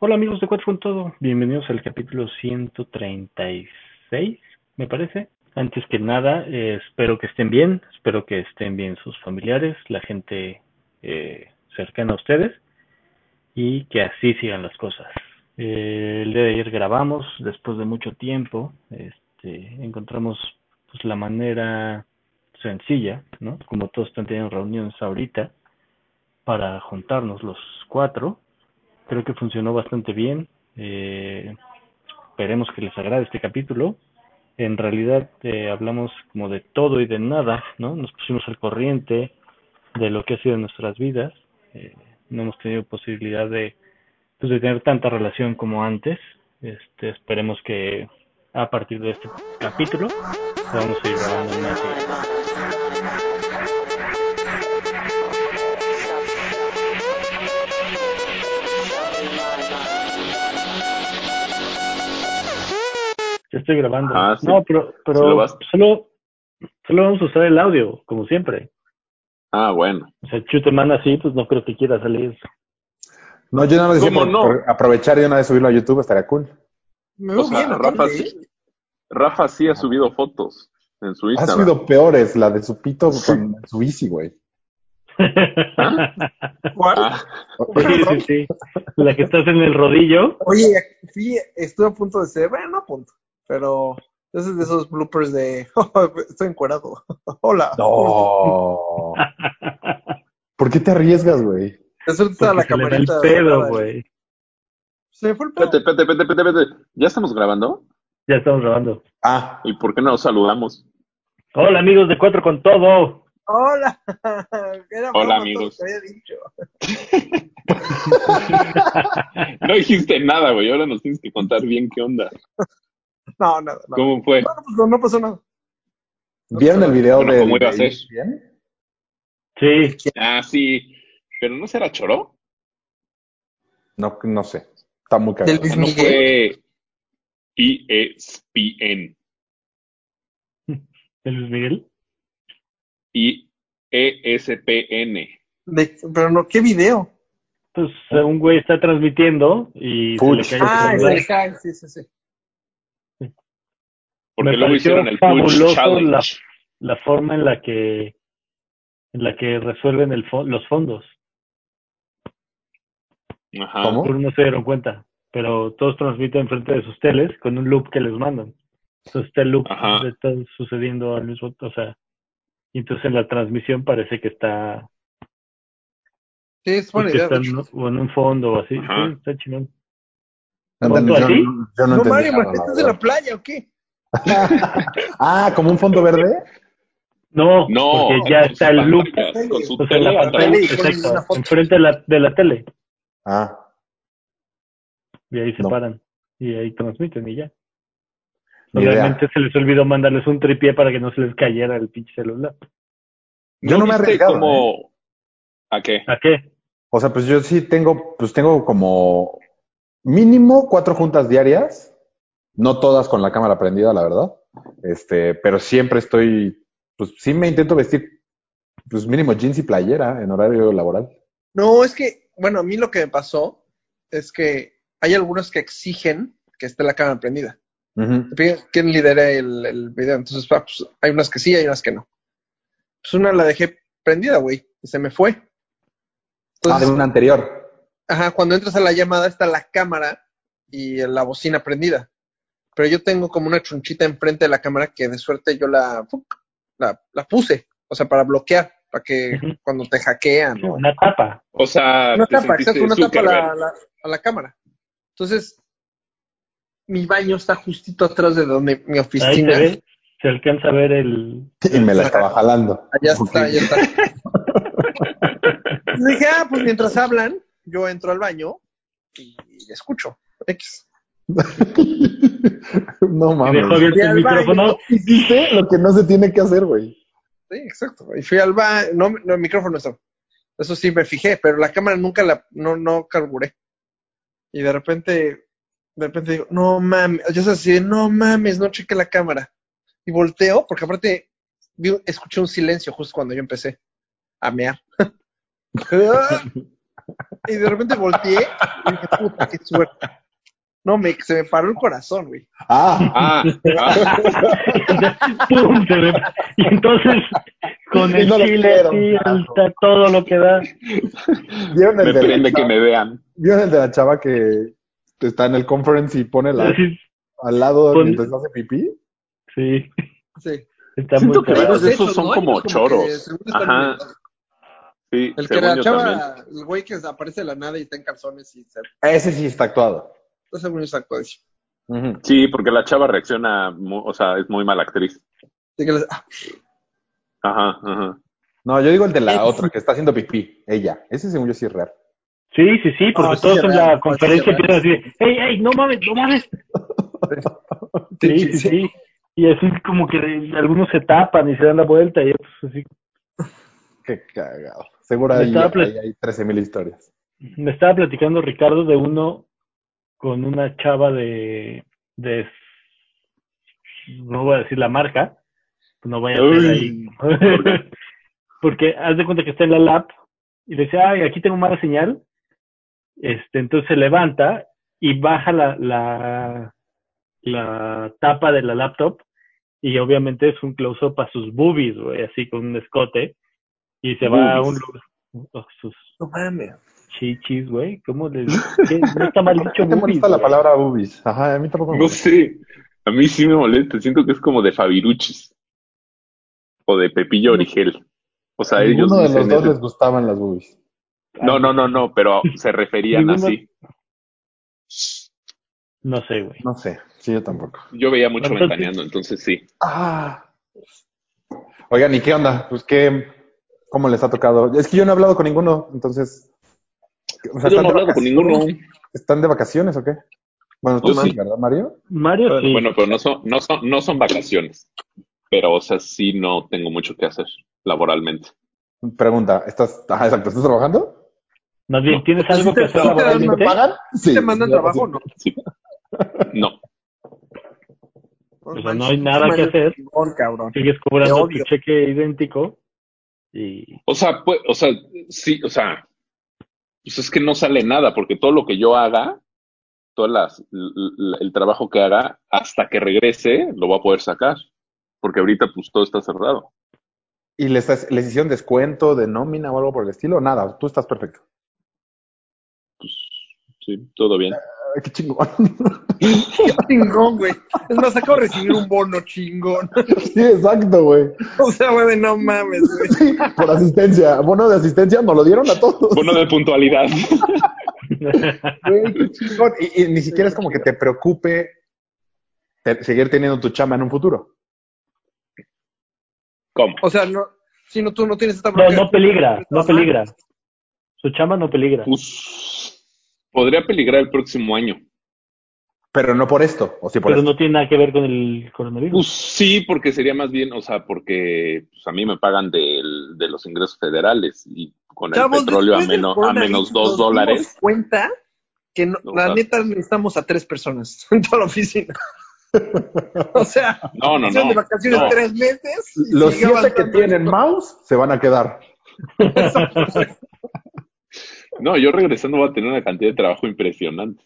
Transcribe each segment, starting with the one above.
Hola amigos de Cuatro con Todo, bienvenidos al capítulo 136, me parece. Antes que nada, eh, espero que estén bien, espero que estén bien sus familiares, la gente eh, cercana a ustedes y que así sigan las cosas. Eh, el día de ayer grabamos, después de mucho tiempo, este, encontramos pues, la manera sencilla, ¿no? Como todos están teniendo reuniones ahorita, para juntarnos los cuatro. Creo que funcionó bastante bien. Eh, esperemos que les agrade este capítulo. En realidad eh, hablamos como de todo y de nada, ¿no? Nos pusimos al corriente de lo que ha sido nuestras vidas. Eh, no hemos tenido posibilidad de, pues, de tener tanta relación como antes. Este, esperemos que a partir de este capítulo podamos seguir grabando más. Ya estoy grabando. Ah, sí. No, pero, pero ¿Se lo vas? solo, solo vamos a usar el audio, como siempre. Ah, bueno. O sea, Chu te manda así, pues no creo que quiera salir. No, yo no lo decía ¿Cómo por, no? por aprovechar de una vez subirlo a YouTube, estaría cool. Me O veo sea, bien, Rafa, aparte, ¿eh? sí, Rafa sí ha subido fotos en su Ha Instagram. subido peores, la de su pito con su bici, güey. ¿Cuál? Ah, Sí, sí, sí. La que estás en el rodillo. Oye, sí, estuve a punto de ser, bueno, no a punto, pero ese es de esos bloopers de estoy encuerado. Hola. No. ¿Por qué te arriesgas, güey? De suerte estaba Porque la se le da el camarita. pedo, agarrada. güey. Se me fue el pedo. espérate, espérate, espérate, espérate, espérate. ¿Ya estamos grabando? Ya estamos grabando. Ah, ¿Y por qué no nos saludamos? Hola, amigos de Cuatro con Todo. Hola. Era broma, todo amigos. lo que había dicho. No dijiste nada, güey. Ahora nos tienes que contar bien qué onda. No, nada, no. ¿Cómo fue? Bueno, pues no, no pasó nada. ¿vieron el video Bueno, de... ¿cómo iba a ser? ¿Bien? Sí, Ah, sí. ¿Pero no será Choró? No, no sé. Está muy cagado. Del Luis ¿O no Miguel. fue E ESPN? de Luis Miguel. Y E ESPN. De- pero no, ¿qué video? Pues Ah. eh, un güey está transmitiendo y se Puch. le cae el Ah, celular. ese ah, sí, sí, sí. Porque Me luego pareció hicieron el Push fabuloso Challenge. la- La forma en la que en la que resuelven el fo- los fondos. Ajá. ¿Cómo? Algunos no se dieron cuenta, pero todos transmiten frente de sus teles con un loop que les mandan. Entonces este loop Ajá. está sucediendo al mismo, o sea, y entonces en la transmisión parece que está Sí, es Pues buena que idea. están de hecho. o en un fondo o así. Ajá. Sí, está chingón. No entendí, ¿Fondo yo, así? no- yo no No, entendí Mario, nada, Martín, la ¿estás en la playa o qué? verdad. Ah, ¿como un fondo verde? No, No, porque ya con está su el loop. pantalla, Con su O sea, la tele pantalla, atrás. y ponen exacto, una foto. enfrente de la, de la tele. Ah, Y ahí se No. paran. Y ahí transmiten y ya. Ni idea. Obviamente se les olvidó mandarles un tripié para que no se les cayera el pinche celular. Yo no me he viste arriesgado, ¿eh? cómo- ¿A qué? ¿A qué? O sea, pues yo sí tengo, pues tengo como mínimo cuatro juntas diarias, no todas con la cámara prendida, la verdad. Este, pero siempre estoy, pues sí me intento vestir, pues mínimo jeans y playera en horario laboral. No, es que, bueno, a mí lo que me pasó es que hay algunos que exigen que esté la cámara prendida. Ujú. Te piden quién lidera el, el video. Entonces, ah, pues, hay unas que sí, hay unas que no. Pues una la dejé prendida, güey, y se me fue. Ah, de Entonces, un anterior. ajá, cuando entras a la llamada está la cámara y la bocina prendida. Pero yo tengo como una chunchita enfrente de la cámara que de suerte yo la, ¡fuc! la, la puse, o sea, para bloquear, para que Ujú. cuando te hackean o Una tapa. O sea, una Ah, te tapa, sentiste exacto, una tapa a Zuckerberg. la, a la- a la cámara. Entonces, mi baño está justito atrás de donde mi Ahí se oficina. ve. Se alcanza a ver el. Y me la estaba jalando. Allá está, allá está. Y dije, ah, pues mientras hablan, yo entro al baño y, escucho. X. no Y dejó mames. abierto el Al baño. micrófono. Hiciste lo que no se tiene que hacer, güey. Sí, exacto. Y fui al baño, no, no, el micrófono estaba. Eso sí me fijé, pero la cámara nunca la, no, no carburé. Y de repente, de repente digo, no mames, yo así de, no mames, no cheque la cámara. Y volteo, porque aparte vi- escuché un silencio justo cuando yo empecé a mear. Y de repente volteé y dije, puta, qué suerte. No, me, se me paró el corazón, güey. Ah, Ah, ah, ¡Pum! Se re- Y entonces, con Y el no lo chile quiero, así, carajo. hasta todo lo que da. ¿vieron me el, de la prende que chava- me vean. ¿vieron el de la chava que está en el conference y pone la, Sí, al lado Pon- mientras hace pipí? sí. Sí. Está Siento muy que cagado. varios de esos hechos, son ¿no? como que choros. según están Ajá, inventados. sí, El que según la yo también. chava, el güey que aparece de la nada y está en calzones y se... Ese sí está actuado. Está según yo sacó eso. Ujú. Sí, porque la chava reacciona, mu- o sea, es muy mala actriz. Así que les- ah, Ajá, ajá. No, yo digo el de la Ese otra, que está haciendo pipí. Ella. Ese según yo sí es real. Sí, sí, sí, porque sí, todos en real, la no, conferencia sí, empiezan a decir, ¡Ey, ey, no mames, no mames! Sí, sí, Sí. sí. Y así como que algunos se tapan y se dan la vuelta y otros así Qué cagado. Seguro Me ahí, estaba pla- ahí hay 13.000 historias. Me estaba platicando Ricardo de uno con una chava de, de no voy a decir la marca, no voy a hacer ahí. Uy, ¿por qué? Porque haz de cuenta que está en la lab y le dice, ay, aquí tengo mala señal. Este, entonces se levanta y baja la, la, la tapa de la laptop y obviamente es un close-up a sus boobies, güey, así con un escote y se va a un lugar, a sus no mames. chichis, güey. ¿Cómo le qué? No está mal dicho ¿Qué te boobies, molesta la güey. palabra boobies? Ajá, a mí tampoco me No molesta. sé, a mí sí me molesta, siento que es como de Fabiruchis o de Pepillo Origel. O sea, ellos Ninguno de los dicen dos ese- les gustaban las boobies. No, no, no, no, pero se referían Ninguno- así. No sé, güey. No sé. Sí, yo tampoco. Yo veía mucho Entonces- ventaneando, entonces sí. Ah. Oigan, ¿y qué onda? Pues qué, ¿cómo les ha tocado? Es que yo no he hablado con ninguno, entonces. o sea, Yo no ¿están he de hablado con vacaciones? ninguno. ¿Están de vacaciones o qué? Bueno, tú Yo sí, sí. ¿verdad, Mario? Mario sí. Bueno, pero no son, no son, no son vacaciones. Pero, o sea, sí no tengo mucho que hacer laboralmente. Pregunta, ¿estás, ah, exacto, ¿estás trabajando? Más bien, ¿tienes Pues, algo ¿sí te- que hacer sí te dan ¿Y me laboralmente? pagan? ¿Te mandan yo- trabajo o no? Sí. No. O sea, no hay nada que manches, hacer. chingón, cabrón. Sigues cobrando Te tu odio. cheque idéntico y O sea, pues, o sea, sí, o sea, pues es que no sale nada, porque todo lo que yo haga, todas las, l- l- el trabajo que haga, hasta que regrese, lo voy a poder sacar. Porque ahorita, pues, todo está cerrado. ¿Y les, has- les hicieron descuento de nómina o algo por el estilo? Nada, tú estás perfecto. Sí, todo bien. Ay, qué chingón. Chingón, güey. Es más, acabo de recibir un bono chingón. sí, exacto, güey. O sea, güey, de no mames, güey. Sí, por asistencia. Bono de asistencia nos lo dieron a todos. Bueno, de puntualidad. Güey, qué chingón. Y, y ni siquiera es como que te preocupe te- seguir teniendo tu chamba en un futuro. ¿Cómo? O sea, no, si no, tú no tienes esta no, bronca. no peligra, no peligra. Su chama no peligra. Pues, podría peligrar el próximo año. Pero no por esto, o sí por Pero esto. no tiene nada que ver con el Pues coronavirus. sí, porque sería más bien, o sea, porque pues, a mí me pagan del- de los ingresos federales y con el Chavos, petróleo a después del menos, a coronavirus nos menos dos dólares. dimos cuenta que no- No, la claro. neta necesitamos a tres personas en toda la oficina. o sea, No, no, hicieron de no. vacaciones no. tres meses. y Los sigue siete que avanzando tienen mouse se van a quedar. esto. No, yo regresando voy a tener una cantidad de trabajo impresionante.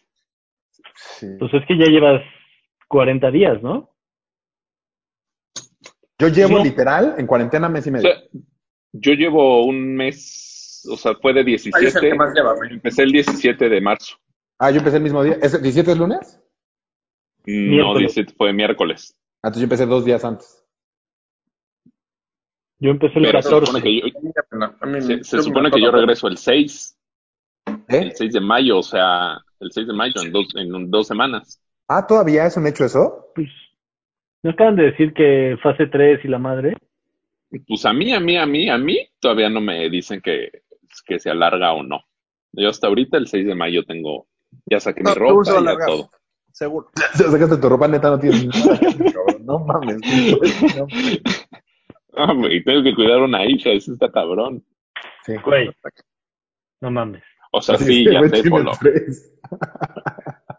Sí. Pues es que ya llevas 40 días, ¿no? Yo llevo No. literal en cuarentena mes y O medio. sea, yo llevo un mes, o sea, fue de 17. Empecé el 17 de marzo. Ah, yo empecé el mismo día. ¿Es, ¿17 es lunes? No, Miércoles. 17 fue miércoles. Ah, entonces yo empecé dos días antes. Yo empecé el Pero se 14. supone que yo, Mm, se, se supone que yo regreso el 6, ¿Eh? el 6 de mayo, o sea, el 6 de mayo en dos, en un- dos semanas. Ah, ¿todavía es un hecho eso? Pues, ¿No acaban de decir que fase 3 y la madre? Pues a mí, a mí, a mí, a mí, todavía no me dicen que, que se alarga o no. Yo hasta ahorita, el 6 de mayo, tengo, ya saqué mi No, seguro se va ropa a y ya alargar. todo. Seguro. Sacaste tu ropa, neta, no tienes nada. cabrón. No mames. No. Ah, güey, tengo que cuidar una hija, eso está cabrón. Sí. Güey, no mames. O sea, Así sí, que, ya güey, sé, tiene Polo, tres.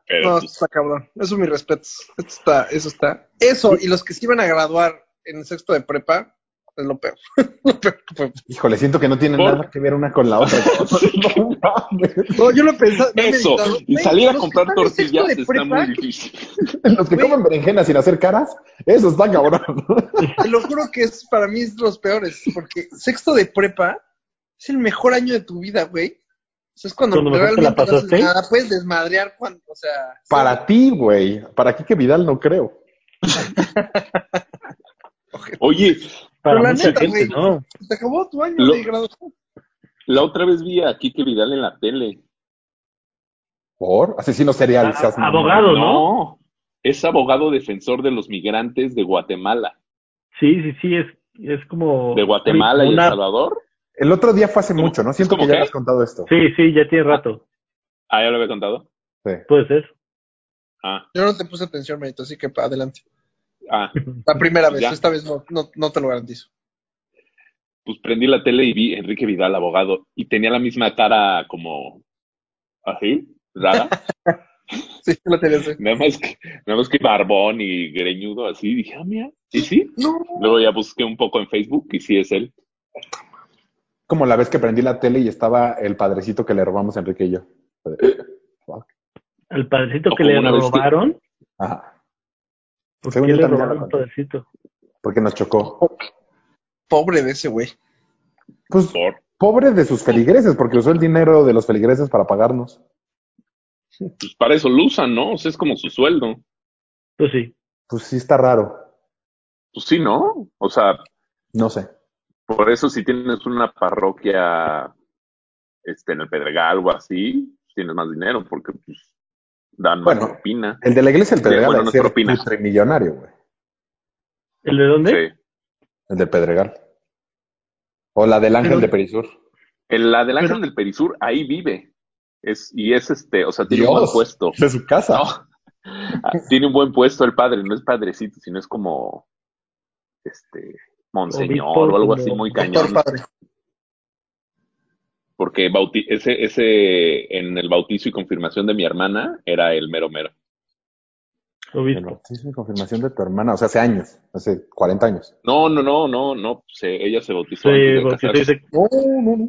pero No, pues, está cabrón. Eso mis respetos. Esto está, eso está. Eso, y los que se iban a graduar en sexto de prepa, Es lo peor. Lo peor que puede- Híjole, siento que no tienen ¿Por? nada que ver una con la otra. No mames. No, yo lo he pensado. lo he Eso, meditado. y Güey, salir a los que comprar están en sexto tortillas de está prepa, muy difícil. Los que Güey. comen berenjenas sin hacer caras, eso está cabrón. Te lo juro que es para mí es los peores, porque sexto de prepa es el mejor año de tu vida, güey. O sea, es cuando, Cuando mejor te la realmente no haces pasaste. nada, puedes desmadrear cuando, o sea, Para ti, güey. Para Kike Vidal no creo. Oye, Para Pero la mucha neta, gente, güey. ¿no? se te acabó tu año Lo- de graduación. la otra vez vi a Kike Vidal en la tele. ¿Por? Asesino serial. Ah, A- seas mamón. abogado, ¿no? es abogado defensor de los migrantes de Guatemala. Sí, sí, sí, es, es como... De Guatemala y El una- Salvador. El otro día fue hace ¿Cómo? mucho, ¿no? Siento ¿Cómo que ya qué? me has contado esto. Sí, sí, ya tiene rato. Ah, ya lo había contado. Puede ser. Ah, Yo no te puse atención, Merito, así que pa, adelante. ah, La primera vez, Ya. esta vez no, no, no te lo garantizo. pues prendí la tele y vi a Enrique Vidal, abogado, y tenía la misma cara como así, rara. Sí, la tenías. güey. nada más que, nada más que barbón y greñudo así. Dije, ah, mira, sí, sí. No, Luego ya busqué un poco en Facebook y sí es él. Como la vez que prendí la tele y estaba el padrecito que le robamos a Enrique y yo. Al padrecito O que como le una vez que- robaron. Ajá. ¿Por Según qué yo le también ya lo robaron al conté. padrecito? Porque nos chocó. pobre de ese güey. Pues Por, pobre de sus feligreses, porque usó el dinero de los feligreses para pagarnos. pues para eso lo usan, ¿no? O sea, es como su sueldo. Pues sí. Pues sí está raro. Pues sí, ¿no? O sea, No sé. por eso si tienes una parroquia este, en el Pedregal o así, tienes más dinero porque pues, dan más Bueno, propina. El de la iglesia Sí, del Pedregal bueno, debe nos ser propina. millonario, güey. ¿El de dónde? Sí. El del Pedregal. O la del Ángel Pero- de Perisur. El la del Ángel Pero- del Perisur, ahí vive. Es, y es este, o sea, tiene un buen Dios. puesto. De su casa. No. Ah, Tiene un buen puesto el padre, no es padrecito, sino es como este monseñor Obispo, o algo como así muy Doctor cañón. padre. Porque bauti- ese, ese en el bautizo y confirmación de mi hermana era el mero mero. El Obispo. bautismo y confirmación de tu hermana, o sea, hace años, hace 40 años. No, no, no, no, no. se- ella se bautizó antes Se de bautizó y casarse. se- No, no, no.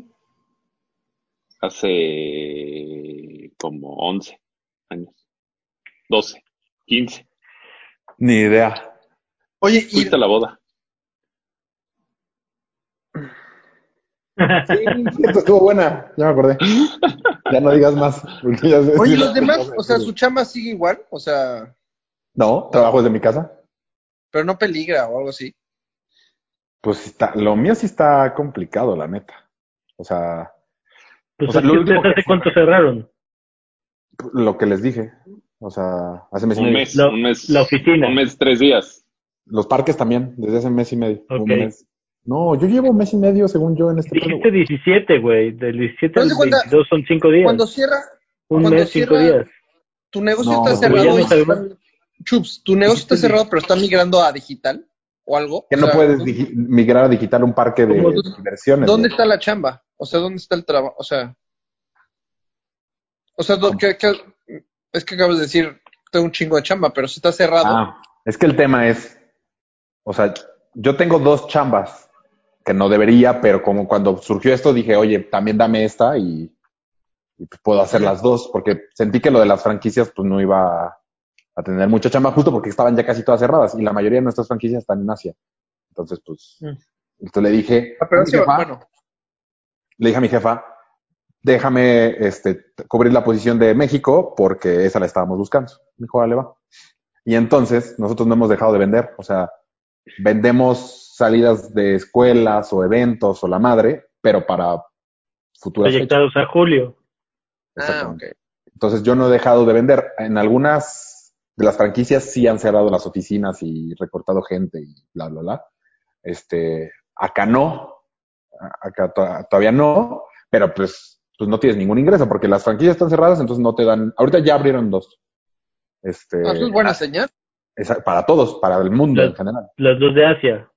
hace como 11 años. 12, 15. Ni idea. Oye, y Fuiste a la boda. Sí, esto estuvo buena, ya me acordé. Ya no digas más. porque ya sé- Oye, sí, los la- demás, o sea, su chamba sigue igual, o sea, No, trabajo desde mi casa. pero no peligra o algo así. Pues está, lo mío sí está complicado, la neta. O sea, Pues O sea, es lo que último ustedes que hace cuánto cerraron lo que les dije. O sea, hace mes y Un medio. mes, La- un mes. la oficina. Un mes, tres días. Los parques también, desde hace mes y medio. Ok. Un mes. No, yo llevo un mes y medio, según yo, en este pedo, Dijiste güey. 17, güey. Del 17 Pero al haz de cuenta, 22 son 5 días. Cuando cierra, Un cuando mes, 5 cierra- días. tu negocio No, está pues, Pero ya cerrado no y sabemos. están- Chups, tu negocio está cerrado, pero está migrando a digital o algo. Que O no sea, puedes ¿dó- digi- migrar a digital un parque de ¿Cómo tú- diversiones. ¿Dónde güey. está la chamba? O sea, ¿dónde está el trabajo? O sea, o sea, ¿dó- qué- qué- es que acabas de decir, tengo un chingo de chamba, pero si está cerrado, Ah, es que el tema es, o sea, yo tengo dos chambas que no debería, pero como cuando surgió esto dije, oye, también dame esta y, y, pues puedo hacer las dos, porque sentí que lo de las franquicias pues no iba a, a tener mucha chamba justo porque estaban ya casi todas cerradas y la mayoría de nuestras franquicias están en Asia. Entonces, pues, Mm. entonces le dije, Ah, pero "Mi sí, jefa", bueno, le dije a mi jefa, déjame este, t- cubrir la posición de México porque esa la estábamos buscando. Me dijo, vale, va. Y entonces nosotros no hemos dejado de vender. O sea, vendemos salidas de escuelas o eventos o la madre, pero para futuras fechas. Proyectados a julio. ah, ok. Exactamente. Entonces yo no he dejado de vender. En algunas de las franquicias sí han cerrado las oficinas y recortado gente y bla, bla, bla. Este, acá no. A- Acá to- todavía no, pero pues, pues no tienes ningún ingreso porque las franquicias están cerradas, entonces no te dan. Ahorita ya abrieron dos. Este, Ah, eso es Eh, buena señal. esa- para todos, para el mundo Ya. en general. Las dos de Asia.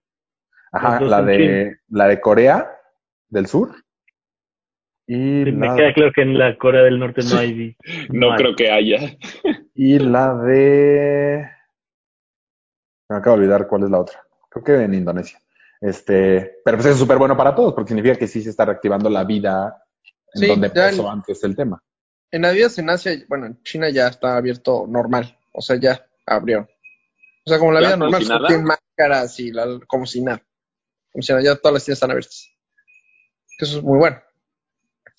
Ajá, Las dos la en de, China. la de Corea del Sur. Y Sí, me la, queda claro que en la Corea del Norte no hay. No hay. creo que haya. Y la de. Me acabo de olvidar cuál es la otra. Creo que en Indonesia. Este, pero pues es súper bueno para todos, porque significa que sí se está reactivando la vida en Sí, donde ya empezó en- antes el tema. En la vida en Asia, bueno, en China ya está abierto normal. O sea, ya abrió. O sea, como la ¿Ya vida normal, como si solo nada? tienen máscaras y la- como si nada. Como si nada, ya todas las tiendas están abiertas. Que eso es muy bueno.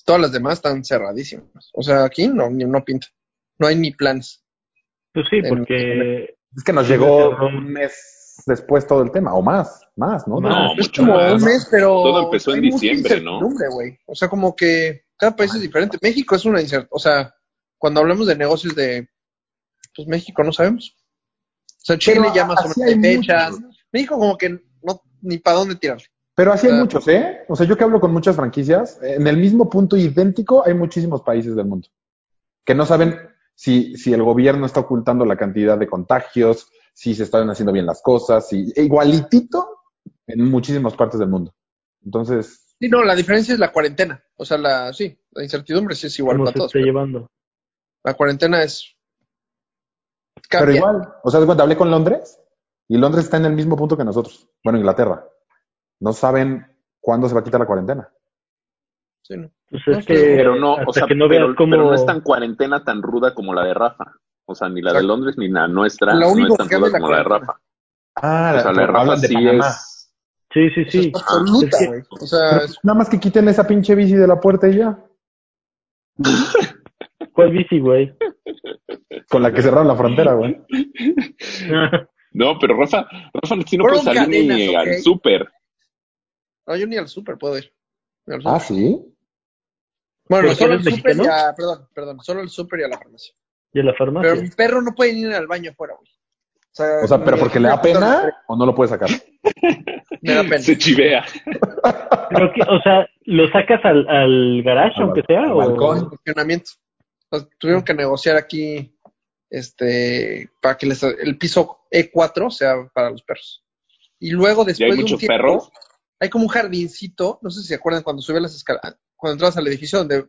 Todas las demás están cerradísimas. O sea, aquí no, ni- no pinta. No hay ni planes. Pues sí, En- porque Es que nos Sí, llegó desde Roma. un mes después todo el tema, o más, más, ¿no? Más. No, Es mucho como más. un mes, pero. Todo empezó en hay mucha diciembre, ¿no? incertidumbre, güey. O sea, como que cada país es diferente. México es una incertidumbre. O sea, cuando hablamos de negocios de. Pues México no sabemos. O sea, Chile Pero ya más o así menos hay hay fechas. muchos. México, como que no ni para dónde tirarle. Pero así hay Claro. muchos, ¿eh? O sea, yo que hablo con muchas franquicias, en el mismo punto idéntico hay muchísimos países del mundo que no saben si, si el gobierno está ocultando la cantidad de contagios, si se están haciendo bien las cosas, si, e igualitito en muchísimas partes del mundo. Entonces, Sí, no, la diferencia es la cuarentena. O sea, la sí, la incertidumbre sí es igual ¿cómo para se todos. está pero llevando? La cuarentena es. pero cambia. igual, o sea, de cuenta, hablé con Londres y Londres está en el mismo punto que nosotros. Bueno, Inglaterra. No saben cuándo se va a quitar la cuarentena. Sí, ¿no? Pues No, es que Pero no, hasta o sea, que no veas pero, cómo pero no es tan cuarentena tan ruda como la de Rafa. O sea, ni la de Exacto. Londres ni la nuestra Lo no único es tan que cambia ruda es la como la de cuarentena. Rafa. Ah, O sea, Pues la de Rafa hablan de sí Panamá. es... sí, sí, O sea, sí. está absoluta, Es que- güey. O sea, Pero, es pues, nada más que quiten esa pinche bici de la puerta y ya. ¿Cuál bici, güey? Con la que cerraron la frontera, güey. No, pero Rafa, Rafa sí no Fueron puede salir ni cadenas, al ok. súper. No, yo ni al súper puedo ir. Ni al súper. Ah, sí. ¿Pero Bueno, si solo el eres súper y mexicano? a, perdón, perdón, solo el súper y a la farmacia. ¿Y en la farmacia? Pero mi perro no puede ir al baño afuera, güey. Ah, O sea, pero ni- porque le da pena o no lo puede sacar. Me da pena. Se chivea. Pero que- o sea, ¿lo sacas al, al garage, Al aunque bal- sea? al o- balcón. Funcionamiento. O sea, tuvieron que negociar aquí este para que les, el piso E4 sea para los perros. Y luego Ya después de hay un muchos tiempo, perros. hay como un jardincito, no sé si se acuerdan cuando subías las escaleras, cuando entrabas al edificio donde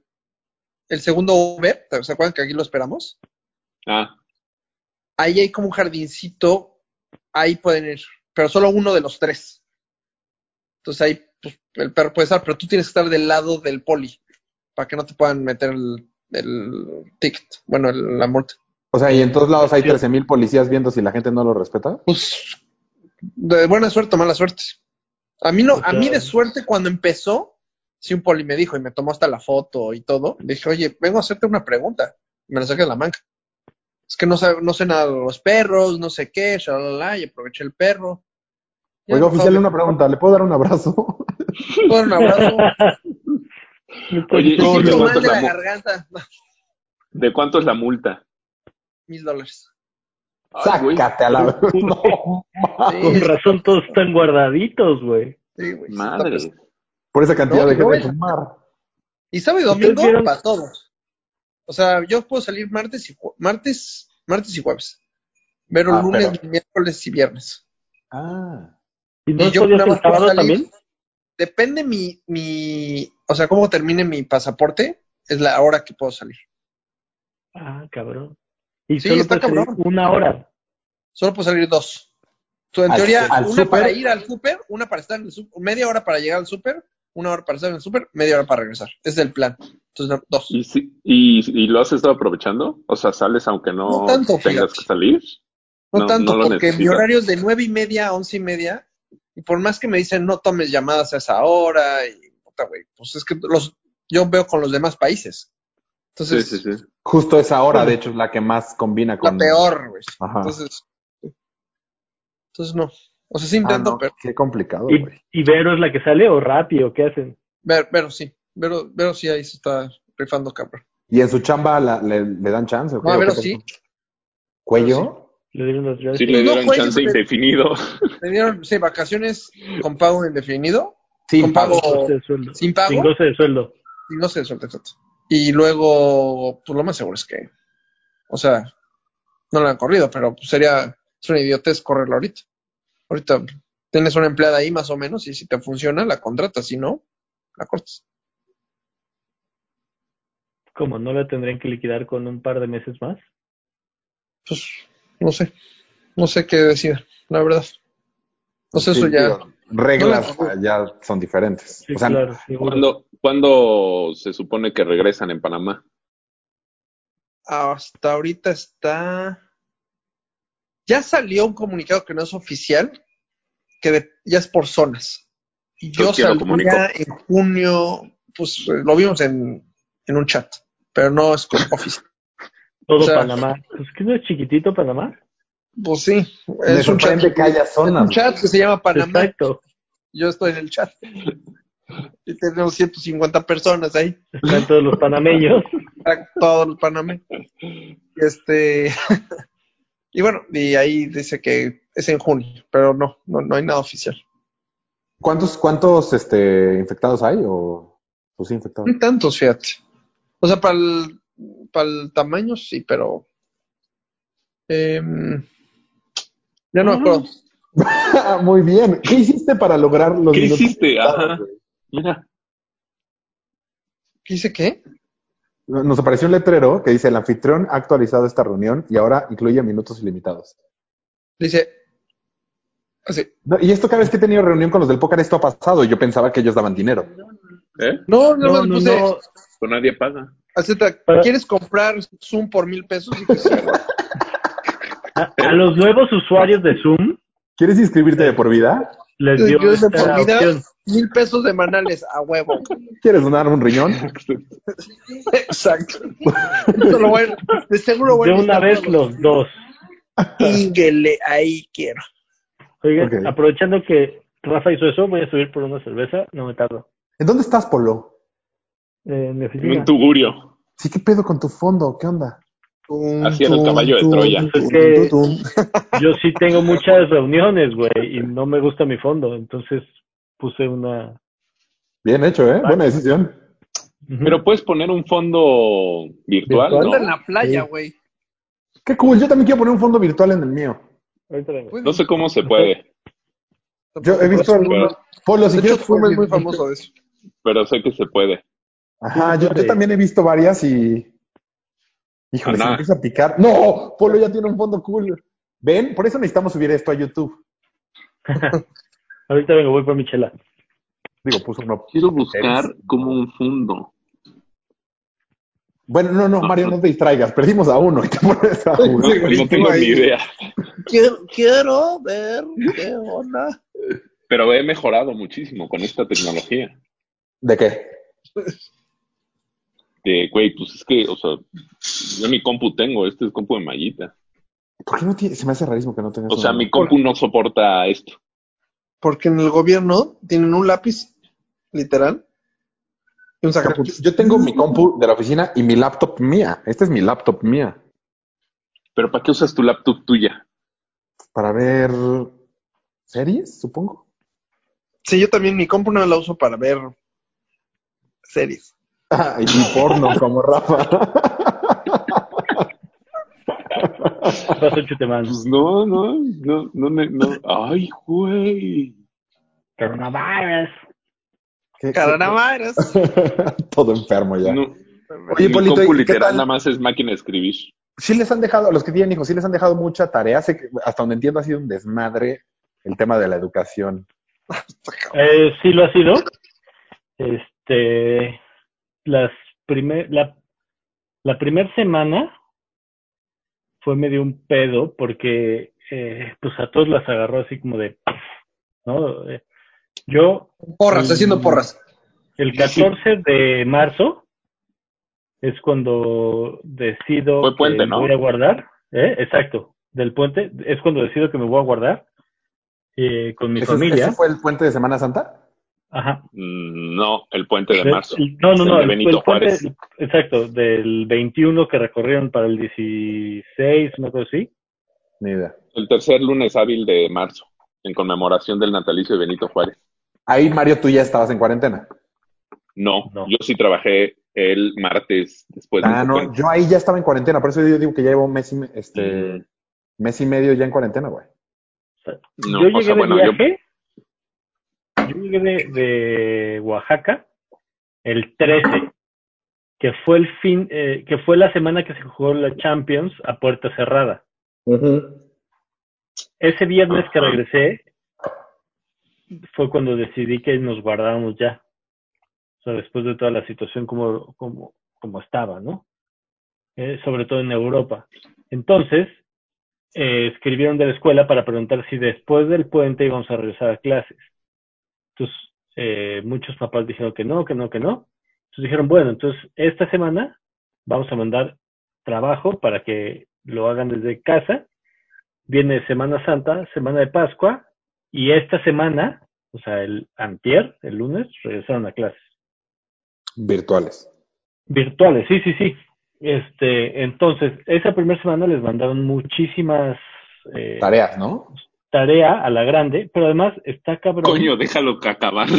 el segundo Uber, ¿se acuerdan que aquí lo esperamos? Ah, ahí hay como un jardincito, ahí pueden ir, pero solo uno de los tres. Entonces ahí pues, el perro puede estar, pero tú tienes que estar del lado del poli para que no te puedan meter el, el ticket, bueno, el- la multa. O sea, y en todos lados hay 13 mil policías viendo si la gente no lo respeta. Pues de buena suerte o mala suerte. A mí no, a mí de Claro. suerte cuando empezó, si un poli me dijo y me tomó hasta la foto y todo, le dije, oye, vengo a hacerte una pregunta. Y me la saqué de la manga. Es que no, sab- no sé nada de los perros, no sé qué, shalala, y aproveché el perro. Ya, Oiga, por oficial, favor, una pregunta. ¿Le puedo dar un abrazo? te puedo dar un abrazo. Me estoy Oye, ¿y si Me gordo. siento le mal de matas la la mu- garganta. ¿de cuánto es la multa? Mil dólares. Ay, güey. Sácate a la... No, Sí, Con razón todos están guardaditos, güey. sí, güey, sí, está Madre. pesado. por esa cantidad No, de no gente de es- fumar. Y sábado y ¿Ustedes domingo vieron? para todos. O sea, yo puedo salir martes y jue- martes, martes y jueves. Pero Ah, lunes, pero- miércoles y viernes. Ah. ¿Y no Y yo podías nada el más puedo sábado salir. también? Depende mi, mi, o sea, cómo termine mi pasaporte, es la hora que puedo salir. Ah, cabrón. Y Sí, solo está puedes salir cabrón. una hora. Solo puedo salir dos. Tú, en Al- teoría, al una súper. para ir al súper, una para estar en el súper, media hora para llegar al súper, una hora para estar en el súper, media hora para regresar. Ese es el plan. Entonces, no, dos. ¿Y, si- y, y lo has estado aprovechando? O sea, ¿sales aunque no, No tanto, tengas fíjate. que salir? No, No, tanto, no lo porque mi necesitas. horario es de nueve y media a once y media, y por más que me dicen no tomes llamadas a esa hora, y puta güey, pues es que los, yo veo con los demás países. Sí, Entonces, sí, sí. Justo esa hora, de hecho, es la que más combina la con... peor, güey. Ajá. Entonces, entonces no. O sea, sí Ah, intento, no, pero, qué complicado, ¿Y, güey. y Vero es la que sale o Rappi o qué hacen? pero, pero sí, pero, pero sí ahí se está rifando cabrón. ¿Y en su chamba la- le, le dan chance o qué? No, a ¿O ver, qué pasó? sí. ¿Cuello? Le dieron las gracias. Sí, le pues, no, dieron güey, chance yo- indefinido. Me dieron, sí, vacaciones con pago indefinido, Sí, Con pago. Sin goce de sueldo. ¿Sin pago? Sin goce de sueldo. y no sé, suelta exacto. Y luego, pues lo más seguro es que, o sea, no lo han corrido, pero pues, sería, es una idiotez correrlo ahorita. Ahorita tienes una empleada ahí más o menos y si te funciona, la contratas, si no, la cortas. ¿Cómo? ¿No la tendrían que liquidar con un par de meses más? Pues, no sé, no sé qué decir, la verdad. No sé, eso Sí, ya, digo, reglas ya son diferentes. Sí, o sea, claro, seguro. ¿Cuándo, cuándo se supone que regresan en Panamá? Hasta ahorita está. Ya salió un comunicado que no es oficial, que de- ya es por zonas. Y Yo Entonces, ¿quién lo salía en junio, pues eh, lo vimos en, en un chat, pero no es como oficial. Todo o sea- Panamá. Pues que no es chiquitito Panamá. Pues sí, me es un chat. sorprende que haya Un zonas. chat que se llama Panamá. Exacto. Yo estoy en el chat. Y tenemos 150 personas ahí, Están todos los panameños. para todos los panameños. Este, y bueno, y ahí dice que es en junio, pero no, no, no hay nada oficial. ¿Cuántos, cuántos este, infectados hay? O, o sí, infectados. No hay tantos, fíjate. O sea, para el, para el tamaño sí, pero... em, ya no me acuerdo. Ah, Muy bien. ¿Qué hiciste para lograr los ¿Qué minutos hiciste? infectados, Ajá. güey? Mira, ¿Qué dice qué? Nos apareció un letrero que dice: el anfitrión ha actualizado esta reunión y ahora incluye minutos ilimitados. Dice... Así. No, y esto cada vez que he tenido reunión con los del póker, esto ha pasado y yo pensaba que ellos daban dinero. ¿eh? No, no, No, no, no, puse... no. Pues nadie paga. Azeta, Para- ¿quieres comprar Zoom por mil pesos? Y que sí. A, a los nuevos usuarios de Zoom ¿Quieres inscribirte de por vida? les Yo dio de esta por vida, opción. mil pesos de manales a huevo. ¿Quieres donar un riñón? Exacto. Eso lo voy a- de seguro voy De a una necesitar vez todos. los dos. Íngele, ahí quiero. Oigan, Ok. aprovechando que Rafa hizo eso, voy a subir por una cerveza. No me tardo. ¿En dónde estás, Polo? Eh, en mi oficina. En un tugurio. Sí, ¿qué pedo con tu fondo? ¿Qué onda? Así era el caballo de Troya. Es que yo sí tengo muchas reuniones, güey, y no me gusta mi fondo, entonces puse una... Bien hecho, ¿eh? Buena decisión. Ujú. Pero puedes poner un fondo virtual, ¿Virtual? Anda en ¿no? la playa, Sí. güey. Qué cool. Yo también quiero poner un fondo virtual en el mío. Ahorita vengo. No sé cómo se puede, Yo he visto algunos. Polo, si De hecho, quieres. Zoom es muy famoso de eso. pero sé que se puede. Ajá, yo, yo también he visto varias y. Híjole, se me Ajá. empieza a picar. ¡No! Polo ya tiene un fondo cool. ¿Ven? Por eso necesitamos subir esto a YouTube. Ahorita vengo, voy por mi chela. Digo, puso uno. Quiero buscar como un fondo. Bueno, no, no, Mario, no te distraigas. Perdimos a uno y te pones a No, uno. güey, no tengo ahí. ni idea, Quiero, quiero ver qué onda. pero he mejorado muchísimo con esta tecnología. ¿De qué? De, güey, pues es que, o sea, yo mi compu tengo, este es compu de mallita. ¿Por qué no tiene? Se me hace rarísimo que no tengas O sea, uno. mi compu no soporta esto. Porque en el gobierno tienen un lápiz, literal, y un sacapuntas. Yo tengo mi compu de la oficina y mi laptop mía. Esta es mi laptop mía. Pero ¿para qué usas tu laptop tuya? Para ver series, supongo. Sí, yo también mi compu no la uso para ver series. Ah, y porno como Rafa. Paso Chutemán. Pues no, no, no, no, me- no. Ay, güey. Coronavirus. ¿Qué- qué- Coronavirus. Todo enfermo ya. No, Oye, mi Polito, compu ¿y qué literal tal? nada más es máquina de escribir. Sí les han dejado, a los que tienen hijos, sí les han dejado mucha tarea. Sé que, hasta donde entiendo ha sido un desmadre el tema de la educación. Eh, sí lo ha sido. Este, las primer, la, la primera semana fue medio un pedo porque eh, pues a todos las agarró así como de, ¿no? Eh, Yo Porras, haciendo porras. El 14 de marzo es cuando decido Fue puente, que ¿no? voy a guardar. ¿eh? Exacto, del puente es cuando decido que me voy a guardar eh, con mi ¿Ese- familia. ¿Ese fue el puente de Semana Santa? Ajá. Mm, No, el puente de Del- marzo. el- no, no, El no. de el- Benito el puente- Juárez. exacto, del 21 que recorrieron para el 16, una cosa así. Ni idea. El tercer lunes hábil de marzo, en conmemoración del natalicio de Benito Juárez. Ahí, Mario, tú ya estabas en cuarentena. Pues, No, No. yo sí trabajé el martes después Ah, del no, puente. yo ahí ya estaba en cuarentena, por eso yo digo que ya llevo un mes y, me- este, Mm, mes y medio ya en cuarentena, güey. no, yo o llegué sea, de bueno, yo- viaje. Yo, llegué de, de Oaxaca el 13, que fue el fin, eh, que fue la semana que se jugó la Champions a puerta cerrada. Ese viernes que regresé, fue cuando decidí que nos guardábamos ya. O sea, después de toda la situación como, como, como estaba, ¿no? Eh, sobre todo en Europa. Entonces, eh, escribieron de la escuela para preguntar si después del puente íbamos a regresar a clases. Entonces, eh, muchos papás dijeron que no, que no, que no. Entonces dijeron, bueno, entonces esta semana vamos a mandar trabajo para que lo hagan desde casa. Viene Semana Santa, Semana de Pascua, y esta semana, o sea, el antier, el lunes, regresaron a clases. Virtuales. Virtuales, sí, sí, sí. Este, entonces, esa primera semana les mandaron muchísimas eh, Tareas, ¿no? tarea a la grande, pero además está cabrón. Coño, déjalo que acabar.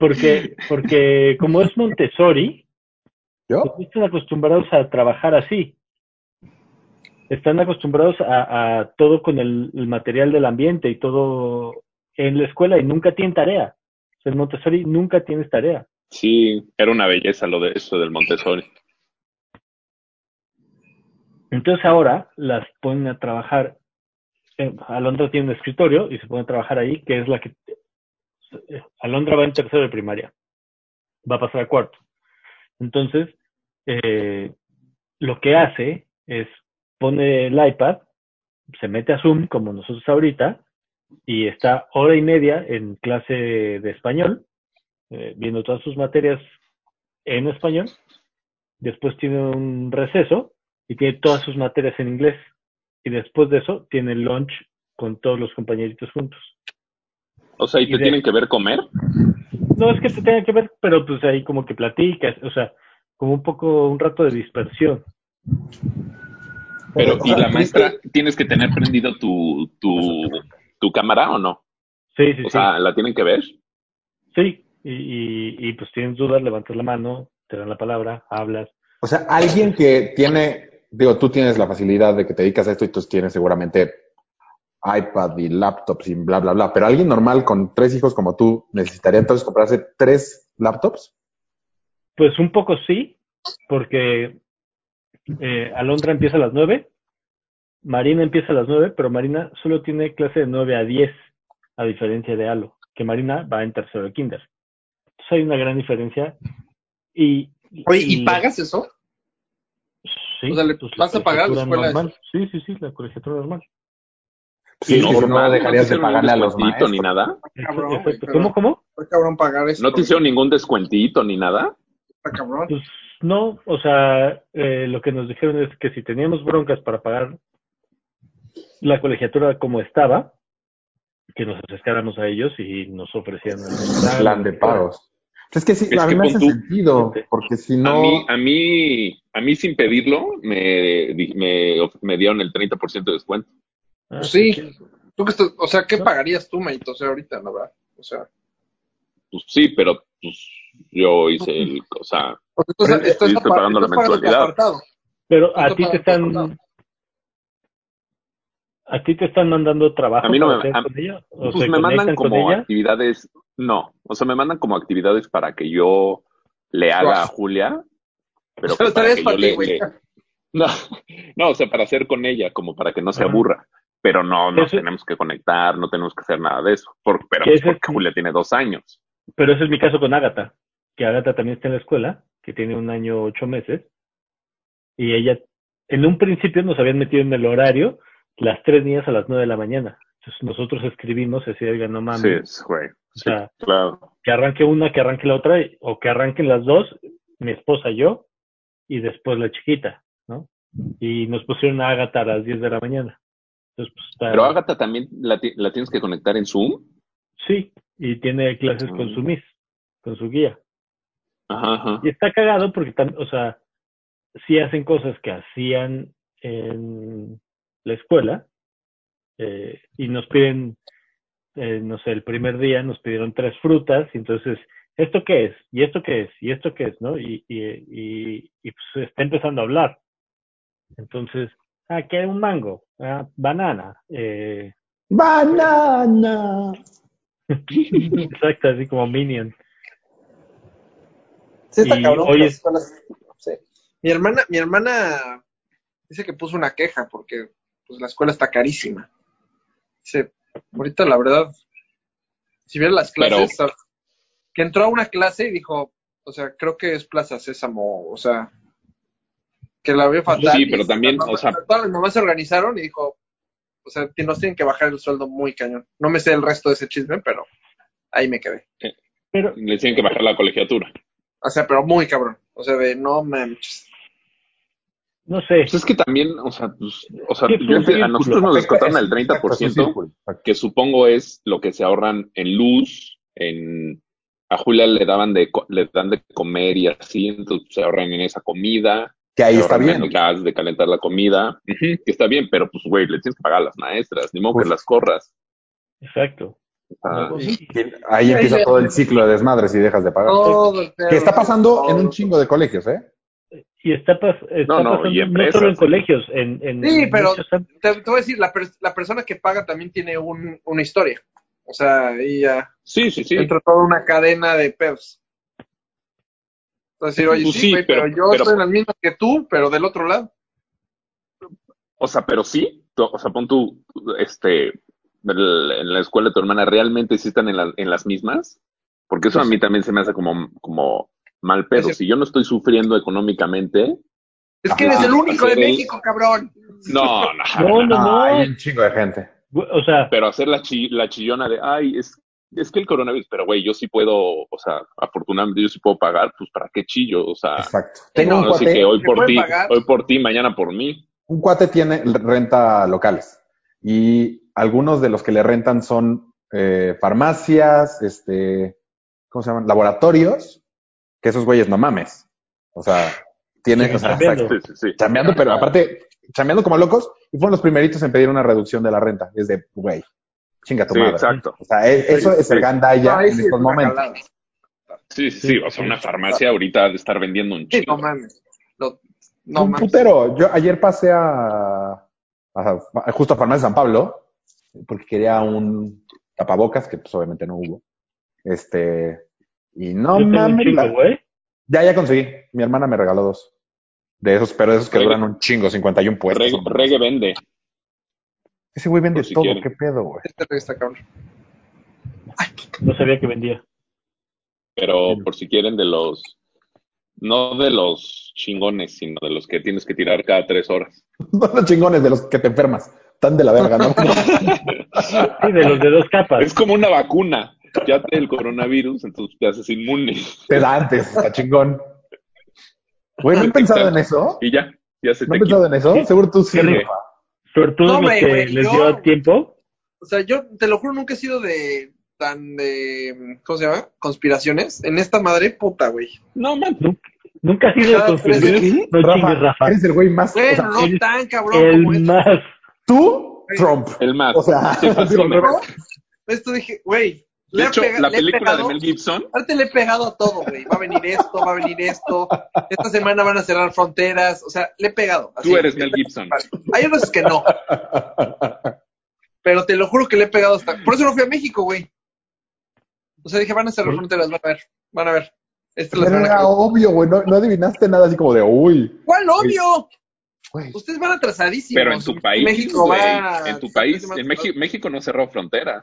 Porque, porque como es Montessori, ¿Yo? pues, están acostumbrados a trabajar así. Están acostumbrados a, a todo con el, el material del ambiente y todo en la escuela y nunca tienen tarea. O sea, en Montessori nunca tienes tarea. Sí, era una belleza lo de eso del Montessori. Entonces ahora las ponen a trabajar. eh, Alondra tiene un escritorio y se pone a trabajar ahí, que es la que... eh, Alondra va en tercero de primaria, va a pasar a cuarto. Entonces, eh, lo que hace es pone el iPad, se mete a Zoom, como nosotros ahorita, y está hora y media en clase de español, eh, viendo todas sus materias en español. Después tiene un receso y tiene todas sus materias en inglés. Y después de eso tiene lunch con todos los compañeritos juntos. O sea, ¿y Y te de- tienen que ver comer? No es que te tenga que ver, pero pues ahí como que platicas, o sea, como un poco un rato de dispersión. Pero, O ¿y sea, la ¿viste? maestra tienes que tener prendido tu, tu, tu cámara o no? Sí, sí, sí. O sea, ¿la tienen que ver? sí. Y, y, y, pues tienes dudas, levantas la mano, te dan la palabra, hablas. O sea, alguien que tiene, digo, tú tienes la facilidad de que te dedicas a esto y tú tienes seguramente iPad y laptops y bla, bla, bla, pero alguien normal con tres hijos como tú necesitaría entonces comprarse tres laptops. Pues un poco sí, porque eh, Alondra empieza a las nueve, Marina empieza a las nueve, pero Marina solo tiene clase de nueve a diez, a diferencia de Alo, que Marina va en tercero de kinder. Entonces hay una gran diferencia. Y, Oye, ¿y pagas eso? Sí, pues, O sea, ¿le la vas a pagar la colegiatura escuela normal. Sí, sí, sí, la colegiatura normal. no, Sí, es que si no, normal, dejarías te de hicieron ningún pagarle a los descuentito ni maestros. nada? Cabrón, Exacto, güey, exacto. pero- ¿Cómo, cómo? Está cabrón pagar eso. ¿No te hicieron ningún descuentito ni nada? Está cabrón. Pues no, o sea, eh, lo que nos dijeron es que si teníamos broncas para pagar la colegiatura como estaba, que nos acercáramos a ellos y nos ofrecían el plan de pagos. Es que sí, Es a mí que me pon hace tú- este, sentido, porque si A no, mí, a mí, a mí sin pedirlo, me, di- me, of- me dieron el 30% de descuento. Ah, Pues sí. ¿Tú que estás, o sea, ¿qué No. pagarías tú, Maito? O sea, ahorita, la verdad. O sea, Pues sí, pero pues, yo hice el, o sea, o sea, estás, Pero estás, estuviste apar- pagando la estás pagando tu mensualidad. apartado. Pero a ¿Cuánto ti te pagas por están... contado? A ti te están mandando trabajo A mí no para me- hacer a- con ella, o pues se me mandan conectan con como ella. actividades, no, o sea, me mandan como actividades para que yo le haga a Julia, pero O sea, que para estarías que para yo ti, le, güey. le- no, no, o sea, para hacer con ella, como para que no se Ajá. aburra, pero no nos Eso- tenemos que conectar, no tenemos que hacer nada de eso, por, pero Que pues, ese es- porque Julia tiene dos años. Pero ese es mi caso con Ágata, que Ágata también está en la escuela, que tiene un año ocho meses, y ella, en un principio nos habían metido en el horario las tres niñas a las nueve de la mañana. Entonces nosotros escribimos, así, oiga, no mames, Sí, es, güey, o sea, claro. que arranque una, que arranque la otra, y- o que arranquen las dos, mi esposa, yo, y después la chiquita, ¿no? Y nos pusieron a Ágata a las diez de la mañana. Entonces, pues, está- Pero Agatha también la, ti- la tienes que conectar en Zoom. Sí, y tiene clases con Mm. su Miss, con su guía. Ajá, ajá. Y está cagado porque, tam- o sea, sí hacen cosas que hacían en la escuela eh, y nos piden, eh, no sé, el primer día nos pidieron tres frutas y entonces, ¿esto qué es? ¿Y esto qué es? ¿Y esto qué es? ¿No? Y, y, y, y, pues está empezando a hablar. Entonces, ah, ¿qué hay un mango? Ah, banana. Eh, banana. exacto, así como Minion. Sí, está Y cabrón. hoy que es- las escuelas- sí. Mi hermana, mi hermana dice que puso una queja porque pues, la escuela está carísima. Dice, ahorita la verdad, Si vieron las Pero- clases, ¿sabes? que entró a una clase y dijo, o sea, creo que es Plaza Sésamo, o sea, que la vio fatal. Sí, y pero también, la mamá- o sea- Todas las mamás se organizaron y dijo, o sea, que nos tienen que bajar el sueldo muy cañón. No me sé el resto de ese chisme, pero ahí me quedé. Pero, Le tienen que bajar la colegiatura. O sea, pero muy cabrón. O sea, de no mames. no sé, Pues es que también, o sea, pues, o sea Sí, yo fue un entiendo- a círculo. nosotros nos descontaron el Exacto, es un 30%, círculo, exacto. que supongo es lo que se ahorran en luz, en a Julia le daban de co- le dan de comer y así, entonces se ahorran en esa comida, Que ahí se está ahorran bien. en el gas de calentar la comida, Ujú, que está bien, pero pues güey, le tienes que pagar a las maestras, ni modo Justo. que las corras. exacto. O sea, Luego, sí. sí, Y Ahí empieza todo el ciclo de desmadres y dejas de pagar. Todo el pedo. Ah, que está pasando en un Todo. chingo de colegios, ¿eh? Y está, pas- está No, pasando no, y no solo en empresas. colegios, en, en Sí, pero- muchos ámbitos. Te, te voy a decir, la, per- la persona que paga también tiene un, una historia. O sea, ahí ya sí, sí, sí. entra toda una cadena de pedos. Entonces, decir, oye, Pues sí, sí, güey, pero, pero- yo pero- estoy en las mismas que tú, pero del otro lado. O sea, pero sí, tú- o sea, pon tú, este, el- en la escuela de tu hermana, ¿realmente sí están en, la- en las mismas? Porque eso a mí también se me hace como, como mal pedo. Es- Si yo no estoy sufriendo económicamente, Es que Ajá. eres el único de Hacer el- México, cabrón. no, no, No, no, Ah, hay no. un chingo de gente. O sea, pero hacer la, chi- la chillona de, ay, es, es que el coronavirus, pero güey, yo sí puedo, o sea, afortunadamente yo sí puedo pagar, pues ¿para qué chillo? O sea, Exacto. Tengo Ah. no, un así cuate, que hoy ¿Se por puede ti, pagar? hoy por ti, mañana por mí. un cuate tiene renta locales y algunos de los que le rentan son eh, farmacias, este, ¿cómo se llaman? Laboratorios, que esos güeyes no mames. O sea, tienen, Siguen o sea, chambeando. exacto, Sí, sí, sí. chambeando, pero aparte, chambeando como locos y fueron los primeritos en pedir una reducción de la renta. Es de, güey, chinga tu Sí, madre. exacto. O sea, e- eso Sí, es el sí. gandalla Ahí en sí estos Ah, es una momentos. jalada. Sí, sí, sí. O sea, una farmacia ahorita ha de estar vendiendo un Sí, no chingo. mames. Lo- no un mames. putero. Yo ayer pasé a, a- a- justo a Farmacia San Pablo porque quería un tapabocas que pues obviamente no hubo. Este y no yo tengo un mames, chingo, la- güey. ya ya conseguí. Mi hermana me regaló dos de esos, pero esos que Reggae. duran un chingo, 51 puestos. Reggae, hombre. reggae vende. Ese güey vende por si todo, quieren. qué pedo, güey. Este rey está cabrón. No sabía que vendía. pero por si quieren de los, no de los chingones, sino de los que tienes que tirar cada tres horas. No los chingones de los que te enfermas, tan de la verga, ¿no? Sí, de los de dos Es capas. como una vacuna. Ya te el coronavirus, entonces te haces inmune. te da antes, está chingón. Güey, ¿no han pensado en eso? Y ya, ya se ¿No han te quita. pensado en eso? Seguro tú sí. Qué rico. Sobre todo No, los güey, que güey, les yo- dio a tiempo. O sea, yo te lo juro, nunca he sido de tan de. ¿Cómo se llama? Conspiraciones. En esta madre puta, güey. No, man. Nunca, nunca ha sido de Cada tres Pues conspiración. No chingues, Rafa. Eres el güey más. o sea, Bueno, no eres tan cabrón como este, El esto. más. Tú, Trump. El más. O sea, Sí, fácil, digo, ¿no? ¿no? Esto dije, güey. De le ha hecho, pega- la le he película de pegado- Mel Gibson, Aparte le he pegado a todo, güey. Va a venir esto, va a venir esto. Esta semana van a cerrar fronteras. O sea, le he pegado. así. tú eres Mel Gibson. Hay unos que no. Pero te lo juro que le he pegado hasta. Por eso no fui a México, güey. O sea, dije, van a cerrar fronteras, van a ver, van a ver. Esta es la Pero semana que era obvio, güey. No, no adivinaste nada así como de, uy, ¿Cuál obvio? güey. Ustedes van atrasadísimos. Pero en tu país, México güey, va. en tu país, en México, México no cerró fronteras.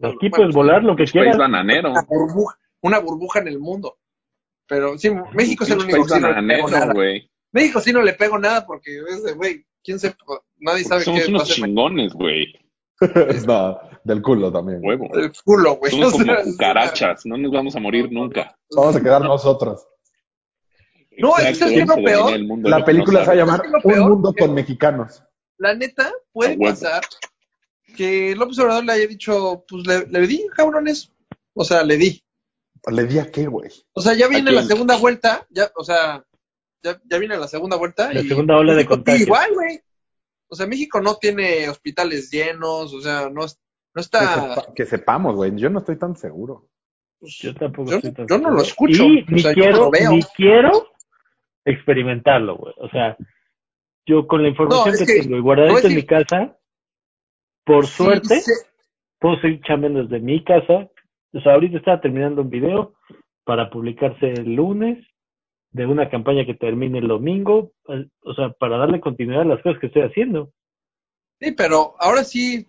Aquí Bueno, puedes volar lo que Es país quieras. bananero. Una burbuja, una burbuja en el mundo. Pero sí, México es el Pinche único que país sí no le pego bananero, nada. güey. México sí no le pego nada porque es de, güey, quién se. Nadie Porque sabe Somos qué va a unos ser chingones, güey. no, del culo también. güey. Huevo. el culo, güey. Somos O sea, como es una- cucarachas, no nos vamos a morir nunca. Vamos a quedar nosotros. No, es que Exacto, es que vamos lo a dominar peor. el mundo, La lo que no película se va a sabe. llamar ¿Sabes qué es lo Un peor? Mundo Que- con Mexicanos. La neta, A puede huevo. pasar que López Obrador le haya dicho, pues le, le di, cabrones. O sea, le di. ¿Le di a qué, güey? O sea, ya viene quién? la segunda vuelta, ya, o sea, ya, ya viene la segunda vuelta. La y segunda ola de México sigue contagios. Igual, güey. O sea, México no tiene hospitales llenos, o sea, no, es- no Que, está... sepa- que sepamos, güey. Yo no estoy tan seguro. pues, Yo tampoco Yo- estoy tan yo no seguro. lo escucho. Y O ni sea, yo quiero, no lo veo. ni quiero experimentarlo, güey. O sea, yo con la información No, es que, que- tengo y te voy a guardadita en mi decir- casa, por Sí, suerte, se- puedo seguir chambeando desde mi casa. O sea, ahorita estaba terminando un video para publicarse el lunes de una campaña que termine el domingo, eh, o sea, para darle continuidad a las cosas que estoy haciendo. Sí, pero ahora sí,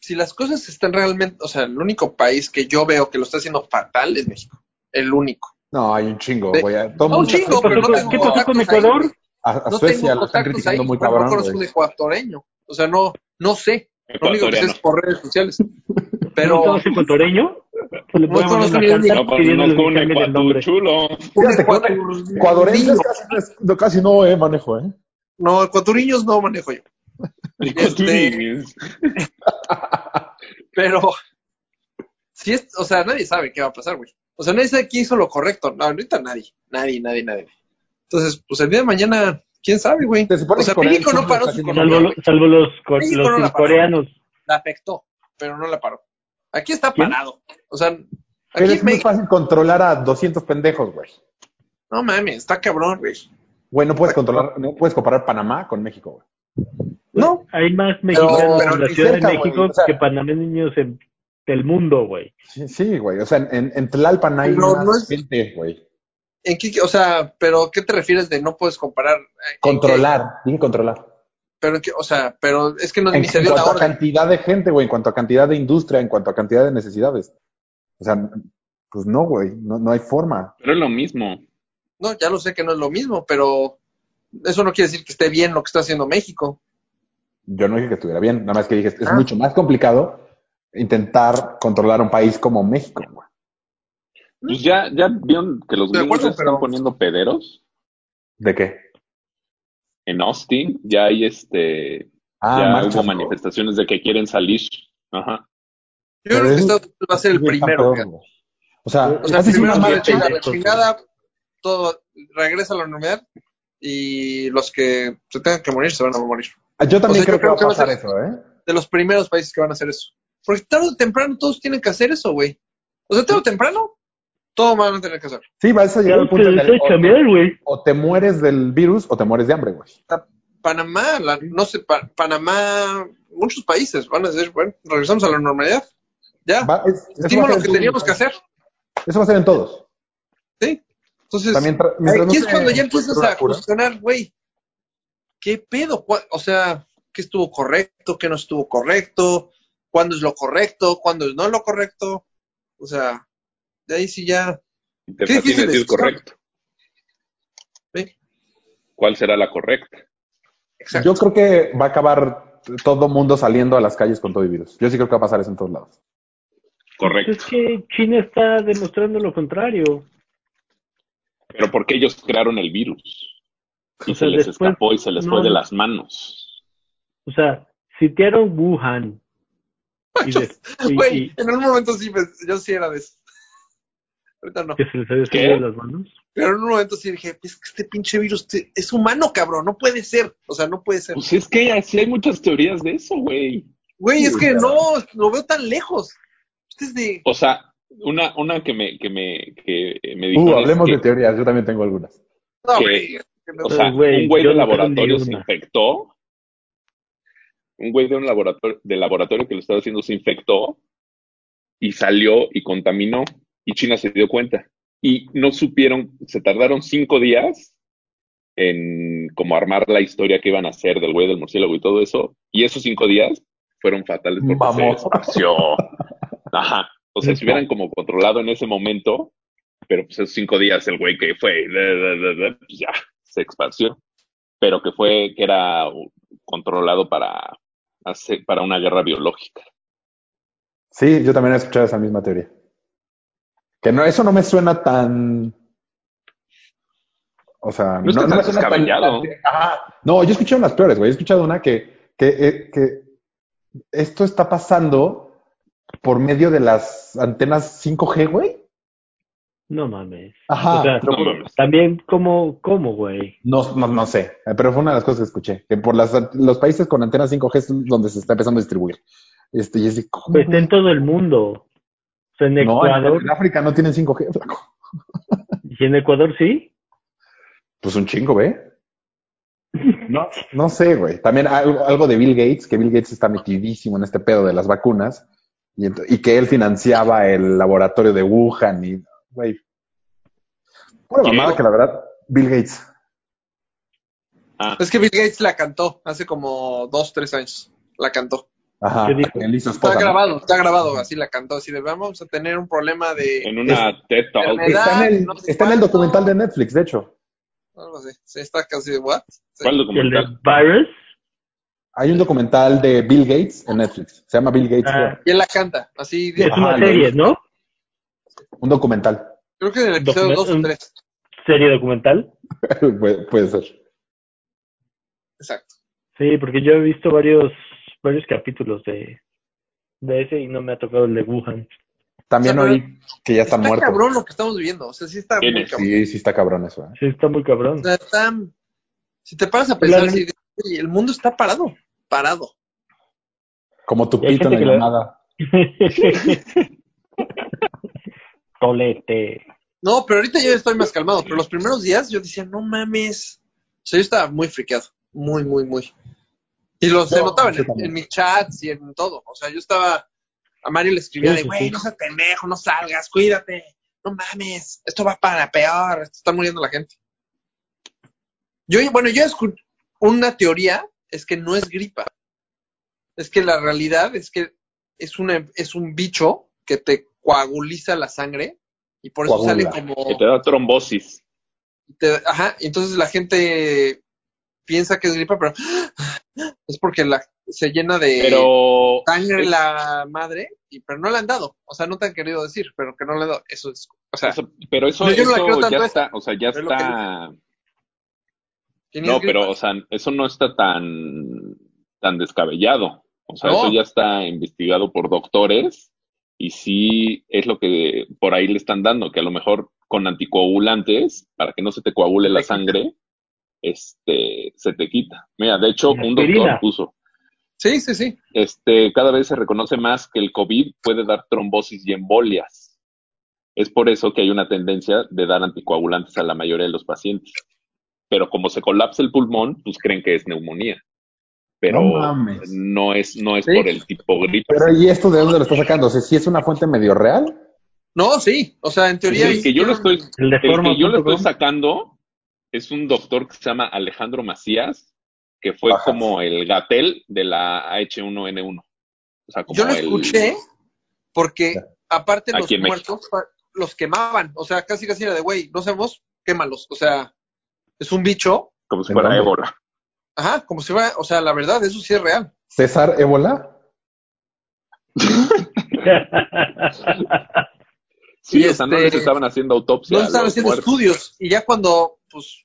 si las cosas están realmente, o sea, el único país que yo veo que lo está haciendo fatal es México. El único. No, hay un chingo, De- güey. Todo No, un mundo- chingo, pero no ¿Qué tengo pasó con contactos ahí, Ecuador? güey. A, a No Suecia tengo lo están contactos ahí. criticando muy pero cabrón, no conozco un güey. ecuatoreño. O sea, no, no sé. Lo único que sé Ecuatoriano. es por redes sociales. ¿No Pero conoce ecuatoreño? Le No voy a mandar conozco una ni un- carta No pidiéndole conozco que un cambien el nombre. ecuaturchulo. un Fíjate que un ecuator- Ecuadorenses casi, no es- no, casi no, eh, manejo, eh. No, ecuatoriños no manejo yo. Ecuaturines. Este, Pero, si es, o sea, nadie sabe qué va a pasar, güey. O sea, nadie sabe quién hizo lo correcto. No, ahorita nadie, nadie, nadie, nadie. Entonces, pues el día de mañana, quién sabe, güey. Se supone O sea, que Corea del México Sur no paró está su haciendo- economía, Salvo, güey. lo- salvo los, co- México los no la paró. coreanos. La afectó, pero no la paró. Aquí está ¿Quién? parado. O sea, aquí Pero es muy México- fácil controlar a 200 pendejos, güey. No mames, está cabrón, güey. Güey, no puedes controlar, no puedes comparar Panamá con México, güey. No, Hay más mexicanos pero en la ni Ciudad cerca, de güey, México o sea. que panameños en- del mundo, güey. Sí, sí, güey. O sea, en, en Tlalpan hay Pero más no es- gente, güey. ¿en qué, o sea, pero ¿qué te refieres de no puedes comparar? eh, en qué? Controlar, dije controlar. Pero, en qué- o sea, pero es que no En, ni se en dio la cuanto a orden. cantidad de gente, güey, en cuanto a cantidad de industria, en cuanto a cantidad de necesidades. O sea, pues no, güey, no, no hay forma. Pero es lo mismo. No, ya lo sé que no es lo mismo, pero eso no quiere decir que esté bien lo que está haciendo México. Yo no dije que estuviera bien, nada más que dije, es Ah. mucho más complicado intentar controlar un país como México, güey. Pues ya, ya vieron que los De gringos acuerdo, ya se están pero- poniendo pederos ¿De qué? en Austin. Ya hay este, ya Ah, marchas, hubo ¿no? manifestaciones de que quieren salir. Ajá. Yo Pero creo que es- Estados Unidos va a ser el Sí, está primero. peor, fíjate. güey. O sea, O sea, haces primero una se madre chinga la pendejos, chingada, todo regresa a la normalidad y los que se tengan que morir se van a morir. Yo también O sea, yo creo que va creo a que va a pasar ser- eso, ¿eh? De los primeros países que van a hacer eso. Porque tarde o temprano todos tienen que hacer eso, güey. O sea, tarde o temprano todos van a tener que hacerlo. Sí, vas a Ya llegar al punto ustedes en el- saben Pues, chambear, güey. o, o te mueres del virus o te mueres de hambre, güey. Panamá, la- no sé, Pa- Panamá, muchos países van a decir, bueno, regresamos a la normalidad. Ya, Va- es- eso va a hicimos Ah, ser lo en que todos teníamos los que países. hacer. Eso va a ser en todos. ¿sí? Entonces, También tra- mientras aquí no es sea cuando ya empiezas cultura a pura. cuestionar, güey, ¿qué pedo? ¿Cuá- O sea, ¿qué estuvo correcto? ¿Qué no estuvo correcto? ¿Cuándo es lo correcto? ¿Cuándo es no lo correcto? O sea, de ahí sí ya. Y Te Qué fascina difícil decir es, correcto. ¿sí? ¿Cuál será la correcta? Exacto. Yo creo que va a acabar todo mundo saliendo a las calles con todo el virus. Yo sí creo que va a pasar eso en todos lados. Correcto. Es que China está demostrando lo contrario. Pero porque ellos crearon el virus. Y O se sea, les después escapó y se les no- fue de las manos. O sea, sitiaron Wuhan. Y, de- y- Güey, y en algún momento sí, me- yo sí era de eso. Ahorita no. que se les había ¿Qué? salido de las manos. Pero en un momento sí dije, es que este pinche virus te- es humano, cabrón, no puede ser. O sea, no puede ser. Pues es que así hay muchas teorías de eso, güey. Güey, es sí, que claro. no, lo veo tan lejos. Este es de... O sea, una, una que me, que me, que me Uh, dijo hablemos de teorías. Yo también tengo algunas. No, que- güey. es que no- O sea, Ay, güey, un güey yo de no creo laboratorio ni se una. infectó. Un güey de un laboratorio, de laboratorio que lo estaba haciendo se infectó y salió y contaminó. Y China se dio cuenta. Y no supieron, se tardaron cinco días en como armar la historia que iban a hacer del güey del murciélago y todo eso. Y esos cinco días fueron fatales porque se Mamó. esparció. Ajá. O sea, si hubieran como controlado en ese momento, pero pues esos cinco días el güey que fue, da, da, da, da, pues ya, se esparció. Pero que fue, que era controlado para, hacer, para una guerra biológica. Sí, yo también he escuchado esa misma teoría. Que no, eso no me suena tan. O sea, No está tan me suena descabellado. Ajá. No, yo he escuchado unas peores, güey. He escuchado una que, que, eh, que esto está pasando por medio de las antenas 5G, güey. No mames. Ajá. pues o sea, No mames. también como, como, güey. No, no, no sé, eh, pero fue una de las cosas que escuché, que por las, los países con antenas 5G es donde se está empezando a distribuir. Este, y es de, ¿cómo, Pues está güey? en todo el mundo. O sea, en no, en, Ecuador. en África no tienen 5G, flaco. ¿Y en Ecuador sí? Pues un chingo, ¿ve? No, no sé, güey. También algo, algo de Bill Gates, que Bill Gates está metidísimo en este pedo de las vacunas y, ento- y que él financiaba el laboratorio de Wuhan y, güey. Pura ¿Qué? mamada que la verdad, Bill Gates. Ah, Es que Bill Gates la cantó hace como dos, tres años. La cantó. Ajá. ¿Qué dijo? Él y su Está esposa, ¿no? grabado, está grabado, así la cantó, así de vamos a tener un problema de En una TED Talk. enfermedad. Está en el, no sé está en el cuánto. documental de Netflix, de hecho. algo así. Sí, está casi de what? Sí. ¿Cuál El de documental? Virus. Hay un documental de Bill Gates en Netflix. Se llama Bill Gates. Ah. creo. Y él la canta, así de- Es una Ajá, lo serie, vi. ¿no? Un documental. creo que en el episodio Document- 2 o un- 3. Serie documental. Pu- puede ser. Exacto. Sí, porque yo he visto varios varios capítulos de, de ese y no me ha tocado el de Wuhan. También O sea, oí que ya está, Está, muerto. cabrón lo que estamos viviendo, o sea, sí está ¿Quién muy es? cabrón. Sí, sí está cabrón eso. ¿eh? Sí, está muy cabrón. O sea, está- si te paras a pensar, Claro. así de, "Oye, el mundo está parado, parado. Como tu Y hay pito en gente la que lo- llamada. Tolete. No, pero ahorita yo estoy más calmado, pero los primeros días yo decía, no mames. O sea, yo estaba muy friqueado, muy, muy, muy. Y lo, se Yo- notaba en, yo también. en mis chats y en todo. O sea, yo estaba, a Mario le escribía Sí, de, sí, güey, sí. no seas pendejo, no salgas, cuídate, no mames, esto va para peor, esto está muriendo la gente. Yo, bueno, yo escu- una teoría es que no es gripa. Es que la realidad es que es, una, es un bicho que te coaguliza la sangre y por eso Coagula. sale como Que te da trombosis. te- ajá, entonces la gente piensa que es gripa, pero es porque la, se llena de Pero. sangre es- la madre, y, pero no la han dado. O sea, no te han querido decir, pero que no le han dado. Eso es, o sea, eso- pero eso, No, yo no la eso creo tanto ya eso. está. O sea, Pero ya es lo que está. ¿quién es No, gripa? pero, o sea, eso no está tan, tan descabellado. O sea, No. eso ya está investigado por doctores y sí es lo que por ahí le están dando, que a lo mejor con anticoagulantes, para que no se te coagule la Te quita. sangre, este, se te quita. Mira, de hecho, La un doctor aspirina. puso, Sí, sí, sí. este, cada vez se reconoce más que el COVID puede dar trombosis y embolias. Es por eso que hay una tendencia de dar anticoagulantes a la mayoría de los pacientes. Pero como se colapsa el pulmón, pues creen que es neumonía. Pero No mames. no es, no es Sí. por el tipo gripe. Pero ¿y esto de dónde lo está sacando? Si sí es una fuente medio real. No, sí. O sea, en teoría. El que yo lo hicieron- estoy, El de el que yo lo estoy forma.com. sacando es un doctor que se llama Alejandro Macías, que fue Ajá. como el gatel de la H1N1. O sea, como Yo lo el- escuché porque, aparte, los Aquí en muertos pa- los quemaban. O sea, casi casi era de, güey, no sabemos, quémalos. O sea, es un bicho. como si ¿En fuera dónde? ébola. Ajá, como si fuera. O sea, la verdad, eso sí es real. César Ébola. Sí, Y o sea, no este- les estaban haciendo autopsia. no se a estaban los haciendo muertos. estudios. Y ya cuando, pues,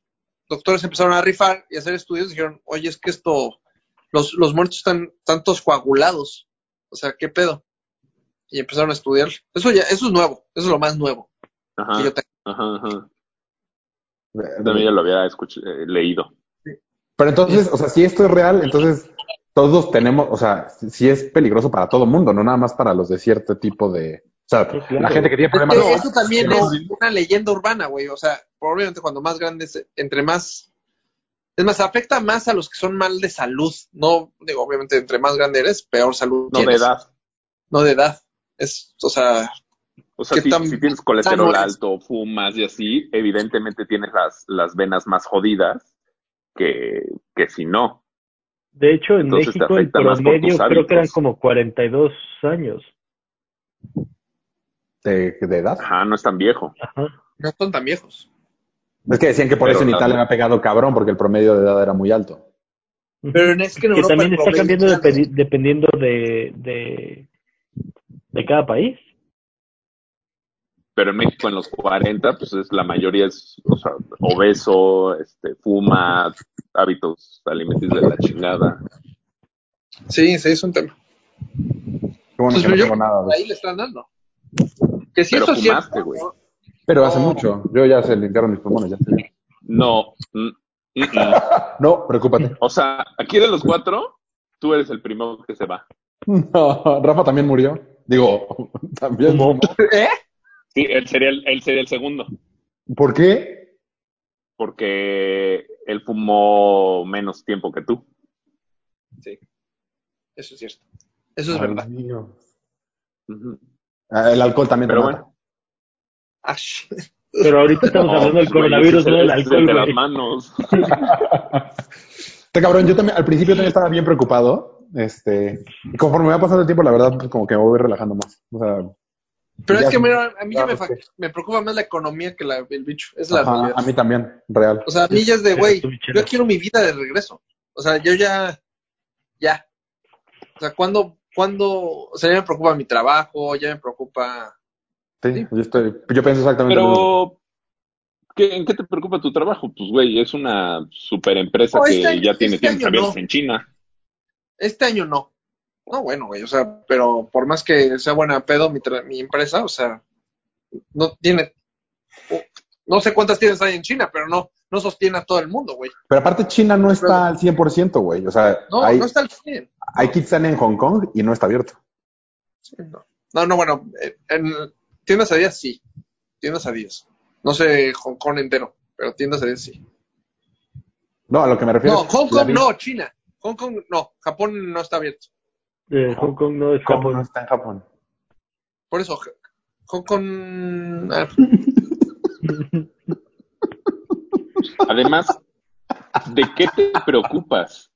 doctores empezaron a rifar y a hacer estudios, dijeron, oye, es que esto, los, los muertos están tantos coagulados. O sea, ¿qué pedo? Y empezaron a estudiar. Eso ya, eso es nuevo. Eso es lo más nuevo que Ajá, yo tengo. ajá, ajá. También ya lo había escuch- eh, leído. eh, Pero entonces, o sea, si esto es real, entonces todos tenemos, o sea, si si es peligroso para todo mundo, no nada más para los de cierto tipo de... O sea, Sí, claro. la gente que tiene Es problemas... que eso también no. es una leyenda urbana, güey. O sea, probablemente cuando más grandes, entre más. Es más, afecta más a los que son mal de salud. No, digo, obviamente, entre más grande eres, peor salud. No de tienes. edad. No de edad. Es, o sea, O sea, ¿Qué si, tan si tienes colesterol sano es? alto, fumas y así, evidentemente tienes las, las venas más jodidas que, que si no. De hecho, en Entonces te México el afecta más por promedio tus creo que eran hábitos. como 42 años. De, de edad. Ajá, no es tan viejo. Ajá. no son tan viejos. Es que decían que por Pero eso en la- Italia ha pegado cabrón, porque el promedio de edad era muy alto. Pero en- es que en que Europa también el está promedio cambiando es alto. dependi- dependiendo de, de, de cada país. Pero en México en los 40, pues es la mayoría es, o sea, obeso, este, fuma, hábitos alimenticios de la chingada. Sí, sí, es un tema. Qué bueno Pues que no yo- tengo nada de eso. Ahí le están dando. Que si Pero eso es fumaste, cierto, güey. Pero hace No. mucho. Yo ya se limpiaron mis pulmones, ya estoy bien. No. mm, mm, mm. No, preocúpate. O sea, aquí de los cuatro, tú eres el primero que se va. No, Rafa también murió. Digo, también. Como ¿eh? Sí, él sería el, él sería el segundo, ¿Por qué? porque él fumó menos tiempo que tú. Eso es cierto. Eso es verdad. Ay, mío. Ujú. Ah, El alcohol también. te Pero mata. bueno. Ash. Pero ahorita estamos No, hablando del pues, güey, coronavirus, ese no del es el- ese es el alcohol, de güey. las manos. Este Está cabrón, yo también, al principio también estaba bien preocupado. Este, y conforme va pasando el tiempo, la verdad, pues, como que me voy relajando más. O sea, Pero Ya, es que mira, a mí ya, ya me, lo fa- sé. me preocupa más la economía que la, el bicho. Es la ajá, realidad. a mí también, real. O sea, a mí ya es de, Pero güey, tú, Michela. yo quiero mi vida de regreso. O sea, yo ya, ya. O sea, cuando, cuando, o sea, ya me preocupa mi trabajo, ya me preocupa, Sí, sí. yo estoy, yo pienso exactamente lo mismo. Pero, ¿qué- ¿en qué te preocupa tu trabajo? Pues, güey, es una super empresa No, que este año- ya tiene este año tiendas abiertas no. en China. este año no. No, bueno, güey, o sea, pero por más que sea buena pedo mi, tra- mi empresa, o sea, no tiene, o- no sé cuántas tiendas hay en China, pero no, no sostiene a todo el mundo, güey. Pero aparte China no está Pero- al 100%, güey. O sea, No, hay, no está al 100. hay kits están en Hong Kong y no está abierto. Sí, No, no, no, bueno, eh, en tiendas a 10 sí, tiendas a 10. No sé Hong Kong entero, pero tiendas a 10 sí. No, a lo que me refiero No, es... Hong la Kong vi- no, China. Hong Kong no, Japón no está abierto. Eh, Hong Kong no es Hong Kong Japón. no está en Japón. Por eso, J- Hong Kong. ah, Además, ¿de qué te preocupas?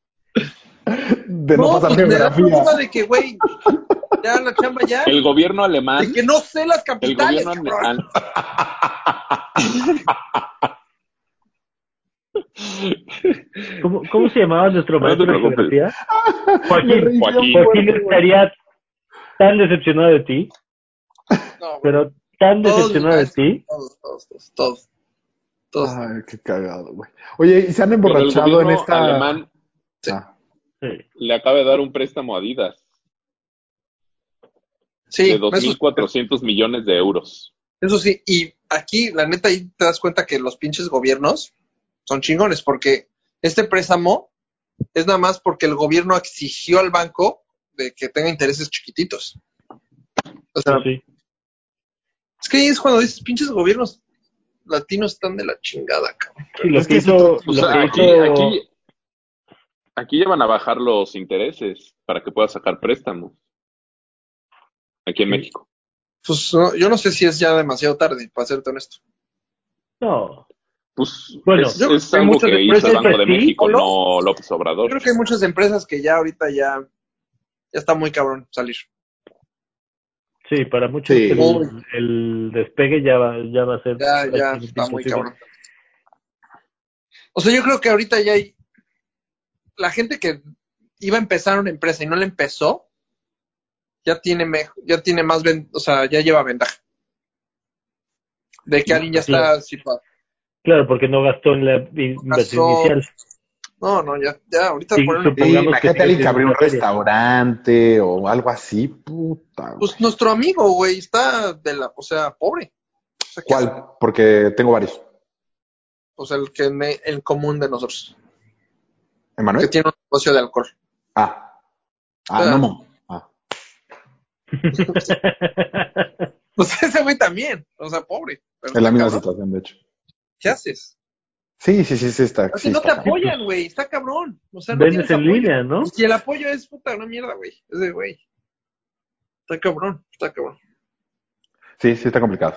De no, pasar pues, me da geografía. problema de que, güey, ya la chamba ya. El gobierno alemán, De que no sé las el capitales, gobierno cabrón. alemán. ¿Cómo, ¿Cómo se llamaba nuestro No maestro te de preocupes. geografía? Me reí Joaquín. Joaquín. bien fuerte, Joaquín güey. estaría tan decepcionado de ti, No, güey, pero tan Todos decepcionado de los ti. todos, todos, todos, todos. todos. Ay, qué cagado, güey. Oye, ¿y se han Pero el emborrachado en gobierno esta...? alemán Ah, Sí. le acaba de dar un préstamo a Adidas sí, de eso, 2.400 millones de euros. eso sí. Y aquí, la neta, ahí te das cuenta que los pinches gobiernos son chingones, porque este préstamo es nada más porque el gobierno exigió al banco de que tenga intereses chiquititos. O sea, sí. Es que ahí es cuando dices, pinches gobiernos latinos están de la chingada, cabrón. Y lo Es que que hizo, O lo sea, que aquí, hizo- aquí, aquí ya van a bajar los intereses para que puedas sacar préstamos. Aquí en Sí. México. Pues no, yo no sé si es ya demasiado tarde, para serte honesto. No, Pues Bueno, es, yo- es hay algo muchas que hizo el empresas Banco de perfil, México, ¿o no López Yo Obrador. creo que hay muchas empresas que ya ahorita ya, ya está muy cabrón salir. sí, para muchos Sí. el, el despegue ya va, ya va a ser Ya, ya prácticamente está muy imposible. cabrón. O sea, yo creo que ahorita ya hay la gente que iba a empezar una empresa y no la empezó, ya tiene me- ya tiene más ven- o sea, ya lleva ventaja. De que alguien ya está situado. Claro, porque no gastó en la inversión Gastó- inicial. No, no, ya, ya ahorita Sí, poner una Sí, Supongamos que imagínate sí, a alguien sí, que abrió un una feria. restaurante o algo así, puta. güey. Pues nuestro amigo, güey, está de la, o sea, pobre. O sea, que- ¿Cuál? Porque tengo varios. O sea, el que me- el común de nosotros, que ¿Emanuel? tiene un negocio de alcohol. Ah. Ah, Ah. no, mo. Ah. O sea, ese güey también, o sea, pobre. Pero Es la está misma cabrón. situación, de hecho. ¿Qué haces? Sí, sí, sí, sí está. Así sí no te está cabrón. apoyan, güey, está cabrón. O sea, no Vendes tienes en apoyo. línea, ¿no? Y el apoyo es puta, una mierda, güey. Es de, güey. Está cabrón, está cabrón. Sí, sí está complicado.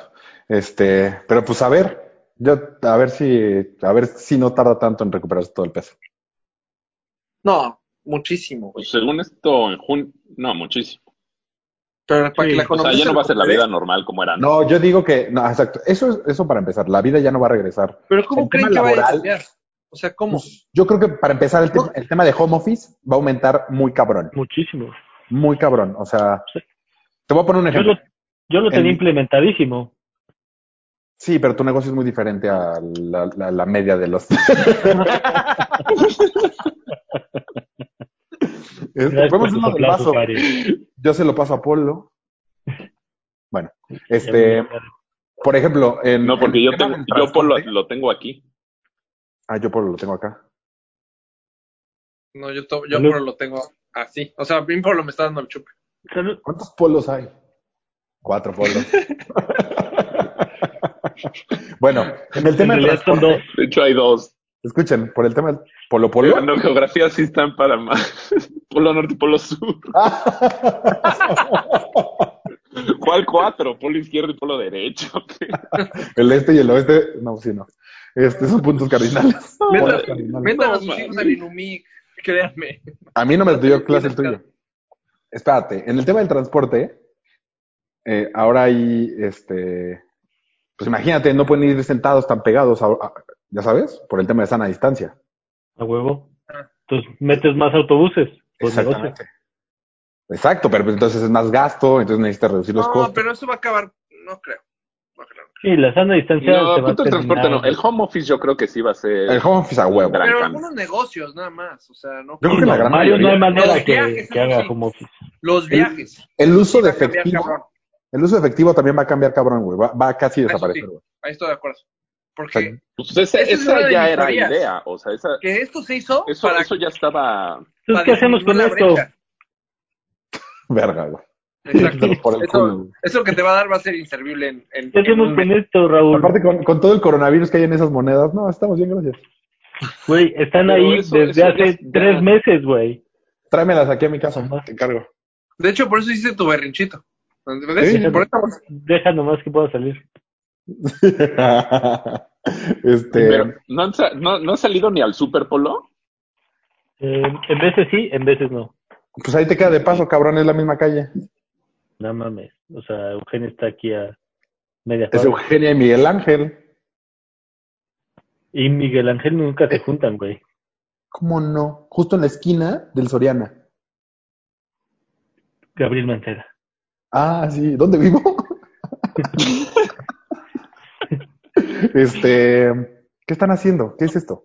Este, pero pues a ver, yo a ver si a ver si no tarda tanto en recuperarse todo el peso. No, muchísimo, güey. Pues, según esto, en junio, no, muchísimo. Pero para Sí. que la O sea, economía ya se no va a ser la recupere- vida normal como era. No, yo digo que no, exacto. Eso es eso para empezar. La vida ya no va a regresar. Pero ¿cómo El creen que tema vaya a laboral- cambiar? O sea, ¿cómo? Pues, yo creo que para empezar el, No. tema- el tema de home office va a aumentar muy cabrón, Muchísimo. muy cabrón. O sea, Sí. te voy a poner un Yo ejemplo. lo, yo lo tenía En- implementadísimo. Sí, pero tu negocio es muy diferente a la, la- la media de los. Gracias por Podemos hacer tus uno del aplausos, vaso. Mario. Yo se lo paso a Polo. Bueno, Ya me este, llamaron. por ejemplo, en. No, en porque el yo tema tengo, del yo por lo, ¿eh? transporte- lo tengo aquí. Ah, yo Polo lo tengo acá. No, yo, to- yo Salud. por lo tengo así. O sea, bien por lo me está dando el chupe. Salud. ¿Cuántos polos hay? Cuatro polos. bueno, en el este- En tema del realidad son transporte, dos. De hecho, hay dos. escuchen, por el tema del polo polo. Hablando de geografía sí están para más. Polo Norte y Polo Sur. ¿Cuál cuatro? Polo izquierdo y polo derecho. ¿Qué? El este y el oeste, no, sí, no. Este son puntos cardinales. Métale, Polos cardinales. métale No, sus hijos mami. al Inumic. Créanme. A mí no me dio clase el tienes tuyo. Espérate, en el tema del transporte, eh, ahora hay, este, pues imagínate, no pueden ir sentados tan pegados, a- a- ya sabes, por el tema de sana distancia. a huevo. Ah. Entonces metes más autobuses. Pues negocio. Exacto, pero pues entonces es más gasto, entonces necesitas reducir los No, costos. pero eso va a acabar, no creo. No creo. Sí, la sana distancia No, se va a punto de transporte terminar. no. El home office yo creo que sí va a ser. El home office a huevo. Gran Pero cambio. algunos negocios nada más, o sea, no. Yo creo que la No, gran Mario, no mayoría. hay manera Los que, viajes, que haga eso sí. home office. Los viajes. El uso Sí, de va a cambiar, cabrón. efectivo, el uso de efectivo también va a cambiar cabrón, güey. Va, va a casi desaparecer, sí. güey. Ahí estoy de acuerdo. Porque O sea, Pues esa, Esa es esa una de ya mis era teorías. idea. O sea, esa, que esto se hizo eso, para, eso ya estaba. Entonces, para ¿qué hacemos con disminuir la esto? brecha. Verga, güey. Exacto. Por el Eso- culo, güey. Eso que te va a dar va a ser inservible en, en- ¿Qué en hacemos un con mes. esto, Raúl? Aparte, con, con todo el coronavirus que hay en esas monedas, no, estamos bien, gracias. Güey, están Pero ahí eso- desde eso ya- hace ya- tres meses, güey. Tráemelas aquí a mi casa, Ajá. te encargo. De hecho, por eso hiciste tu berrinchito. ¿Ves? Sí. Por eso vamos- Deja nomás que pueda salir. este, Pero ¿no, han, sa- no, no han salido ni al Superpolo. Eh, en veces sí, en veces no. pues ahí te queda de paso, cabrón, es la misma calle. No mames. O sea, Eugenio está aquí a media Es cuadra. Eugenia y Miguel Ángel. Y Miguel Ángel nunca se juntan, güey. ¿Cómo no? Justo en la esquina del Soriana. Gabriel Mancera. Ah, sí, ¿dónde vivo? este, ¿qué están haciendo? ¿Qué es esto?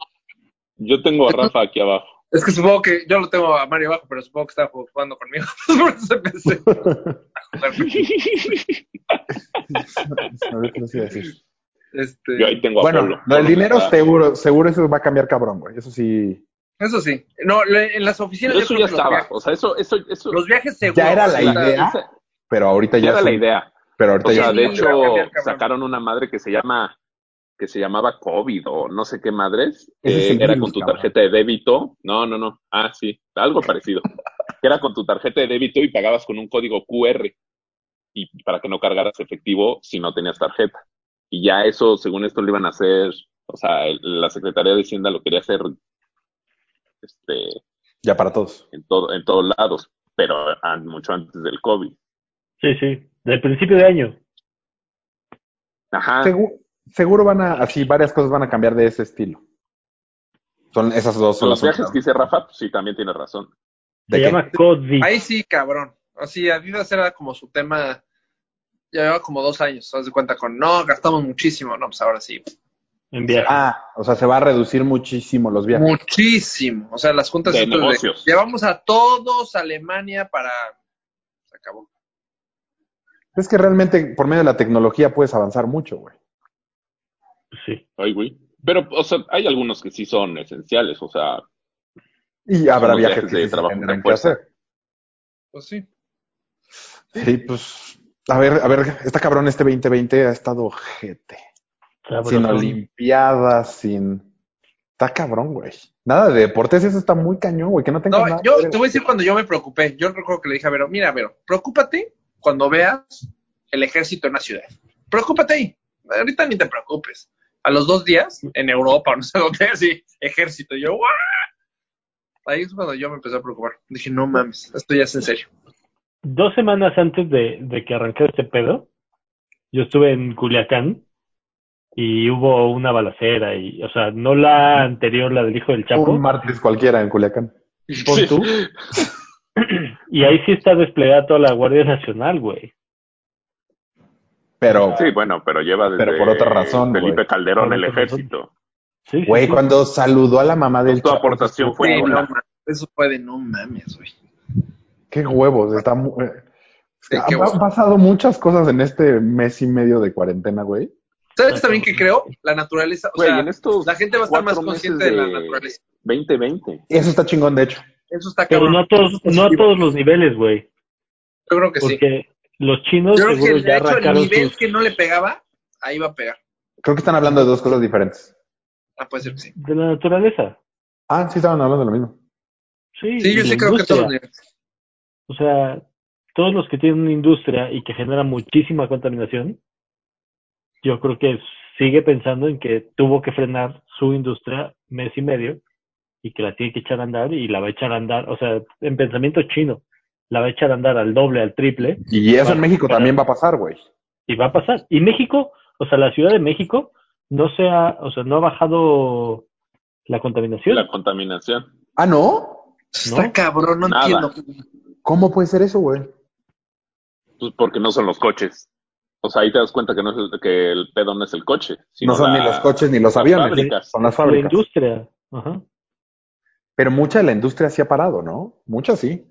Yo tengo a Rafa aquí abajo. Es que supongo que yo lo tengo a Mario abajo, pero supongo que está jugando conmigo. por eso empecé a jugar. A ver qué les iba a decir. Este, Yo ahí tengo a Polo. Bueno, lo del Polo dinero está- seguro, seguro eso va a cambiar cabrón, güey. Eso sí. eso sí. No, le- en las oficinas yo Eso creo ya que los estaba. viajes- O sea, eso. eso, eso Los viajes seguros. Ya era la o sea, idea. esa- Pero ahorita ya ya. era la sí. idea. Pero ahorita O ya. sea, de sí. hecho, Iba a cambiar, cabrón. sacaron una madre que se llama que se llamaba COVID o no sé qué madres, Ese es que el era virus, con tu cabrón. tarjeta de débito. No, no, no. Ah, sí, algo parecido. que era con tu tarjeta de débito y pagabas con un código QR y para que no cargaras efectivo si no tenías tarjeta. Y ya eso, según esto, lo iban a hacer, o sea, el- la Secretaría de Hacienda lo quería hacer este Ya para todos. en todo en todos lados, pero ah, mucho antes del COVID. Sí, sí. Del principio de año. Ajá. Segu- seguro van a. Así, varias cosas van a cambiar de ese estilo. Son esas dos. Son Los las viajes que dice Rafa, pues sí, también tiene razón. Se ¿De qué? llama COVID. Ahí sí, cabrón. Así, Adidas era como su tema. Ya lleva como dos años, haz de cuenta con no, gastamos muchísimo. No, pues ahora sí. En viaje. Ah, o sea, se va a reducir muchísimo los viajes. Muchísimo. O sea, las juntas De estas negocios. llevamos a todos a Alemania para. Se acabó. Es que realmente por medio de la tecnología puedes avanzar mucho, güey. Sí. Ay, güey. Pero, o sea, hay algunos que sí son esenciales, o sea, Y habrá los viajes viajes que de sí se trabajo tendrán de que fuerza. hacer. Pues sí. Sí, pues. A ver, a ver, está cabrón este 2020 ha estado gente. Sin Sabrosón. olimpiadas, sin... Está cabrón, güey. Nada de deportes, eso está muy cañón, güey, que no tengas No, nada. yo te voy a decir cuando yo me preocupé. Yo recuerdo que le dije a Vero, mira, Vero, preocúpate cuando veas el ejército en la ciudad. Preocúpate ahí. Ahorita ni te preocupes. A los dos días, en Europa, o no sé dónde, así, ejército. Y Yo, ¡guau! Ahí es cuando yo me empecé a preocupar. Dije, no mames, esto ya es en serio. Dos semanas antes de, de que arrancara este pedo, yo estuve en Culiacán y hubo una balacera y, o sea, no la anterior, la del hijo del Chapo. Un martes cualquiera en Culiacán. Pon Sí. tú. y ahí sí está desplegada toda la Guardia Nacional, güey. Pero, Sí, bueno, pero lleva desde Pero por otra razón, Felipe güey. Calderón Por el otra ejército. Sí, sí, güey, sí. cuando saludó a la mamá del... Tu Chapo, aportación estuvo fue Sí, cabrón. no nula. mames, eso fue de no mames, güey. Qué huevos, está... mu- eh, Sí, qué Han oso. pa- pasado muchas cosas en este mes y medio de cuarentena, güey. ¿Sabes también que creo? La naturaleza, o Güey, sea, en estos la gente va a estar más cuatro meses consciente de... la de- naturaleza. 2020. Eso está chingón, de hecho. Eso está Pero cabrón. no a todos, no a todos los niveles, güey. Yo creo que sí. Porque los chinos Yo creo que seguro el, de ya hecho, el arrancaron nivel sus... que no le pegaba, ahí va a pegar. Creo que están hablando de dos cosas diferentes. Ah, puede ser que sí. de la naturaleza. Ah, sí, estaban hablando de lo mismo. Sí, Sí, la yo sí creo que industria. todos los niveles. O sea, todos los que tienen una industria y que genera muchísima contaminación, yo creo que sigue pensando en que tuvo que frenar su industria mes y medio y que la tiene que echar a andar y la va a echar a andar, o sea, en pensamiento chino, la va a echar a andar al doble, al triple Y eso Para- en México para- también va a pasar, güey. y va a pasar. Y México, o sea, la Ciudad de México no se ha, o sea, no ha bajado la contaminación. La contaminación. Ah, ¿no? Está ¿No? cabrón, no Nada. entiendo. ¿Cómo puede ser eso, güey? Pues porque no son los coches. O sea, ahí te das cuenta que no es el, que el pedo no es el coche. sino No son la- ni los coches ni los las aviones, fábricas. son las la fábricas. industria, ajá, Pero mucha de la industria sí ha parado, ¿no? Mucha sí.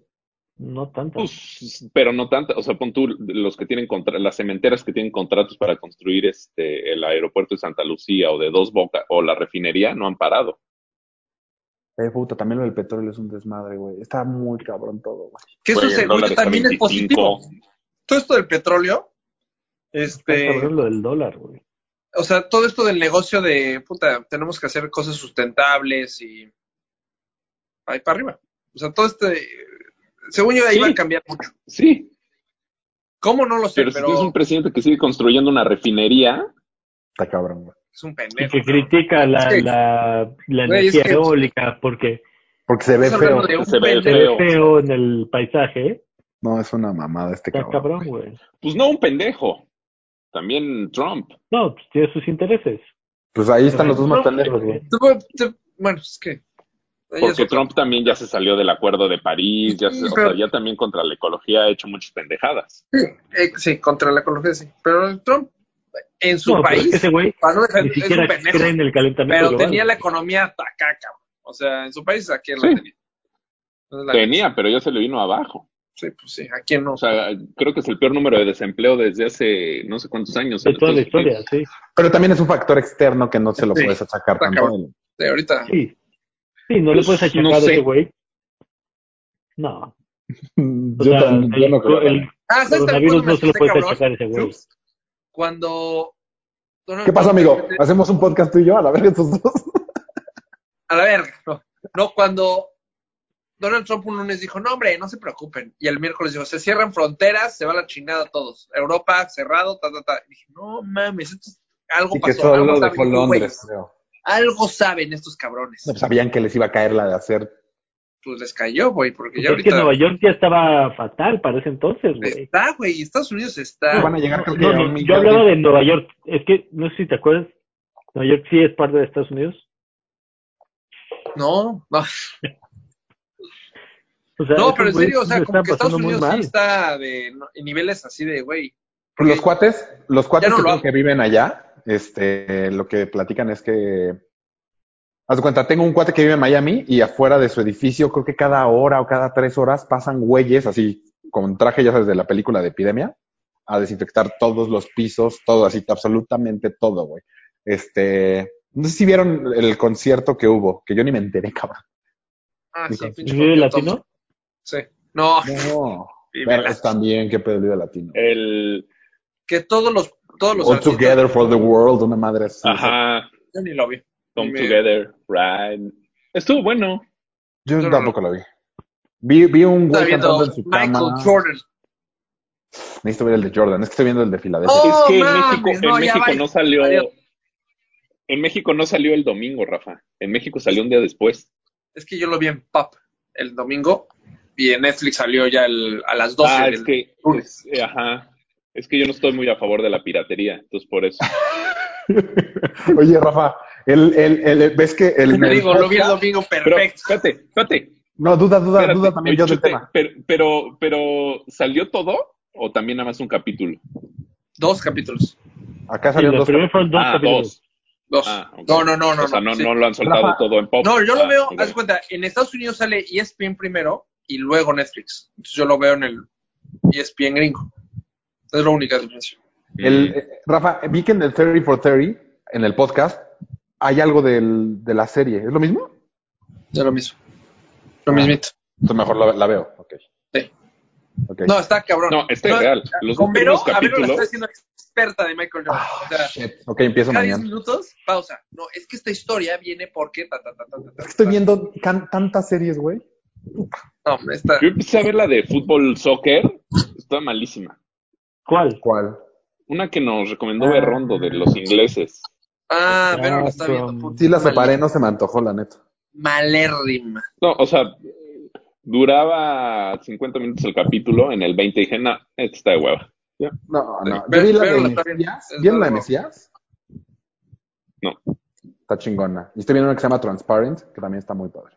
no tanto. Pues, pero no tanto. O sea, pon tú los que tienen contra las cementeras que tienen contratos para construir este el aeropuerto de Santa Lucía o de Dos Bocas o la refinería no han parado. Eh, puta, también lo del petróleo es un desmadre, güey. Está muy cabrón todo, güey. Que eso Güey, el según dólar yo está también es 25. positivo. Todo esto del petróleo, este, eh, Está cabrón lo del dólar, güey. o sea, todo esto del negocio de, puta, tenemos que hacer cosas sustentables y ahí para arriba. O sea, todo este, según yo ahí Sí. va a cambiar mucho. Sí, ¿Cómo no lo sé? pero Pero, si tienes un presidente que sigue construyendo una refinería, Está cabrón, güey. es un Y pendejo. que ¿no? critica la, Es que- la, la Güey, es energía que- eólica porque Porque se ve Estás hablando feo. de un se ve se pendejo. ve Feo. feo en el paisaje. No, es una mamada este Está cabrón. cabrón, güey. güey. pues no un pendejo. También Trump. No, pues tiene sus intereses. Pues ahí están Pero los dos más no, pendejos, güey. güey. Tú- tú- Bueno, es que... ahí es Porque otro. Trump también ya se salió del acuerdo de París, ya, se- o Pero- sea, ya también contra la ecología ha hecho muchas pendejadas. Sí, eh, sí, contra la ecología, sí. Pero el Trump, en su No, pero país, es que ese güey para no defender- ni es un siquiera pendejo. cree en el calentamiento Pero global. tenía la economía hasta acá, cabrón. O sea, en su país, ¿a quién la Sí. tenía? Entonces, la- Tenía, pero ya se le vino abajo. Sí, pues sí, ¿a quién no? O sea, creo que es el peor número de desempleo desde hace no sé cuántos años. de en toda la Estados historia, Unidos. sí. Pero también es un factor externo que no se lo Sí, puedes achacar está tanto. a él. Sí, ahorita. Sí, sí no le Pues, puedes achacar no a sé. ese güey. No. O Yo sea, también, yo el- no creo. el Ah, ¿sabes también coronavirus no cuando me se lo asusté, puedes cabrón? achacar a ese güey. Ups. Cuando... Donald ¿Qué pasa, Trump- amigo? ¿Hacemos un podcast tú y yo? A la verga, estos dos. A la verga, no. No, cuando Donald Trump un lunes dijo, no, hombre, no se preocupen. Y el miércoles dijo, se cierran fronteras, se va la chingada todos. Europa cerrado, ta, ta, ta. Y dije, no mames, esto es- algo Y que pasó. solo algo, dejó saben, Londres, güeyes. creo. algo saben estos cabrones. No, pues sabían que les iba a caer la de hacer. Pues les cayó, güey, porque ya es que ahorita... Nueva York ya estaba fatal para ese entonces, güey. Está, güey, Estados Unidos está... Van a llegar, creo que Ah, No, a no, un millón. yo hablaba de Nueva York. Es que, no sé si te acuerdas, Nueva York sí es parte de Estados Unidos. No, no, O sea, no, esos pero en güeyes serio, o sea, lo como estaban que Estados pasando muy Unidos mal. sí está de no- en niveles así de, güey. Pues Los cuates, los cuates Ya no que, lo tengo hago. que viven allá, este, lo que platican es que. Haz de cuenta, tengo un cuate que vive en Miami y afuera de su edificio, creo que cada hora o cada tres horas pasan güeyes así, con traje, ya sabes, de la película de epidemia, a desinfectar todos los pisos, todo, así, absolutamente todo, güey. Este. No sé si vieron el concierto que hubo, que yo ni me enteré, cabrón. Ah, sí, pinche ¿Vive coquetón. latino? Sí. No, No. Vive Pero Latino. también, qué pedo el Vive latino. El, que todos los todos los All Together for the World, una madre así. ajá, Yo ni lo vi. Come Ni me- Together, Right. Estuvo bueno. Yo No, no, tampoco lo vi. Vi, vi un Estaba güey cantando viendo en su Michael cama. Jordan. Necesito ver el de Jordan. Es que estoy viendo el de Filadelfia. Oh, es que en mames, México, no, en ya México vaya. no salió. Adiós. En México no salió el domingo, Rafa. En México salió un día después. Es que yo lo vi en Pop el domingo y en Netflix salió ya el- a las 12. ah, del- es que, lunes. es- eh, ajá. Es que yo no estoy muy a favor de la piratería, entonces por eso. Oye, Rafa, el, el, el- el- ¿ves que el. Te el Oh. digo, lo vi el podcast- domingo Pero, perfecto. espérate, espérate. No, duda, duda, espérate, duda también el yo del chute, tema. Pero, pero, pero, ¿salió todo o también nada más un capítulo? Dos capítulos. Acá Sí, salieron los dos. primeros fueron dos Ah, capítulos. Dos. Ah, ok. No, no, no, no. o sea, no, no, sí. no lo han soltado Rafa, todo en pop. No, yo Ah, lo veo, ok. haz cuenta, en Estados Unidos sale E ESPN primero y luego Netflix. Entonces yo lo veo en el E ESPN gringo. Es la única diferencia. El, eh, Rafa, vi que en el 30 for 30, en el podcast, hay algo del, de la serie. ¿Es lo mismo? Es lo mismo. Ah, Lo mismito. Entonces mejor la, la veo. Ok. Sí. Ok. No, está cabrón. No, está real. Los dos Homero, primeros a ver, la está capítulos. Ah, haciendo experta de Michael Jordan. o sea, Shit. Ok, empiezo cada 10 mañana. minutos, pausa. No, es que esta historia viene porque... ta, ta, ta, ta, ta, Es ta, que estoy ta. viendo can- tantas series, güey. No, esta... Yo empecé a ver la de fútbol, soccer. Está malísima. ¿Cuál? ¿Cuál? Una que nos Ah. recomendó Berrondo de los ingleses. Ah, pero la está Ah, viendo. from- puta Sí, la madre. separé, no se me antojó, la neta. malérrima. No, o sea, duraba 50 minutos el capítulo, en el 20 dije, no, esto está de hueva. No, no. Pero- Yo vi la pero de la- Mesías. es ¿Vieron la de algo- Mesías? No. Está chingona. Y estoy viendo una que se llama Transparent, que también está muy padre.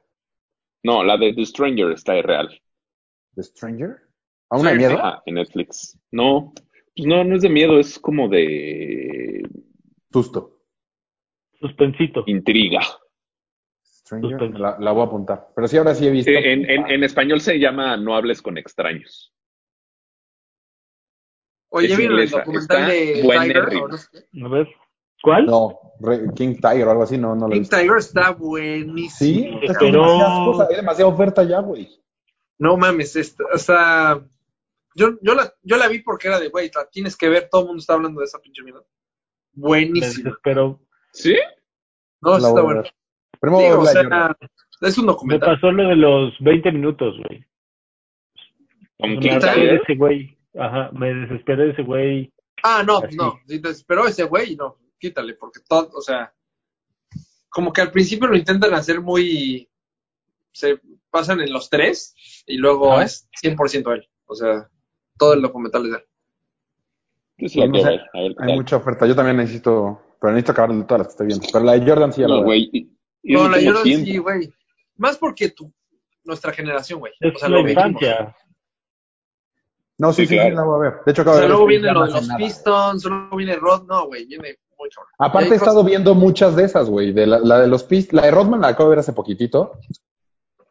No, la de The Stranger está de real. The Stranger. ¿A una de Sí, miedo? Ajá, en Netflix. No, pues no, no es de miedo, es como de Susto. Suspensito. intriga. Stranger. Suspenso. La, la voy a apuntar. Pero sí, ahora sí he visto. Eh, En, en- en español se llama No hables con extraños. Oye, Es ¿vieron el inglesa, documental está de Tiger? buenérrima. o no sé qué? A ver. ¿Cuál? No, Re- King Tiger o algo así, no, no lo he King visto. Tiger está Sí, Sí, buenísimo. es que hay pero- demasiadas cosas, hay demasiada oferta ya, güey. No mames, esta- o sea, yo, yo, la, yo la vi porque era de, güey, la tienes que ver, todo el mundo está hablando de esa pinche mierda. Me Buenísimo. desespero. ¿Sí? No, La voy está a bueno. ver. Primero Sí, voy a o ver la de Jordan. sea, es un Me documental. pasó lo de los 20 minutos, güey. ¿Con Me King Tiger? harté de Tiger? ese güey. Ajá, me desesperé de ese güey. Ah, no, Así. no. Si te esperó ese güey, no, quítale, porque todo, o sea, como que al principio lo intentan hacer muy. Se pasan en los tres y luego Ajá. es 100% él. O sea, todo el documental es de él. Yo sí la No quiero sé, ver, a ver qué Hay tal. mucha oferta. Yo también necesito, pero necesito acabar de todas las que estoy viendo. Pero la de Jordan sí ya la No, voy a güey. ver. y- y No, no la tengo Jordan tiempo. sí, güey. Más porque tu, nuestra generación, güey. Es O sea, la lo vivimos. infancia. No, sí, Sí, sí, sí, claro. la voy a ver. De hecho, O acabo sea, de ver. luego que viene ya no lo de hacen los nada. Pistons, luego viene Rod, no, güey, viene muy cabrón. Y Aparte, hay he estado viendo muchas de esas, güey. De la, la de los Pistons, la de Rodman la acabo de ver hace poquitito.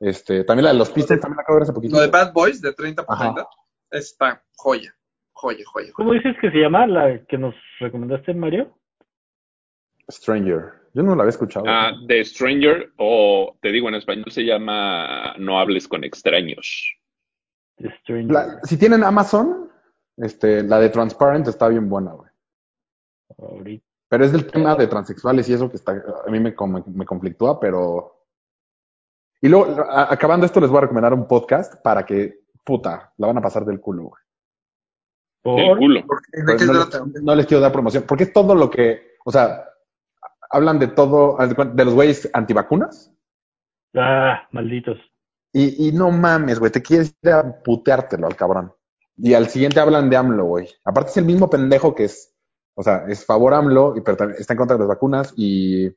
Este, también la de los Pistons también la acabo de ver hace Lo poquitito. de Bad Boys de 30 por Ajá. 30 está joya, joya, joya, joya. ¿Cómo dices que se llama la que nos recomendaste, Mario? Stranger. Yo no la había escuchado. Ah, The Stranger, o te digo en español, se llama No hables con extraños. The Stranger. La- si tienen Amazon, este, la de Transparent está bien buena, güey. Ahorita. Pero es del tema de transexuales y eso que está, a mí me, com- me conflictúa, pero... Y luego, a- acabando esto, les voy a recomendar un podcast para que, puta, la van a pasar del culo, güey. El Por... culo. ¿De Pero qué Pues no, trata? les, no les quiero dar promoción, porque es todo lo que, o sea, hablan de todo, haz de cuenta, de los güeyes antivacunas. Ah, malditos. Y, y no mames, güey, te quieres ir a puteártelo al cabrón. Y al siguiente hablan de AMLO, güey. Aparte es el mismo pendejo que es, o sea, es favor AMLO, y, pero también está en contra de las vacunas y...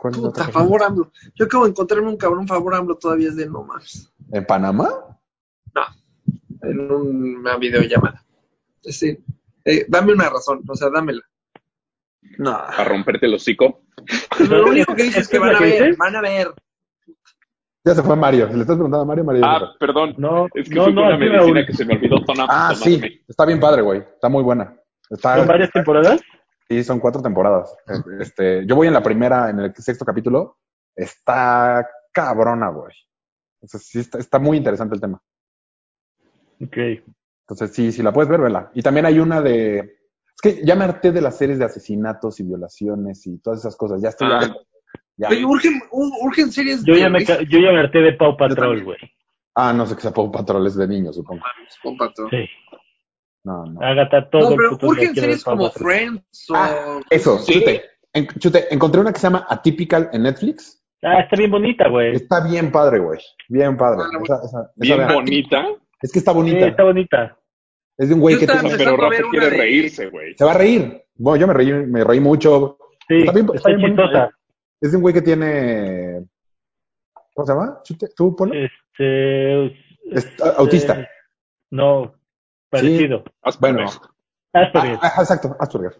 ¿cuál es la otra Puta, cosa? favor AMLO. Yo acabo de encontrarme un cabrón favor AMLO todavía es de no mames. ¿En Panamá? En una videollamada. Es decir, eh, dame una razón, o sea, dámela. No. A romperte el hocico. Pues Lo único que dices es ¿Esa que es la van a que ver, dices? van a ver. Ya se fue Mario. Si le estás preguntando a Mario, Mario. ya se Ah, fue. perdón. No, Es que no, fue no, una así, medicina Raúl. que se me olvidó tona- Ah, sí. tomarme. Está bien padre, güey. Está muy buena. Está, ¿Son varias temporadas? sí, son cuatro temporadas. Este, yo voy en la primera, en el sexto capítulo. Está cabrona, güey. Entonces, sí, está, está muy interesante el tema. Ok. Entonces, sí, si la puedes ver, vela. Y también hay una de... Es que ya me harté de las series de asesinatos y violaciones y todas esas cosas. Ya estoy... Ah. harto. Ya. Oye, urgen, u- urgen series Yo ya, de me, ca- yo ya me harté de Pau Patrol, también. güey. Ah, no sé qué sea Paw Patrol, es de niños, supongo. Comparto. Sí. No, no. Agatha todo No, el pero puto día urgen quiere ver series Paw como Patrol. Friends o... Ah, Eso, Sí. chute. En- chute, encontré una que se llama Atypical en Netflix. Ah, está bien bonita, güey. Sí, Está bien padre, güey. Bien padre. Ah, Esa- esa- Bien esa vean. bonita. Es que está bonita. está bonita. Es de un güey Yo que te- O sea, Empezando pero a ver Rafa una quiere de- reírse, güey. se va a reír. Bueno, yo me reí, me reí mucho. Sí, está, Está bien- está bien bonita, chistosa. Es de un güey que tiene. ¿Cómo se llama? Chute, ¿Tú, Polo? Este, eh, Es- autista. No, parecido. Asperger. Bueno, Asperger. ah, ah, exacto, Asperger.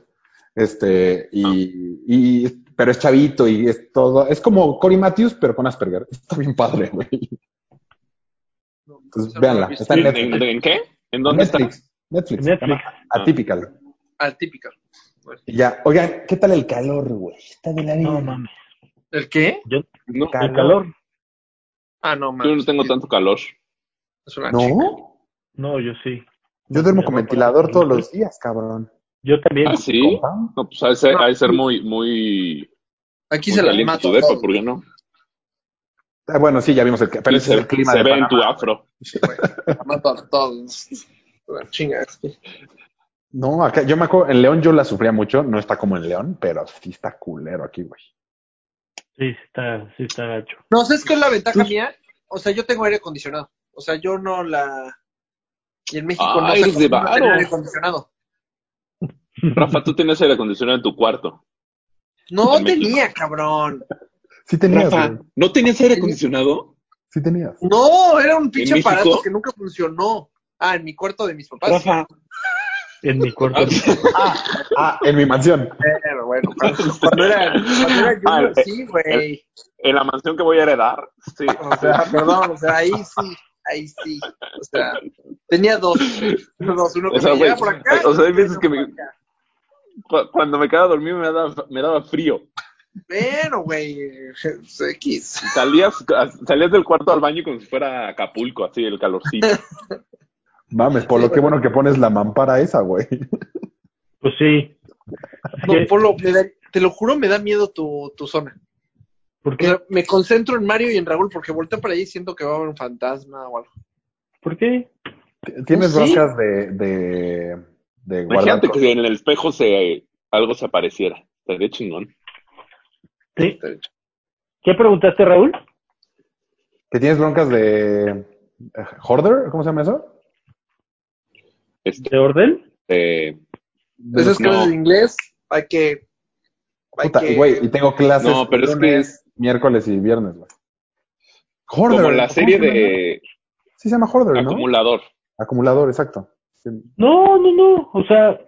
Este, Ah. y, y- Pero es chavito y es todo. Es como Cory Matthews, pero con Asperger. Está bien padre, güey. No, Entonces, esa no la pues véanla. he visto. Está en ¿En, Netflix. en- en qué? ¿En dónde está? Ah. Netflix. Netflix. se llama Netflix. Atypical. Atípica. Bueno. Y ya, oigan, ¿qué tal el calor, güey? Está de la vida. No mames. ¿El qué? Yo, No, el calor. Ah, no, yo man. no tengo tanto calor. Es Ah, una chica. No, No, yo sí. yo duermo Me con voy a ventilador poner- todos los días, cabrón. Yo también. ¿Ah, sí? Compa. No, pues ha de ser, ha de ser muy, muy, Aquí muy se las caliente mato. tu a depa, todos. ¿por qué no? Ah, bueno, sí, ya vimos el, ca- pero Y ese se, es el clima se de ve en Panamá. tu afro. Sí, güey. Las mato a todos. Una chinga. es que- No, acá, yo me acuerdo, en León yo la sufría mucho, no está como en León, pero sí está culero aquí, güey. Sí, está, sí está gacho. No, ¿sabes qué es la ventaja mía? O sea, yo tengo aire acondicionado. O sea, yo no la... Y en México Ah, no se eres de acostumbra a tener varo. aire acondicionado. Rafa, tú tenías aire acondicionado en tu cuarto. No En México. tenía, cabrón. Sí tenías, Rafa, güey. ¿no tenías aire acondicionado? Sí tenías. No, era un pinche México? aparato que nunca funcionó. Ah, en mi cuarto de mis papás. Rafa. En mi cuarto. Ah, Ah, en mi mansión. Pero bueno, cuando, cuando era, cuando era junior, Ah, sí, güey. ¿En la mansión que voy a heredar? Sí. Ah, O sea, perdón, o sea, ahí sí, ahí sí. O sea, tenía dos. dos uno que O sea, me llegaba güey, por acá. o sea, hay y veces uno que por me- acá. Cu- Cuando me quedaba dormido me daba, me daba frío. Pero, güey, es X. Salías, salías del cuarto al baño como si fuera Acapulco, así, el calorcito. Mames, por lo que bueno que pones la mampara esa, güey. Pues sí. No, Sí, Polo, me da- te lo juro, me da miedo tu, tu zona. ¿Por O qué? sea, me concentro en Mario y en Raúl porque volteo para allí y siento que va a haber un fantasma o algo. ¿Por qué? Tienes Sí. roscas de, de, de guardar. Imagínate que en el espejo se, algo se apareciera. Estaría chingón. Sí. ¿Qué preguntaste, Raúl? ¿Que tienes broncas de eh, hoarder? ¿Cómo se llama eso? Este, ¿De orden? eh, Esas No. cosas de inglés, hay que. hay Puta, que- güey, y tengo clases No, pero es que lunes, es- miércoles y viernes, güey. Hoarder. como la ¿cómo serie se llama? de Sí se llama hoarder, ¿no? acumulador. Acumulador, exacto. Sí. No, no, no. O sea,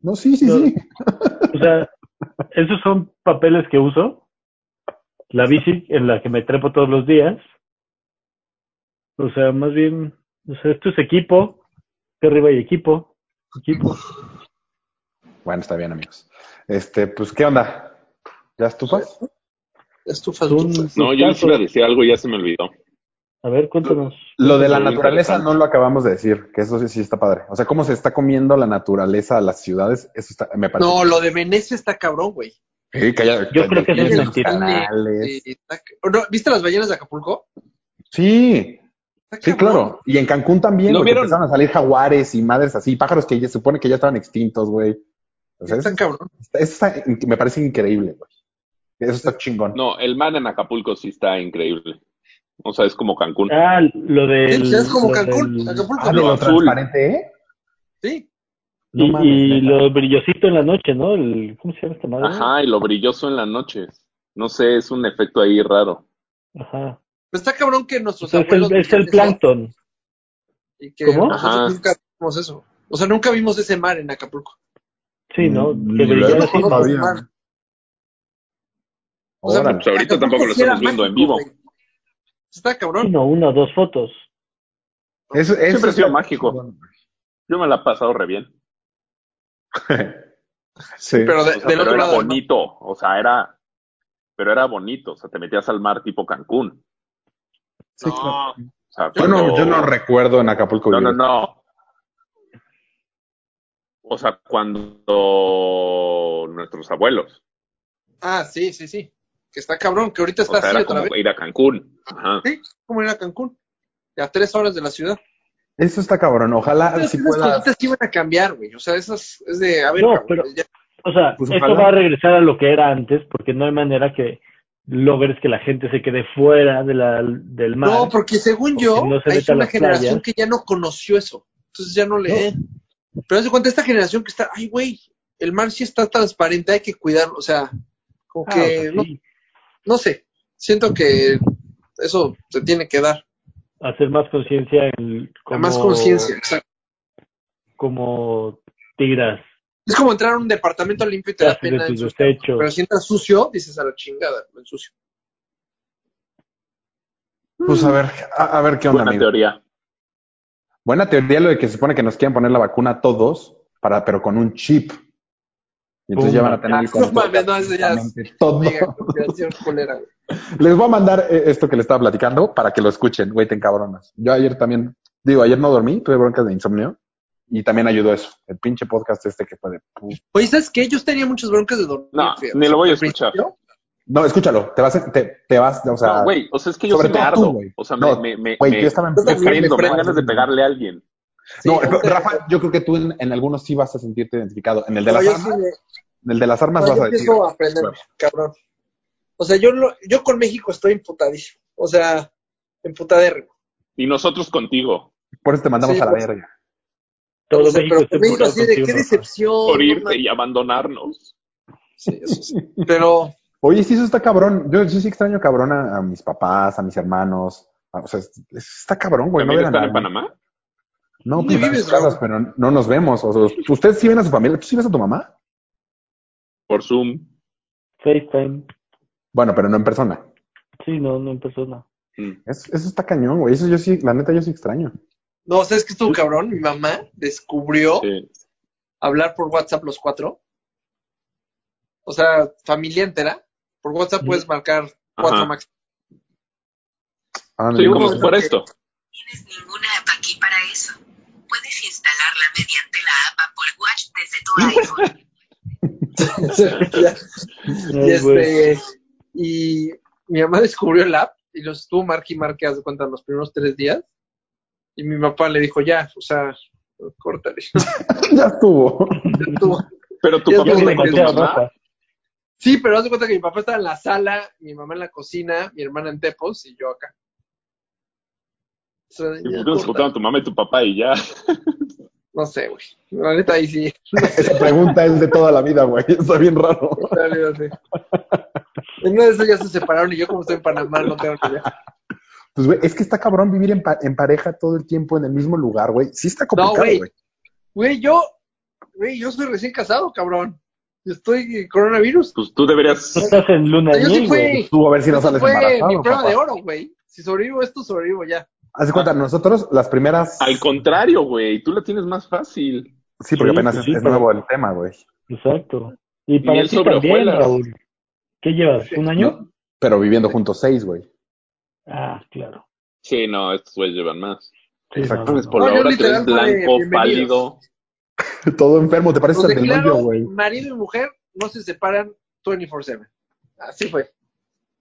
No, sí, sí, No. sí. o sea, esos son papeles que uso. La bici en la que me trepo todos los días. O sea, más bien, o sea, esto es equipo. Que arriba hay equipo. Equipo. Bueno, está bien, amigos. Este, pues, ¿qué onda? ¿Ya estufas? Estufas. Son estufas. No, yo les iba a decir algo y ya se me olvidó. A ver, cuéntanos. Lo de la Muy naturaleza interesante. no lo acabamos de decir, que eso sí, sí está padre. O sea, cómo se está comiendo la naturaleza a las ciudades, eso está, me parece. No, lo de Venecia está cabrón, güey. Sí, que haya- Yo creo que eso es llenen los mentira. canales. Sí, está ca- oh, ¿No? ¿Viste las ballenas de Acapulco? Sí, Está cabrón. sí, claro. Y en Cancún también, ¿No güey, que vieron? empezaron a salir jaguares y madres así, pájaros que ya se supone que ya estaban extintos, güey. O sea, eso Está cabrón. está- eso está in- me parece increíble, güey. Eso está chingón. No, el man en Acapulco sí está increíble. O sea, es como Cancún. Ah, lo del... Sí, es como lo Cancún. del- Acapulco. Ah, de lo Lo azul. transparente, ¿eh? Sí. Y, No mames, y neta. lo brillosito en la noche, ¿no? El, ¿Cómo se llama esta ¿eh? madre? Ajá, y lo brilloso en las noches. No sé, es un efecto ahí raro. Ajá. Pero está cabrón que nuestros Entonces, abuelos. el- Pues es el vivían eso plancton. Y que ¿Cómo? nosotros Ajá. nunca vimos eso. O sea, nunca vimos ese mar en Acapulco. Sí, ¿no? Mm, Que ni brillara idea. así, No, ¿no? no, Todavía. no. O sea, Órale. Pues ahorita Acapulco tampoco lo sí era estamos viendo en mágico, vivo. güey. Está cabrón. Uno, una, dos fotos. Eso, eso Siempre ha sido está mágico. chingón. Yo me la he pasado re bien. Sí. Pero, de- O del sea, pero otro era lado. ¿no? bonito, o sea, era, pero era bonito, o sea, te metías al mar tipo Cancún. Sí, No. O claro. sea, Yo no, cuando- yo no recuerdo en Acapulco. No, no, vivir. no. O sea, cuando nuestros abuelos, Ah, sí, sí, sí. Que está cabrón, que ahorita o está sea, así era otra como vez. ir a Cancún. Ajá. Sí, como ir a Cancún. A tres horas de la ciudad. Eso está cabrón. Ah, Ojalá Pero si esas puedas. cositas sí van a cambiar, güey. O sea, esas es de. A ver, No, cabrón, pero- ya- O sea, Pues esto ojalá. va a regresar a lo que era antes, porque no hay manera que logres que la gente se quede fuera de la, del mar. No, porque según porque yo, no se hay meta a una las generación playas. que ya no conoció eso. Entonces ya no le. Pero haz de cuenta, esta generación que está. Ay, güey, el mar sí está transparente, hay que cuidarlo. O sea, como Ah, o que. sea, no, sí, no sé. Siento que eso se tiene que dar. hacer más conciencia en cómo, Más conciencia. exacto. cómo tiras Es como entrar a un departamento limpio y te da haces de pena. tus ensuciar. desechos. Pero si entras sucio, dices a la chingada, lo ensucio. Pues a ver, a, a ver qué onda, Buena amigo. teoría. Buena teoría lo de que se supone que nos quieren poner la vacuna a todos, para, pero con un chip. Y entonces Pum. ya van a tener el Ah, control no mames, no, eso de ya es- absolutamente todo. Mega conspiración culera, güey. Les voy a mandar eh, esto que les estaba platicando para que lo escuchen, güey, te encabronas. Yo ayer también, digo, ayer no dormí, tuve broncas de insomnio y también ayudó eso, el pinche podcast este que fue de... pu- Oye, ¿sabes qué? Yo tenía muchas broncas de dormir. No, fíjate. ni lo voy a Al escuchar. principio, No, escúchalo, te vas, a- te, te vas, o sea... No, güey, o sea, es que yo sobre sí me todo tú, ardo. güey. o sea, me, No, me, me, güey, me- yo estaba en- me también me prendo, me dan prendo. ganas de pegarle a alguien. sí, no, ahorita- Rafa, yo creo que tú en, en algunos sí vas a sentirte identificado. En el de No, las yo armas, sí me- en el de las armas no, vas yo a decir... empiezo a aprender, "Huevo". cabrón. O sea, yo, lo- yo con México estoy emputadísimo. O sea, emputadérrimo. Y nosotros contigo. Por eso te mandamos Sí, a la pues. verga. Todo O sea, México pero está México así emputado de qué contigo, decepción. Por Oh, no irte mames. y abandonarnos. Sí, eso sí. Pero Oye, sí, eso está cabrón. Yo, yo sí extraño cabrón a, a mis papás, a mis hermanos. A- o sea, es- es- está cabrón, güey. No ¿eh? ¿También ver están a en nadie. Panamá? No, ¿Dónde pues van a vives, sus casas, Raúl? pero no nos vemos. O sea, ustedes sí ven a su familia. ¿Tú sí ves a tu mamá? Por Zoom. FaceTime. Bueno, pero no en persona. Sí, no, no en persona. Mm. Es- eso está cañón, güey. Eso yo sí, la neta, yo sí extraño. No, ¿sabes qué estuvo cabrón? Mi mamá descubrió Sí. hablar por WhatsApp los cuatro. O sea, familia entera. Por WhatsApp Mm. puedes marcar cuatro Ajá. max. Ah, Sí, no, como no, si fuera esto. tienes ninguna app aquí para eso. Puedes instalarla mediante la app Apple Watch desde tu iPhone. y, Ay, güey. este, y mi mamá descubrió el app y los estuvo marque y marque, haz de cuenta, los primeros tres días. Y mi papá le dijo, ya, o sea, córtale. ya estuvo. Tú- Pero tu Ya papá sé, está me con tu encontré a mamá. Sí, pero haz de cuenta que mi papá estaba en la sala, mi mamá en la cocina, mi hermana en Tepos y yo acá. O sea, ¿Y por ya, qué no se córtale. juntaron tu mamá y tu papá y ya? No sé, güey. La neta ahí sí. Esa pregunta es de toda la vida, güey. Está bien raro. La neta, sí. En una de esas ya se separaron y yo como estoy en Panamá no tengo que ver. Pues, güey, es que está cabrón vivir en, pa- en pareja todo el tiempo en el mismo lugar, güey. Sí está complicado, güey. güey. Güey, yo, güey, yo soy recién casado, cabrón. Yo estoy coronavirus. Pues tú deberías. Tú estás en luna Yo sí miel, güey. fui. Tú a ver si no sales Fue mi embarazado, prueba papá. de oro, güey. Si sobrevivo esto, sobrevivo ya. Haz de cuenta, nosotros las primeras... Al contrario, güey. Tú la tienes más fácil. Sí, porque Sí, apenas pues es, sí, es pero- nuevo el tema, güey. Exacto. Y para él ti sobre también, hojuelas. Raúl. ¿Qué llevas? ¿Un año? No, pero viviendo juntos seis, güey. Ah, claro. Sí, no, estos güeyes llevan más. Sí, Exacto. no, no, Pues no. por la No, yo hora que eres literal fue de blanco, bienvenidos. pálido. Todo enfermo, te pareces Los al del hoyo, Pues declaro güey. marido y mujer no se separan 24-7. Así fue.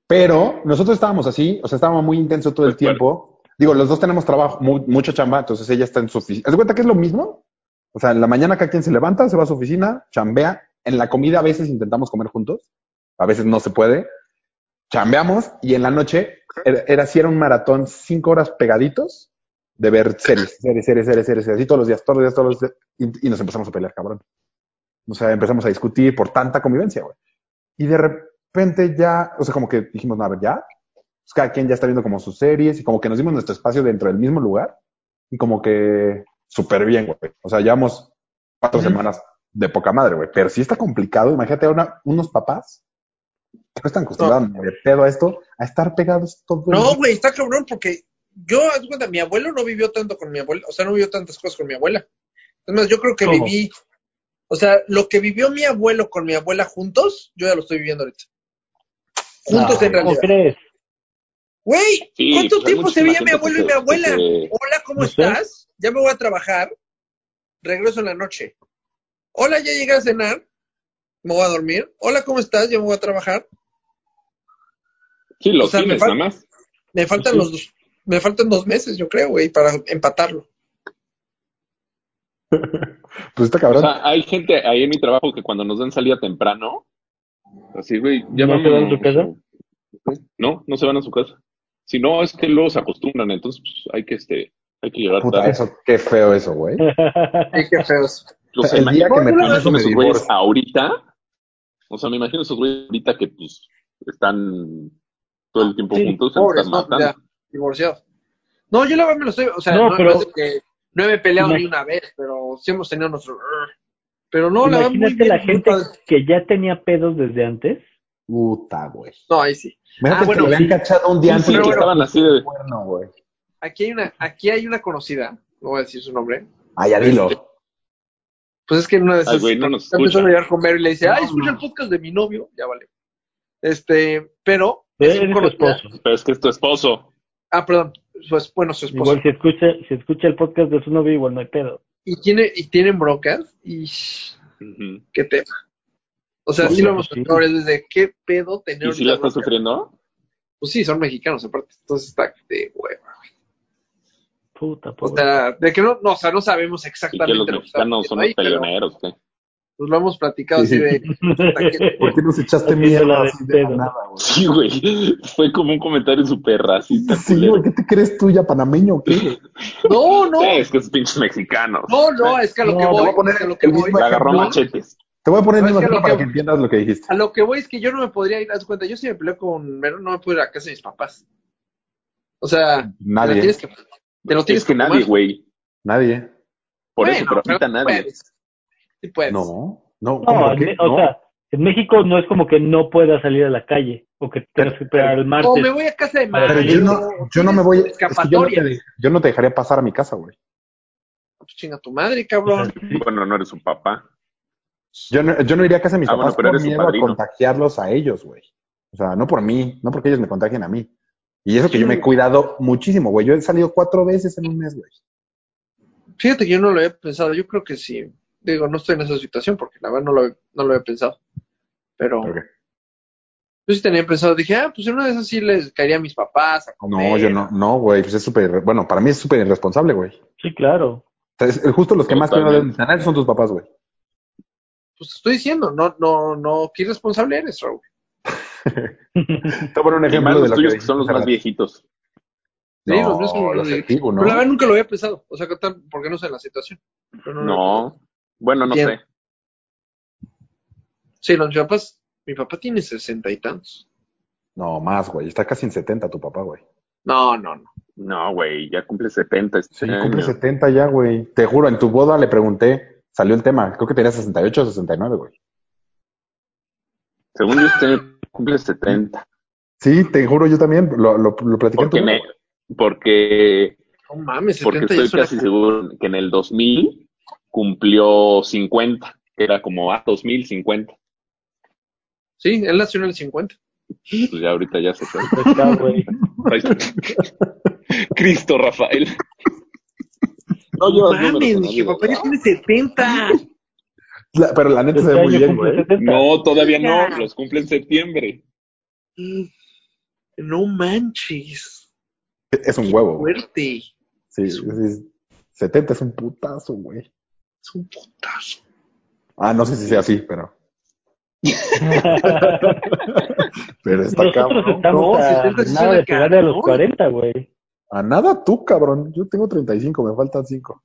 Pero nosotros estábamos así, o sea, estábamos muy intenso todo el Pues, claro. tiempo. Digo, los dos tenemos trabajo, mu- mucha chamba, entonces ella está en su oficina. ¿Haz de cuenta que es lo mismo? O sea, en la mañana cada quien se levanta, se va a su oficina, chambea. En la comida a veces intentamos comer juntos, a veces no se puede. Chambeamos y en la noche era, era así, era un maratón, cinco horas pegaditos de ver series, series, series, series, series, series, así todos los días, todos los días, todos los días. Y, y nos empezamos a pelear, cabrón. O sea, empezamos a discutir por tanta convivencia, güey. Y de repente ya, o sea, como que dijimos, no, a ver, ya. Pues cada quien ya está viendo como sus series y como que nos dimos nuestro espacio dentro del mismo lugar y como que súper bien, güey. O sea, llevamos cuatro Ujú. semanas de poca madre, güey. Pero sí está complicado. Imagínate ahora unos papás que no están acostumbrados ni de pedo a esto, a estar pegados todo el No, día. güey, está cabrón porque yo, haz de cuenta, mi abuelo no vivió tanto con mi abuela, o sea, no vivió tantas cosas con mi abuela. Es más, yo creo que ¿Cómo? viví, o sea, lo que vivió mi abuelo con mi abuela juntos, yo ya lo estoy viviendo ahorita. Juntos No, en Ah, ¿Cómo realidad. crees? Güey, Sí, ¿cuánto pues hay tiempo se muchísima veía mi gente que abuelo y se- mi abuela? que se- Hola, ¿cómo No sé. estás? Ya me voy a trabajar. Regreso en la noche. Hola, ya llegué a cenar. Me voy a dormir. Hola, ¿cómo estás? Ya me voy a trabajar. Sí, lo O sea, me tienes falta- nada más. Me faltan Sí. los dos, me faltan dos meses, yo creo, güey, para empatarlo. Pues está O cabrón. sea, hay gente ahí en mi trabajo que cuando nos dan salida temprano, así, güey, ya ¿No se van a su vámonos. No, no se van a su casa. Si no, es que luego se acostumbran, entonces pues, hay que este, hay que llegar Puta, tarde. eso, qué feo eso, güey. Ay, qué feos. O sea, El ima- día que me yo me pase imagino me esos güeyes divorcio. ahorita, o sea, me imagino esos güeyes ahorita que pues están todo el tiempo Sí, juntos, se Pobres, están ¿no? matando. Ya, divorciados. No, yo la verdad me lo estoy, o sea, No, no, no pero- es de que no me he peleado Ima- ni una vez, pero sí hemos tenido nuestro... Pero no, la verdad, muy Imagínate bien, la muy gente padre. que ya tenía pedos desde antes. Puta, güey. No, ahí sí. Imagínate Ah, bueno, que le habían sí. cachado un día Sí, antes que de pero que bueno. estaban así de, bueno, güey. Aquí hay una, aquí hay una conocida, no voy a decir su nombre. Ah, ya dilo. Pues es que en una de esas ay, güey, no nos está empezando escuchan. a llegar con Mary y le dice, ay, No, escucha el no. podcast de mi novio, ya vale. Este, pero es Eres tu conocida- esposo. Pero es que es tu esposo. Ah, perdón, su es- bueno, su esposo. Igual si escucha, si escucha el podcast de su novio, igual no hay pedo. Y tiene, y tienen broncas, y Ujú. qué tema. O sea, Oye, sí lo hemos sí. escuchado varias veces, qué pedo tener ¿Y si una la estás bronca? sufriendo? Pues sí, son mexicanos aparte, entonces está de hueva. Puta, O pobre. sea, de que no, no, o sea, no sabemos ¿Y que exactamente los lo que está mexicanos son pasando los ahí, pero- peleoneros? ¿qué? Pues lo hemos platicado Sí. así de. hasta que- ¿Por qué nos echaste Haciendo la mierda de así de la pedo. nada, güey? Sí, güey. Fue como un comentario súper racista. Sí, culero. güey, ¿qué te crees tú ya panameño o qué? güey? No, no. Sí, es que es pinches mexicanos. No, no, es que a lo No, que te voy. voy a poner a lo que el voy. mismo La agarró a No, machetes. Te voy a poner el No, es mismo que ejemplo lo para que- que entiendas lo que dijiste. A lo que voy es que yo no me podría ir, haz cuenta, yo si me peleo con Vero, no me puedo ir a casa de mis papás. O sea, te la Nadie, tienes que, te lo tienes Es que tomar. nadie, güey. nadie. Por Bueno, eso, pero ahorita tú nadie. puedes. Sí puedes. No, no, No, ¿cómo en que Me- o no? sea, en México no es como que no puedas salir a la calle o que tengas que esperar el martes. O Oh, me voy a casa de Pero madre. Pero yo no, yo no me voy, es que yo, no Escapatoria. te, yo no te dejaría pasar a mi casa, güey. Pues chinga tu madre, O sea, cabrón. sí, Bueno, no eres un papá. Yo no, yo no iría a casa de mis Ah, papás bueno, pero por eres su miedo a padrino. contagiarlos a ellos, güey. O sea, no por mí, no porque ellos me contagien a mí. Y eso que yo me he Sí. cuidado muchísimo, güey. Yo he salido cuatro veces en un mes, güey. Fíjate que yo no lo había pensado, yo creo que sí. Digo, no estoy en esa situación porque la verdad no lo, no lo había pensado. Pero ¿Por qué? yo sí tenía pensado, dije, ah, pues en una de esas sí les caería a mis papás a comer. No, yo no, no, güey. Pues es súper, bueno, para mí es súper irresponsable, güey. O sí, claro. sea, es- justo los que más cuidado deben Totalmente. tener son tus papás, güey. Pues te estoy diciendo, no, no, no, qué irresponsable eres, Raúl. Te voy a poner un Y más ejemplo de los lo tuyos que que son los dijiste más hace viejitos. Sí, rato. los míos son No, los los más antiguos, Pero la ¿no? verdad nunca lo había pensado. O sea, que tal- porque no sé la situación. Pero no, No. Bueno, no Bien. sé. Sí, los mis papás. Mi papá tiene sesenta y tantos. No, más, güey. Está casi en 70 tu papá, güey. No, no, no. No, güey, ya cumple 70 este Sí, año. cumple 70 ya, güey. Te juro, en tu boda le pregunté, salió el tema. Creo que tenía 68 o 69, güey. Según yo, este año cumple 70. Sí, te juro, yo también. Lo, lo, lo platiqué en tu Porque boda, me... güey. Porque No mames, porque 70 ya estoy es una... casi seguro que en el 2000 cumplió 50, que era como, ah, 2050. Sí, él nació en el 50. Pues ya ahorita ya se fue. Ahí está, güey. Ahí está. Cristo, Rafael. No No llevas números mames, dije, con nadie, papá ya ¿verdad? tiene 70. La- pero la neta se Este ve muy año bien, cumple güey. 70. No, todavía no, los cumple en septiembre. No manches. Es un huevo, güey. Fuerte. Sí, sí, 70 es un putazo, güey. Es un putazo. Ah, no sé si sea así, pero. Pero está Nosotros cabrón. estamos No, a 70 es nada una de pegarle a los cabrón. 40, güey. A nada tú, cabrón. Yo tengo 35, me faltan 5.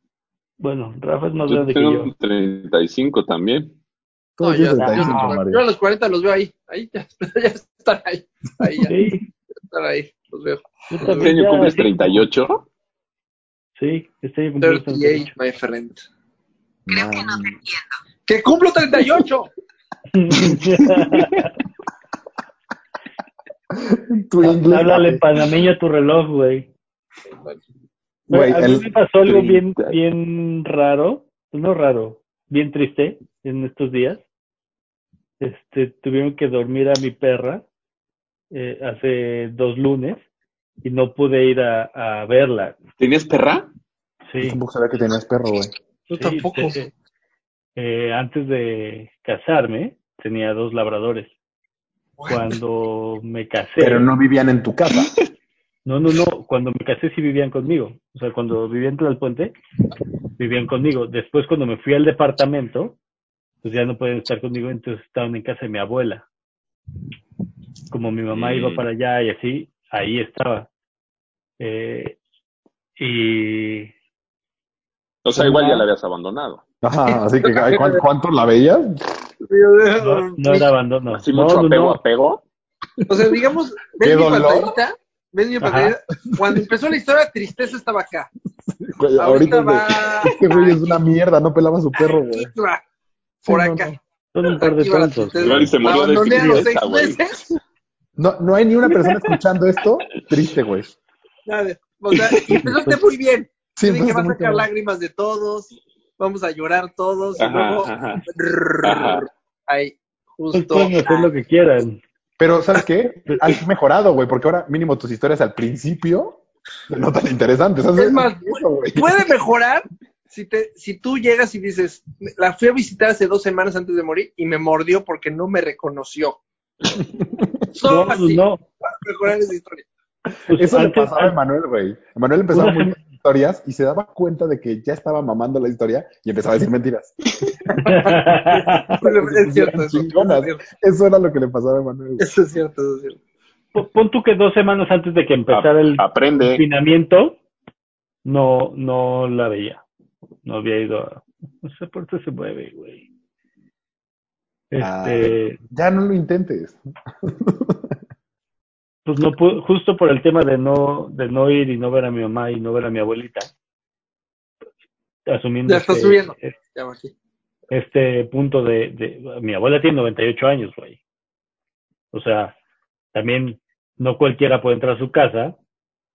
Bueno, Rafa es más Yo grande que yo. tengo 35 también. Tú No, tienes yo- 35, no, Yo a Mario. los 40 los veo ahí. Ahí ya, ya están ahí. Ahí ya Sí, están ahí. Los veo. yo ¿Este también año ya, cumples así como- 38? Sí, este año cumple 38, my friend. Creo que no te Man. entiendo. ¡Que cumplo 38! 38. Tu inglés, Háblale panameño a tu reloj, güey. güey, a mí el- me pasó algo bien, 30. bien raro, no raro, bien triste en estos días. Este, tuvieron que dormir a mi perra eh, hace dos lunes y no pude ir a, a verla. ¿Tenías perra? Yo Sí, tampoco sabía que tenías perro, güey. Yo sí, tampoco. sí, sí. Eh, antes de casarme tenía dos labradores. Cuando me casé, Pero no vivían en tu casa. No, no, no. Cuando me casé sí vivían conmigo. O sea, cuando vivía en Tlalpuente, vivían conmigo. Después, cuando me fui al departamento, pues ya no podían estar conmigo, entonces estaban en casa de mi abuela. Como mi mamá Mm. iba para allá y así, ahí estaba. Eh, y O sea, Una- igual ya la habías abandonado. Ajá, así que ay, ¿cuán- ¿cuánto la veías? no, no era abandono. Así No, mucho no, apego, no. apego. O sea, digamos, Qué ¿ves mi dolor. pantallita? ¿Ves mi Ajá. pantallita? Cuando empezó la historia, tristeza estaba acá. Güey, Ahorita ahorita es de- va. este güey es aquí, una mierda, no pelaba a su perro, güey. aquí va, Sí, Por no, acá. Son un par de Aquí va la tontos. tristeza. Igual y se La murió de abandoné a los tristeza, seis güey. meses. No. no, no hay ni una persona escuchando esto triste, güey. Nada. O sea, y empezaste muy bien. Sí, Dije que entonces, va a muy sacar cabrón. lágrimas de todos. Vamos a llorar todos. Y Ajá, luego. ajá. rrrr, Ajá. Ahí. Pues Justo. pueden hacer lo que quieran. Pero, ¿sabes qué? Has mejorado, güey, porque ahora mínimo tus historias al principio no tan interesantes. ¿sabes? Es más, Eso, güey. puede mejorar si te si tú llegas y dices la fui a visitar hace dos semanas antes de morir y me mordió porque no me reconoció No, solo así no. para mejorar esa historia Pues Eso le antes- pasaba a Emanuel, güey. Emanuel empezaba Una muy historias y se daba cuenta de que ya estaba mamando la historia y empezaba a decir mentiras. Es cierto, Eran eso, chingonas. es cierto. Eso era lo que le pasaba a Manuel. güey. Eso es cierto, eso es cierto. Pon- Pon tú que dos semanas antes de que empezara Ah, el Aprende. confinamiento, no, no la veía. No había ido a... No sé por qué se mueve, güey. Ah. Este, Ya no lo intentes. pues no pu- justo por el tema de no, de no ir y no ver a mi mamá y no ver a mi abuelita, asumiendo Ya está este- subiendo. Ya va aquí. este punto de, de- mi abuela tiene 98 años, güey. O sea, también no cualquiera puede entrar a su casa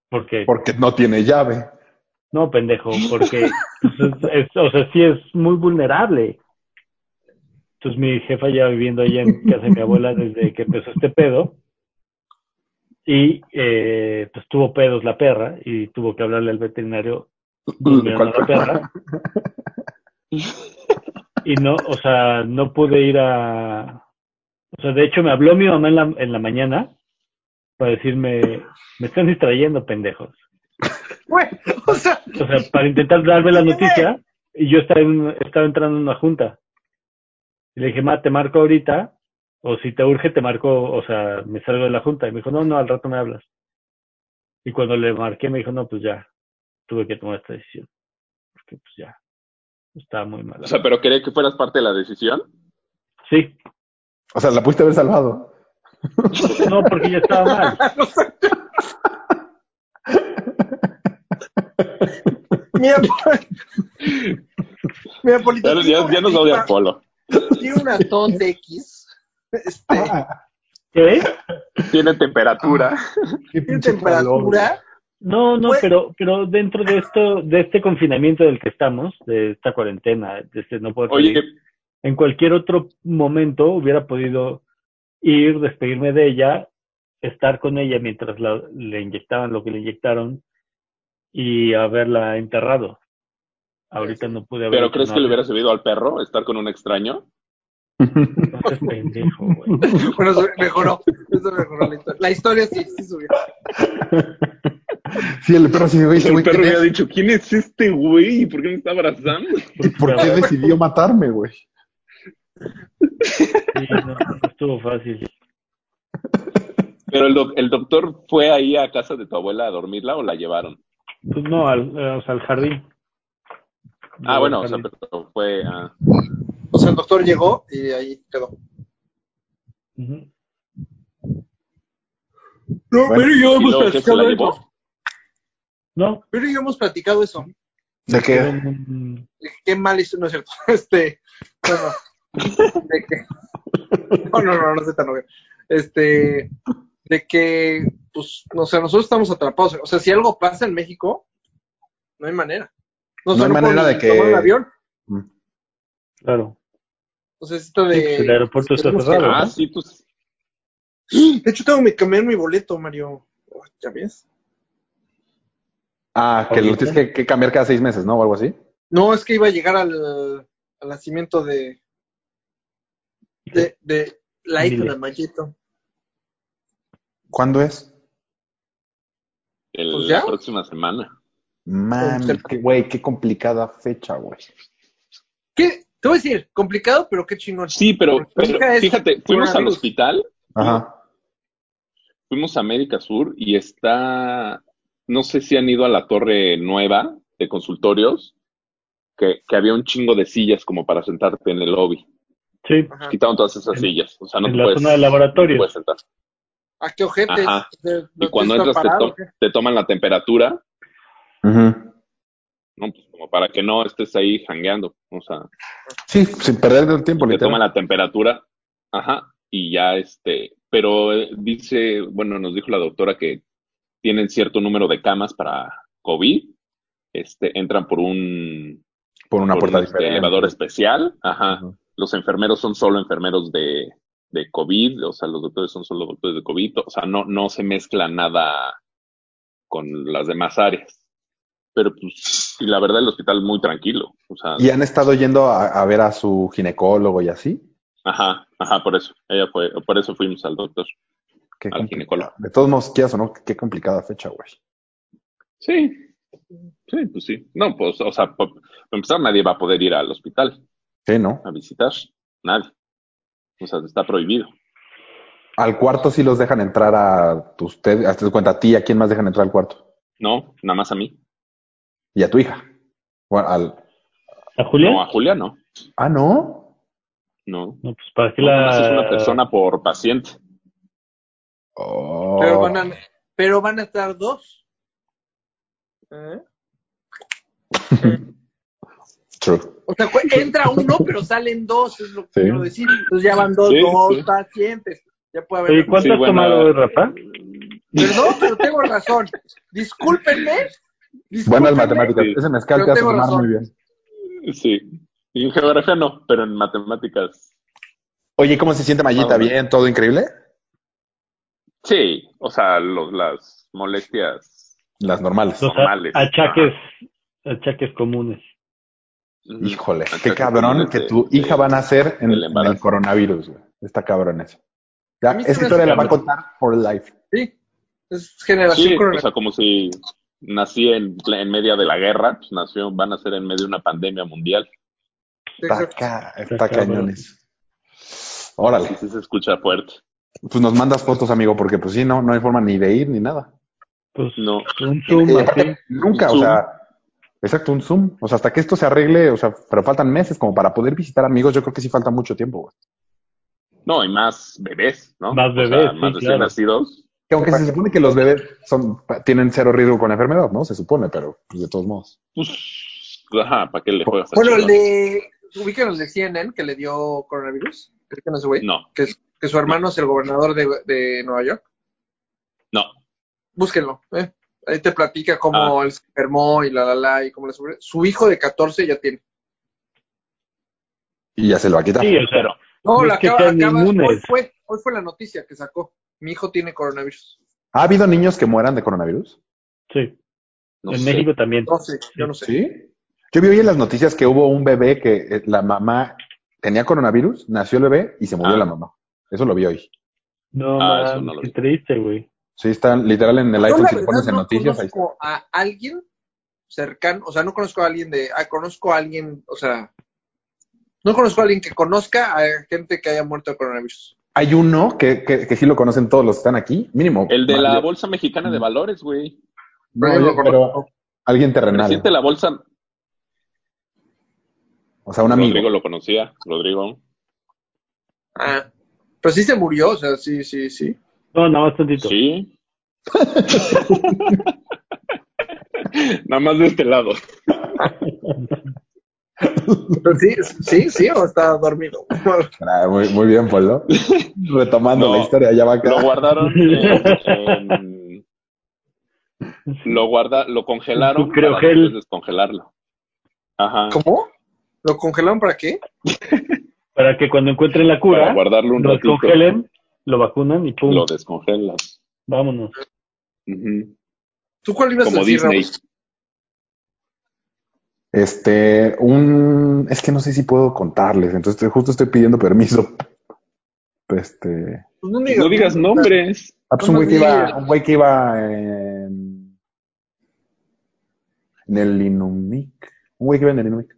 porque Porque no tiene llave. no, pendejo, porque pues, es- es- o sea, sí es muy vulnerable. Entonces mi jefa ya viviendo allá en casa de mi abuela desde que empezó este pedo y eh, pues tuvo pedos la perra y tuvo que hablarle al veterinario durmiendo ¿Cuál la perra. Y no, o sea, no pude ir a... O sea, de hecho me habló mi mamá en la, en la mañana para decirme, me están distrayendo, pendejos. Güey, o sea, O sea, para intentar darme la noticia y yo estaba, en- estaba entrando en una junta. Y le dije, ma, te marco ahorita o si te urge te marco, o sea, me salgo de la junta. Y me dijo, no, no, al rato me hablas. Y cuando le marqué me dijo, no, pues ya, tuve que tomar esta decisión. Porque pues ya, estaba muy mal. O sea, pero quería que fueras parte de la decisión. Sí, O sea, la pudiste haber salvado. no, porque ya estaba mal. mi, ap- mi apolito. Ya, ya- ya nos odia Polo. Tiene una tos de X. Este, Ah, ¿Qué? Tiene temperatura. Qué tiene pinche calor, güey. temperatura. No, no, Pues- pero, pero dentro de esto, de este confinamiento del que estamos, de esta cuarentena, de este no poder Oye, salir, en cualquier otro momento hubiera podido ir, despedirme de ella, estar con ella mientras la- le inyectaban lo que le inyectaron y haberla enterrado. Ahorita no pude haber. ¿pero hecho crees que nada. le hubiera subido al perro estar con un extraño? No seas pendejo, güey. Bueno, eso mejoró. Eso mejoró la historia. La historia sí, sí subió. Sí, el perro sí, güey, ese el güey, perro ¿quién hubiera es? dicho, ¿quién es este güey? ¿Y por qué me está abrazando? ¿Por qué decidió matarme, güey? Sí, no, no estuvo fácil. Pero el, doc- el doctor fue ahí a casa de tu abuela a dormirla o la llevaron. Pues no, al, eh, o sea, al jardín. Ah, bueno, o Al sea, jardín. pero fue... ah. O sea, el doctor llegó y ahí quedó. Ujú. No, Bueno, pero yo ¿Y hemos luego qué se la platicado eso. llevó? No, Pero yo hemos platicado eso. ¿De pero, qué? mm, Qué mal hizo, no es cierto. Este, bueno, de que, no, no, no, no sé tan obvio. Este, de que, pues, no sé, nosotros estamos atrapados. O sea, si algo pasa en México, no hay manera. No sé, hay puedo manera ni de que- tomar un avión. claro. O sea, esto Sí, de. pues, el aeropuerto está tenemos que- cerrado. Ah, sí, pues... De hecho, tengo que cambiar mi boleto, Mario. Oh, ¿Ya ves? Ah, que lo tienes que, que cambiar cada seis meses, ¿no? O algo así. No, es que iba a llegar al, al nacimiento de. de, de la hija Dile. de Mayito. ¿Cuándo es? el- Pues ya. La próxima semana. Mami, qué- güey, qué complicada fecha, güey. ¿Qué? Te voy a decir, complicado, pero qué chingón. Sí, pero, Porque pero nunca es fíjate, fuimos al coronavirus. hospital, Ajá. fuimos a América Sur y está... No sé si han ido a la torre nueva de consultorios, que, que había un chingo de sillas como para sentarte en el lobby. Sí, Ajá. Quitaron todas esas En- sillas. O sea, no en te la puedes, zona de laboratorios. no te puedes sentar. ¿A Ah, qué ojetes? Ajá. ¿Te- Y no cuando te está entras te, parado, to- o qué? te toman la temperatura, Ujú. ¿no? Pues como para que no estés ahí jangueando. O sea, Sí, sin perder el tiempo, te toman literal. la temperatura, ajá, y ya este, pero eh, dice, bueno, nos dijo la doctora que tienen cierto número de camas para COVID, este, entran por un, Por una por puerta un, este, diferente. elevador especial, ajá, Ujú. los enfermeros son solo enfermeros de, de COVID, o sea, los doctores son solo doctores de COVID, o sea, no, no se mezcla nada con las demás áreas. Pero pues, y la verdad, el hospital muy tranquilo, o sea, Y han estado yendo a, a ver a su ginecólogo y así. ajá, ajá, por eso, ella fue, por eso fuimos al doctor, Qué al complicado. ginecólogo. De todos modos, quieras o no, qué complicada fecha, güey. Sí, Sí, pues sí. No, pues, o sea, por- para empezar, nadie va a poder ir al hospital Sí, ¿no? a visitar. Nadie. O sea, está prohibido. Al cuarto sí los dejan entrar a usted, hazte de cuenta a ti, a quién más dejan entrar al cuarto. No, nada más a mí. Y a tu hija. Bueno, al. ¿A Julia? No, a Julia no. Ah, no. No. No, pues para que Nada más la... es una persona por paciente. Oh. Pero, van a, pero van a estar dos. ¿Eh? True. O sea, cu- entra uno, pero salen dos, es lo que Sí. quiero decir. Entonces ya van dos, Sí, dos sí. pacientes. Ya puede haber. Oye, ¿cuánto Sí, has bueno, tomado hoy, eh, Rafa? Perdón, pero tengo razón. Discúlpenme. Buenas discúlpenme, matemáticas. Sí. Ese mezcal Yo te hace tengo tomar razón. muy bien. Sí. Y en geografía no, pero en matemáticas Oye, ¿cómo se siente Mayita? Ahora. ¿Bien? ¿Todo increíble? sí. O sea, los, las molestias. Las normales. Los a- normales. achaques, achaques comunes. Híjole, qué Achaques cabrón comunes que de- tu hija Mm, de- van a ser en, del en embarazo. el coronavirus, güey. Está cabrón eso. Ya, A mí se esa me historia hace la va a cabrón. contar for life. Sí, es generación Sí, corona. o sea, como si nací en, ple- en medio de la guerra, pues nació, van a ser en medio de una pandemia mundial. Está, ca- está Está cabrón. cañones. Sí, Órale. sí se escucha fuerte. Pues nos mandas fotos, amigo, porque pues sí, no, no hay forma ni de ir ni nada. Pues No. un zoom Y así. aparte, nunca, o Zoom. sea, exacto, un Zoom. O sea, hasta que esto se arregle, o sea, pero faltan meses como para poder visitar amigos, yo creo que sí falta mucho tiempo, güey. No, y más bebés, ¿no? Más O sea, bebés, sí, más recién claro. nacidos. Que aunque se supone que los bebés son, tienen cero riesgo con la enfermedad, ¿no? Se supone, pero pues, de todos modos. Pues, ajá, ¿para qué le juegas a Bueno, el Chivas? de. Ubican los de CNN que le dio coronavirus. ¿Ubican a ese güey? No, Que, es- que su hermano es el gobernador de, de Nueva York. no. Búsquenlo. ¿eh? Ahí te platica Ah. cómo él se enfermó y la la la y cómo le sobre- Su hijo de 14 ya tiene. Y ya se lo va a quitar. Sí, o sea, Pero, No, No la Pues es que acaba, sean acaba- hoy, inmunes. fue, hoy fue la noticia que sacó. Mi hijo tiene coronavirus. ¿Ha habido niños que mueran de coronavirus? sí. no en sé. México también. No sé, yo no sé. Sí. Yo vi hoy en las noticias que hubo un bebé que eh, la mamá tenía coronavirus, nació el bebé y se murió Ah. la mamá. Eso lo vi hoy. No, Ah, eso man, no lo qué vi. triste, güey. Sí, están literal en el Yo, iPhone, la si le verdad, pones en no noticias, ahí está. conozco a alguien cercano, o sea, no conozco a alguien de, ah, conozco a alguien, o sea, no conozco a alguien que conozca a gente que haya muerto de coronavirus. Hay uno que, que, que sí lo conocen todos los que están aquí, mínimo. El de la Mario. Bolsa Mexicana de Valores, güey. No, Pero yo yo- no lo pero conozco. alguien terrenal. Presidente de la Bolsa. O sea, un amigo. Rodrigo lo conocía, Rodrigo. Ah, pero sí se murió, o sea, sí, sí, sí. No, nada más tantito. Sí. Nada más de este lado. Pero Pues sí, sí, sí, o está dormido. Ah, muy, muy bien, Polo. Retomando No, la historia, ya va acá. Lo guardaron en, en- lo guarda, lo congelaron Tu creo para gel. después descongelarlo. Ajá. ¿Cómo? ¿Lo congelaron para qué? Para que cuando encuentren la Para cura, guardarlo un lo ratito. descongelen, lo vacunan y pum, Lo descongelas. vámonos. Ujú. ¿Tú cuál ibas a Como decir, Disney. Raúl? Este, un. Es que no sé si puedo contarles, entonces estoy- justo estoy pidiendo permiso. Este. Pues no, No digas nombres. Ah, pues un No güey que digas. iba, un güey que iba en, en el Inumic. Un güey que iba en el Inumic.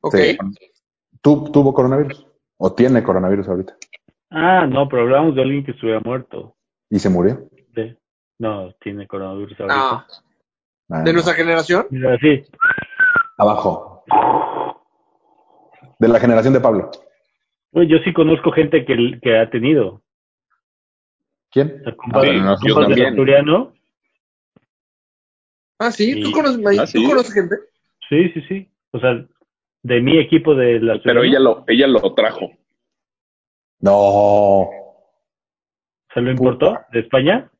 Ok. Se- tu- tuvo coronavirus. O tiene coronavirus ahorita. Ah, no, pero hablamos de alguien que estuviera muerto. Y se murió. De- No, tiene coronavirus ahorita. Ah, Ah, ¿De no. nuestra generación? Mira, sí. Abajo. De la generación de Pablo. Oye, Pues yo sí conozco gente que, que ha tenido. ¿Quién? La Ah, compadre, bueno, Sí, nosotros yo no. también. asturiano. Ah, sí, tú Sí. conoces, Ah, ¿tú sí. conoces gente. Sí, sí, sí. O sea, de mi equipo de la Pero ella lo, ella lo trajo. No. ¿Se lo importó? Puta. ¿De España?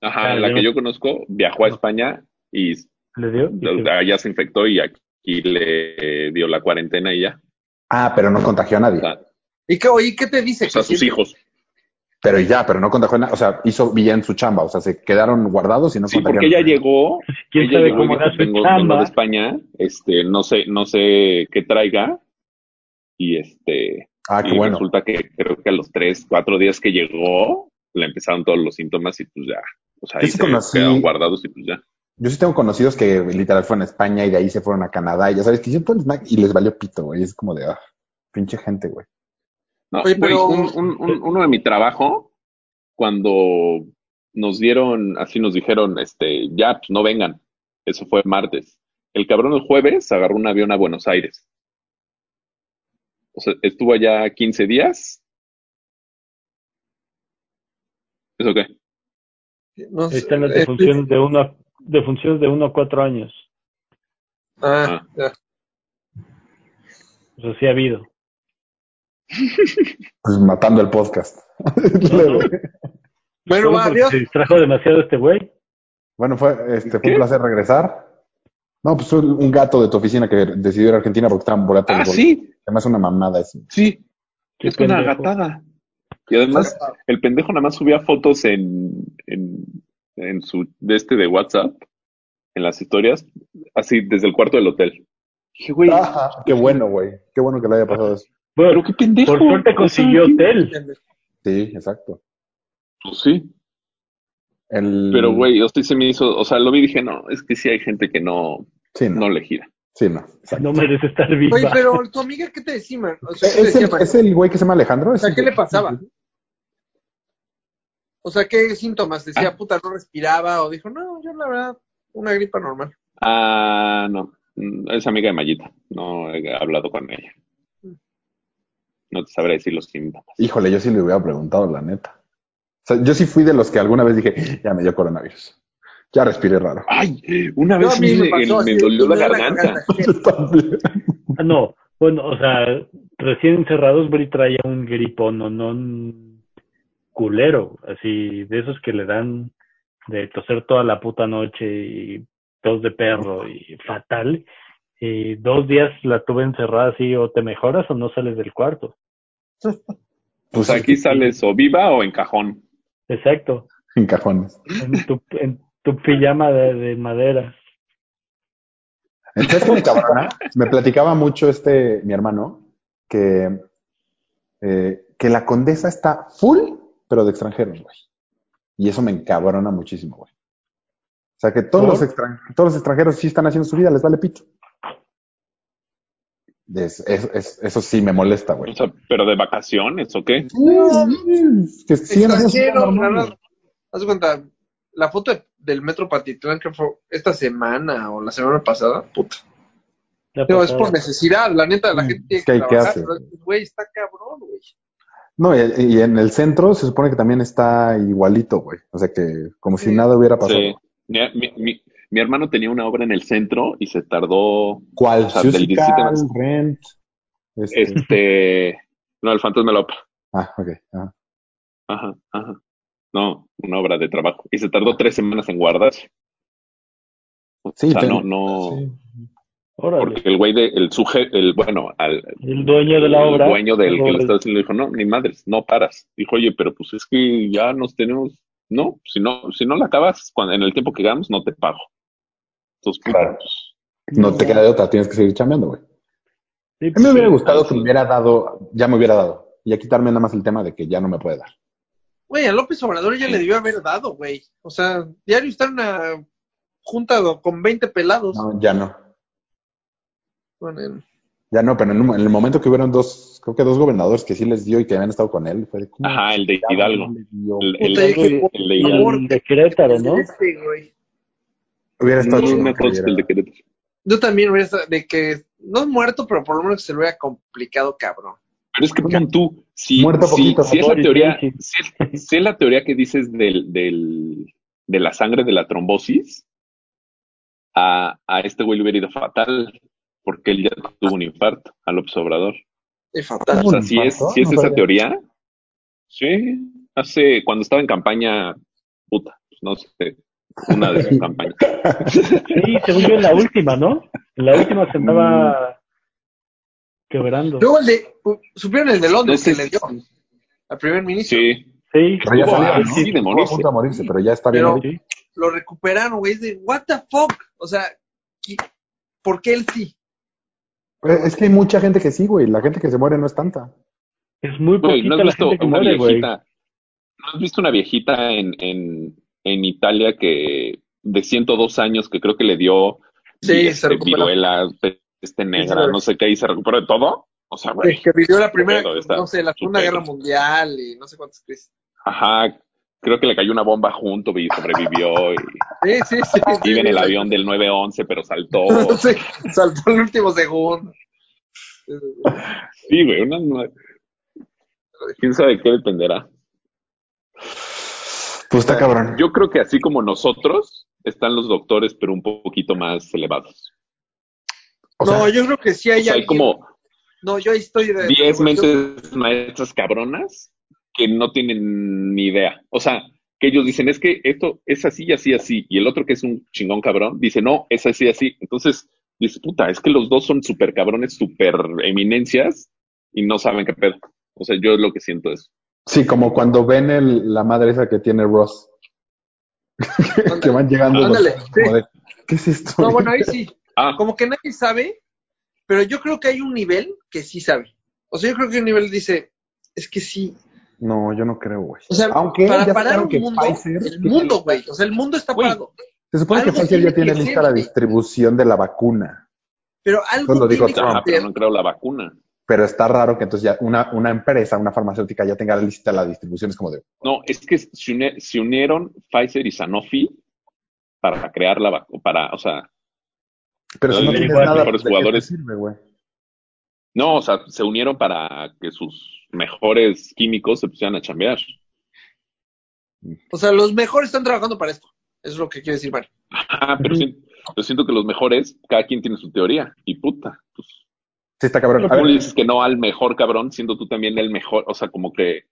Ajá, Ah, la yo- que yo conozco viajó a España y ¿Le dio? Dice, allá se infectó y aquí le dio la cuarentena y ya. Ah, pero no contagió a O nadie. sea, ¿Y qué, oye, qué te dice? o sea, que Pues sus sí? hijos. Pero ya, pero no contagió a nadie. O sea, hizo bien su chamba. O sea, se quedaron guardados y no Sí, contagiaron. porque ella llegó ¿Quién Ella sabe llegó y cómo dijo, era su vengo, vengo chamba? de España, este, no sé, no sé qué traiga, y este, Ah, qué y bueno. resulta que creo que a los tres, cuatro días que llegó, le empezaron todos los síntomas y pues ya, O sea, Yo ahí sí se conocí- quedaron guardados y pues ya. Yo sí tengo conocidos que literal fueron a España y de ahí se fueron a Canadá y ya sabes que hicieron todo el snack y les valió pito, güey. Es como de, ah, pinche gente, güey. No, Oye, güey, pero- un- un- un- uno de mi trabajo, cuando nos dieron, así nos dijeron, este, ya, pues no vengan. Eso fue martes. El cabrón el jueves agarró un avión a Buenos Aires. O sea, estuvo allá 15 días. ¿Eso qué? No sé, Están las Este eh, defunciones de uno a, defunciones de uno a cuatro años. Ah, ya. O sea, sí ha habido. Pues matando el podcast. Bueno, Solo va, porque adiós. Se distrajo demasiado este güey. Bueno, fue, este, fue ¿Qué? un placer regresar. No, pues un, un gato de tu oficina que decidió ir a Argentina porque estaban baratos Ah, los boletos. sí, Además, una mamada eso. sí. Qué es una pendejo. gatada. Y además, Ah, el pendejo nada más subía fotos en, en, en su, de este de WhatsApp, en las historias, así desde el cuarto del hotel. Dije, güey, Ajá, qué bueno, güey. Qué bueno que le haya pasado eso. Bueno, pero qué pendejo. por suerte consiguió O sea, hotel. Sí, exacto. Pues sí, El... pero güey, yo sí se me hizo, o sea, lo vi y dije, no, es que sí hay gente que no, Sí, no. no le gira. Sí, no. exacto. Eh, No merece estar viva. Oye, pero tu amiga, ¿qué te decía, man? O sea, ¿qué te ¿Es, decía, el, man? es el güey que se llama Alejandro? O sea, ¿Es ¿qué el- le pasaba? O sea, ¿qué síntomas? Decía, Ah. puta, no respiraba, o dijo, no, yo la verdad, una gripa normal. Ah, no, Mm, es amiga de Mayita, no he hablado con ella. No te sabré decir los síntomas. Híjole, yo sí le hubiera preguntado, la neta. O sea, yo sí fui de los que alguna vez dije, ya me dio coronavirus. Ya respiré raro. Ay, una Yo vez sí me, me así, dolió la me duele garganta. ¿qué? Yo también. Ah, no, bueno, o sea, recién encerrados, Bri traía un gripón, no, no, culero, así, de esos que le dan de toser toda la puta noche y tos de perro y fatal. Y dos días la tuve encerrada así, o te mejoras o no sales del cuarto. Pues aquí sales o viva o en cajón. Exacto, En cajones. en tu, en tu pijama de, de madera. Entonces, mi cabrona, me platicaba mucho este, mi hermano, que, eh, que la condesa está full, pero de extranjeros, güey. Y eso me encabrona muchísimo, güey. O sea, que todos ¿Por? los, extran- todos los extranjeros sí están haciendo su vida, les vale pito. Es- es- es- eso sí me molesta, güey. O sea, Pues, pero de vacaciones o qué? que siempre es Extranjero, normal. la verdad. Haz de cuenta, la foto de- del metro Patitlán que fue esta semana o la semana pasada, puta. La Digo, es pasada. por necesidad, la neta, la Mm, gente tiene es que que, hay que trabajar. hacer. pero, Güey, está cabrón, güey. No, y, y en el centro se supone que también está igualito, güey. O sea que como si Sí. nada hubiera pasado. Sí. Mi, mi- mi- mi hermano tenía una obra en el centro y se tardó, ¿Cuál? O sea, del Musical, 17 de marzo. Rent. Este, este, no, el fantasma de la ópera. Ah, ok. ah. Ajá, ajá. No, una obra de trabajo. Y se tardó tres semanas en guardarse. O Sí, sea, te- no, no, sí. Órale. porque el güey de, el suje, el, bueno, al, el dueño de la el obra. dueño del que lo Órale. está haciendo dijo, no, ni madres, no paras. Dijo, oye, pero pues es que ya nos tenemos, no, si no, si no la acabas cuando, en el tiempo que ganamos, no te pago. Entonces, puta, Claro. pues, No te queda de otra, tienes que seguir chambeando, güey. Sí, A mí me hubiera Sí, gustado sí. que me hubiera dado, ya me hubiera dado. Y a quitarme nada más el tema de que ya no me puede dar. Güey, a López Obrador ya le debió haber dado, güey. O sea, diario está en una junta do- con 20 pelados. No, ya no. Bueno, en- Ya no, pero en, un- en el momento que hubieron dos, creo que dos gobernadores que sí les dio y que habían estado con él, fue de ¿cómo Ajá, el de chingados Hidalgo. no le dio? El, Puta, el- yo dije, el de Y por Hidalgo. favor, el de Querétaro, ¿no? Este, güey. Hubiera No, estado no chido me que consta el hubiera- de Querétaro. Yo también hubiera estado- de que no es muerto, pero por lo menos que se lo hubiera complicado, cabrón. Pero es que pon tú, si, Muerto si- poquito, si es la favor, y teoría, sí, si es, si es la teoría que dices del, del, de la sangre de la trombosis, a, a este güey le hubiera ido fatal, porque él ya tuvo un infarto a López Obrador. Es O fatal. sea, si es, si es No esa sabía. teoría, sí, hace, cuando estaba en campaña, puta, pues no sé, una de sus campañas. Sí, según yo en la última, ¿no? En la última se andaba quebrando. Luego el de, supieron el de Londres No sé que le dio al primer ministro. Sí, Sí, Pero ya Estuvo salió, ah, a- ¿no? sí, de Estuvo morirse. a punto de morirse, pero ya está bien. Pero- ahorita. sí. Lo recuperaron, güey. Es de, what the fuck. O sea, ¿qui- ¿por qué él sí? Eh, Es que hay mucha gente que sí, güey. La gente que se muere no es tanta. Es muy Güey, poquita ¿no has la visto gente que una muere, güey. viejita? ¿No has visto una viejita en, en, en Italia que de 102 años que creo que le dio Sí, se este, recuperó. viruela, peste negra, güey. no sé qué, y se recuperó de todo. O sea, güey. Que, que vivió la primera, Pero está no sé, la Segunda súper. Guerra Mundial y no sé cuántas crisis. Ajá, creo que le cayó una bomba junto y sobrevivió. Y Sí, sí, sí. sí, vive en el sí. avión del 911, pero saltó. Sí, saltó el último segundo. Sí, sí, sí. Sí, güey, una. una- ¿Quién sabe qué dependerá? Pues está cabrón. Yo creo que así como nosotros, están los doctores, pero un poquito más elevados. O no, sea, yo creo que sí hay O sea, hay alguien- como No, yo ahí estoy de... 10 yo- mentes maestras cabronas que no tienen ni idea. O sea, que ellos dicen, es que esto es así, así, así. Y el otro que es un chingón cabrón dice, no, es así, así. Entonces, dices, puta, es que los dos son súper cabrones, súper eminencias y no saben qué pedo. O sea, yo lo que siento es. sí, como cuando ven el- la madre esa que tiene Ross. que van llegando. los- Ándale, sí. como de, ¿Qué es esto? No, bueno, ahí sí. Ah, Como que nadie sabe, pero yo creo que hay un nivel que sí sabe. O sea, yo creo que un nivel dice, es que sí. No, yo no creo, güey. O sea, Aunque para ya parar sacaron un que mundo, Pfizer- el mundo, güey. O sea, el mundo está Güey. parado. Se supone que Algo Pfizer tiene ya tiene que lista ser, la güey. distribución de la vacuna, Pero Pues algo lo dijo tiene que Trump. ah, pero ser. no creo la vacuna. pero está raro que entonces ya una, una empresa, una farmacéutica ya tenga lista la distribución. Es como de, No, es que se, une- se unieron Pfizer y Sanofi para crear la vacuna, para, o sea, pero si no Pero tienes igual, nada, mejores pues, ¿de jugadores. qué te sirve, güey? no, o sea, se unieron para que sus mejores químicos se pusieran a chambear. O sea, los mejores están trabajando para esto. Eso es lo que quiere decir, Mario. Ajá, Ah, pero Ujú. siento, yo siento que los mejores, cada quien tiene su teoría, y puta, pues, Sí, está cabrón. A ¿cómo ver, le dices que no al mejor cabrón, siendo tú también el mejor? O sea, como que,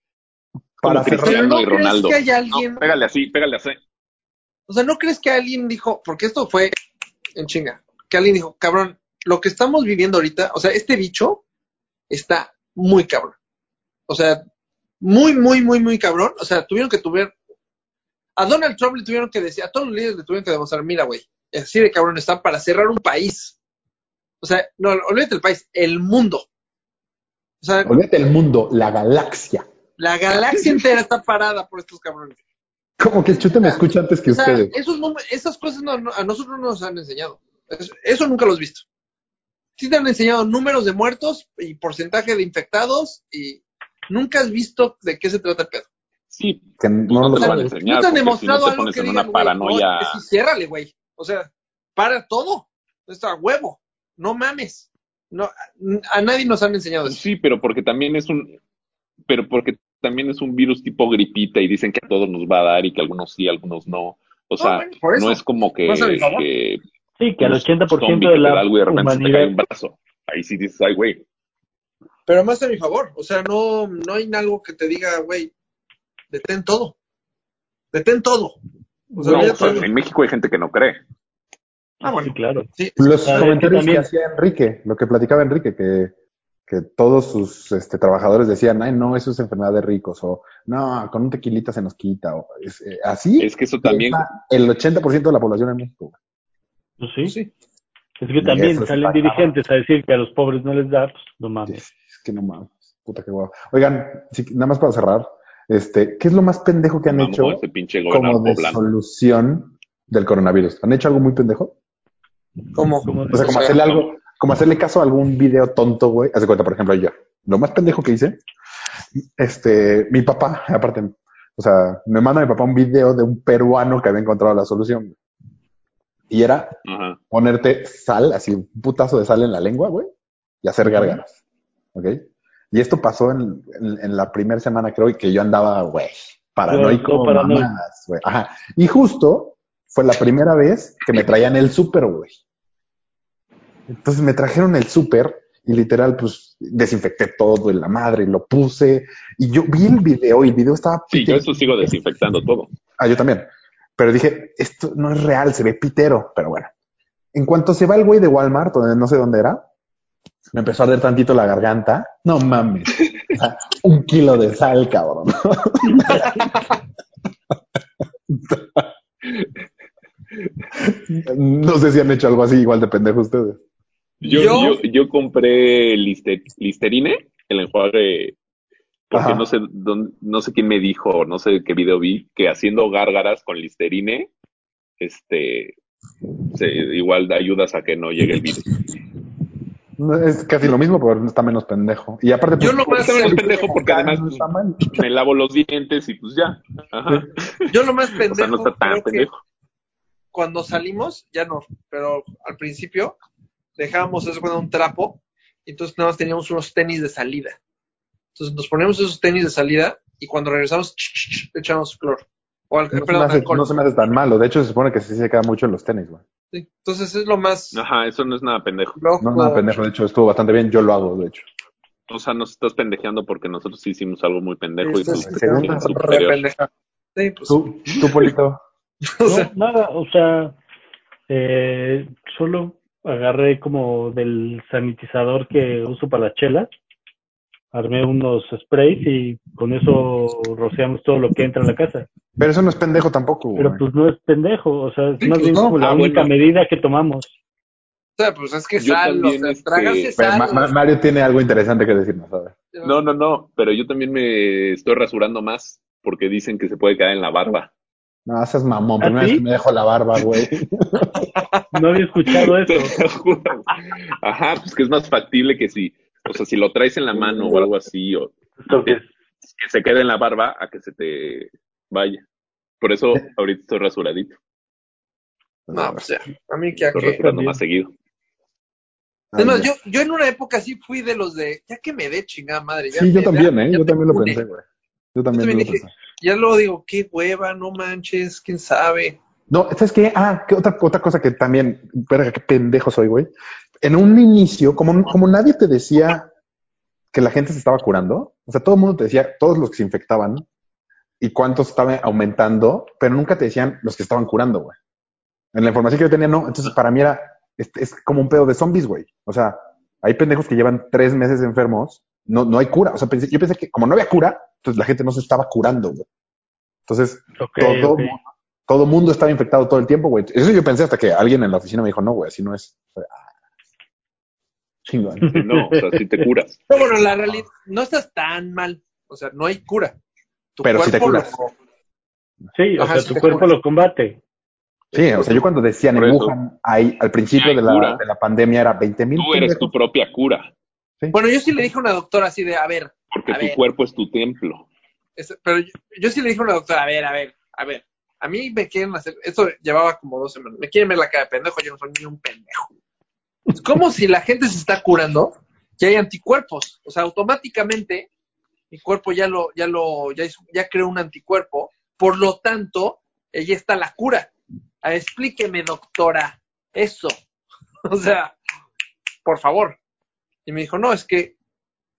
como para cerrar, Pero Cristiano no y crees Ronaldo. que haya No, alguien... pégale así, pégale así. O sea, ¿no crees que alguien dijo, porque esto fue en chinga, que alguien dijo, cabrón, lo que estamos viviendo ahorita, o sea, este bicho está muy cabrón. O sea, muy, muy, muy, muy cabrón. O sea, tuvieron que tuver... A Donald Trump le tuvieron que decir, a todos los líderes le tuvieron que demostrar, mira, güey, así de cabrón están para cerrar un país. O sea, no, olvídate el país, el mundo. O sea, olvídate el mundo, la galaxia. la galaxia entera está parada por estos cabrones. Como que el chute me escucha antes que O sea, ustedes. esos mom- esas cosas no- no- a nosotros no nos han enseñado. Es- eso nunca los has visto. Sí te han enseñado números de muertos y porcentaje de infectados y nunca has visto de qué se trata el pedo. Sí, Que pues no no lo te lo van a saben. No enseñar, te han porque si no demostrado te algo pones que en una digan, güey, no, paranoia. es que sí, ciérrale, güey. O sea, para todo. Está a huevo. No mames. No, a, a nadie nos han enseñado eso. Sí, pero porque también es un, pero porque también es un virus tipo gripita y dicen que a todos nos va a dar y que algunos sí, algunos no. O sea, bueno, por eso. no es como que, Vas a avisar. que Sí, que al un 80% zombie de que te da la algo y de repente se te cae humanidad un brazo. Ahí sí dices, ay, güey. Pero más a mi favor. O sea, no, no hay algo que te diga, güey, detén todo. Detén todo. O sea, No, Pues ya o sea, todo. en México hay gente que no cree. Ah, bueno. Sí, claro. Sí, sí, Los Ah, es que comentarios que también- hacía Enrique, lo que platicaba Enrique, que, que todos sus este, trabajadores decían, ay, no, eso es enfermedad de ricos, o no, con un tequilita se nos quita, o es, eh, así Es que eso también, está el 80% de la población en México. güey. Pues sí. sí. Es que Y también eso está salen cabrón. dirigentes a decir que a los pobres no les da, pues no mames. Es que no mames, puta que guau. Oigan, sí, nada más para cerrar, este, ¿qué es lo más pendejo que han mamó hecho ese pinche como gobernador de poblano. solución del coronavirus? ¿Han hecho algo muy pendejo? ¿Cómo? ¿Cómo O sea, como O sea, hacerle algo, como hacerle caso a algún video tonto, güey. Haz de cuenta, por ejemplo, yo. Lo más pendejo que hice, este, mi papá, aparte, o sea, me manda mi papá un video de un peruano que había encontrado la solución. güey. Y era Ajá. ponerte sal, así un putazo de sal en la lengua, güey, y hacer gárgaras. ¿Ok? Y esto pasó en, en- en la primera semana, creo, y que yo andaba, güey, Yo- paranoico, yo paranoico. mamás, güey. Ajá. Y justo fue la primera vez que me traían el súper, güey. Entonces me trajeron el súper y literal, pues, desinfecté todo y la madre, y lo puse. Y yo vi el video y el video estaba... Sí, yo pitero. eso sigo desinfectando todo. Ah, yo también. Pero dije, esto no es real, se ve pitero, pero bueno. En cuanto se va el güey de Walmart, donde no sé dónde era, me empezó a arder tantito la garganta. No mames. O sea, un kilo de sal, cabrón. No sé si han hecho algo así igual de pendejo ustedes. Yo, Yo- yo, yo compré lister- Listerine, el enjuague porque Ajá. no sé dónde- no sé quién me dijo, no sé qué video vi, que haciendo gárgaras con Listerine, este, se- igual ayudas a que no llegue el virus. No, Es casi lo mismo, pero está menos pendejo. Y aparte, Yo lo más- Está menos pendejo con porque carne además no está mal. me lavo los dientes y pues ya. Ajá. Yo lo más pendejo, O sea, no está tan creo que pendejo. cuando salimos, ya no, pero al principio dejábamos eso con un trapo, y entonces nada más teníamos unos tenis de salida. Entonces nos poníamos esos tenis de salida y cuando regresamos, ch, ch, ch, le echamos cloro. O al- No se, me perdón, hace, alcohol. no se me hace tan malo. De hecho, se supone que sí se queda mucho en los tenis, güey. Sí. Entonces es lo más Ajá, eso no es nada pendejo. loco. No es nada pendejo. De hecho, estuvo bastante bien. Yo lo hago, de hecho. O sea, nos estás pendejeando porque nosotros sí hicimos algo muy pendejo y tú Estás te según sientes tú, re superior. pendeja. Sí, pues, Tú, tú Polito. o No, sea, nada, o sea, eh, solo agarré como del sanitizador que uso para las chelas, armé unos sprays y con eso rociamos todo lo que entra en la casa. Pero eso no es pendejo tampoco, güey. Pero pues no es pendejo, o sea, es Sí, más pues bien no. como la Ah, única bueno. medida que tomamos. o sea, pues es que Yo sal, o también, sea, este, tragarse Pero sal. Ma- Ma- o Mario tiene algo interesante que decirnos, a ver. sea, No, no, no, pero yo también me estoy rasurando más porque dicen que se puede caer en la barba. No, seas mamón. ¿Ah, Primero sí? vez que me dejo la barba, güey. No había escuchado Te eso. lo juro. Ajá, pues que es más factible que si, o sea, si lo traes en la mano o algo así, o Entonces, que se quede en la barba a que se te vaya. Por eso ahorita estoy rasuradito, no, pues ya. A mí que a estoy qué. rasurando más seguido. Es más, Ay, yo, yo en una época sí fui de los de, ya que me dé chingada madre. Ya Sí, yo me- también, ya- ¿eh? ya Yo te también lo cure. pensé, güey. Yo también también lo dije- pensé. Ya luego digo, qué hueva, no manches, quién sabe. No, ¿sabes qué? Ah, que otra, otra cosa que también, verga, qué pendejo soy, güey. En un inicio, como, como nadie te decía que la gente se estaba curando, o sea, todo el mundo te decía, todos los que se infectaban y cuántos estaban aumentando, pero nunca te decían los que estaban curando, güey. En la información que yo tenía, no. Entonces, para mí era, es, es como un pedo de zombies, güey. O sea, hay pendejos que llevan tres meses enfermos, no, no hay cura. O sea, pensé- yo pensé que como no había cura, entonces la gente no se estaba curando, güey. Entonces, ok, todo, ok. mu- todo mundo estaba infectado todo el tiempo, güey. Eso yo pensé hasta que alguien en la oficina me dijo, no, güey, así no es. Fue, ah, Chingón. No, o sea, si te curas. Pero bueno, la realidad, no estás tan mal. O sea, no hay cura. Tu Pero sí te cuerpo curas. lo- Sí, o Ajá, sea, sí tu te cuerpo juro. lo combate. Sí, o sea, yo cuando decían en Por eso. Wuhan, ahí, al Ya principio hay de la, cura. de la pandemia era 20 mil. Tú eres tu propia cura, Bueno, yo sí le dije a una doctora así de, a ver, porque A tu ver. cuerpo es tu templo. es- pero yo, yo sí le dije a una doctora, a ver, a ver, a ver. A mí me quieren hacer, esto llevaba como dos semanas, me quieren ver la cara de pendejo, yo no soy ni un pendejo. Es como si la gente se está curando y hay anticuerpos. O sea, automáticamente mi cuerpo ya lo, ya lo, ya, hizo- ya creó un anticuerpo. Por lo tanto, ella está la cura. A ver, explíqueme, doctora, eso. O sea, por favor. Y me dijo, no, es que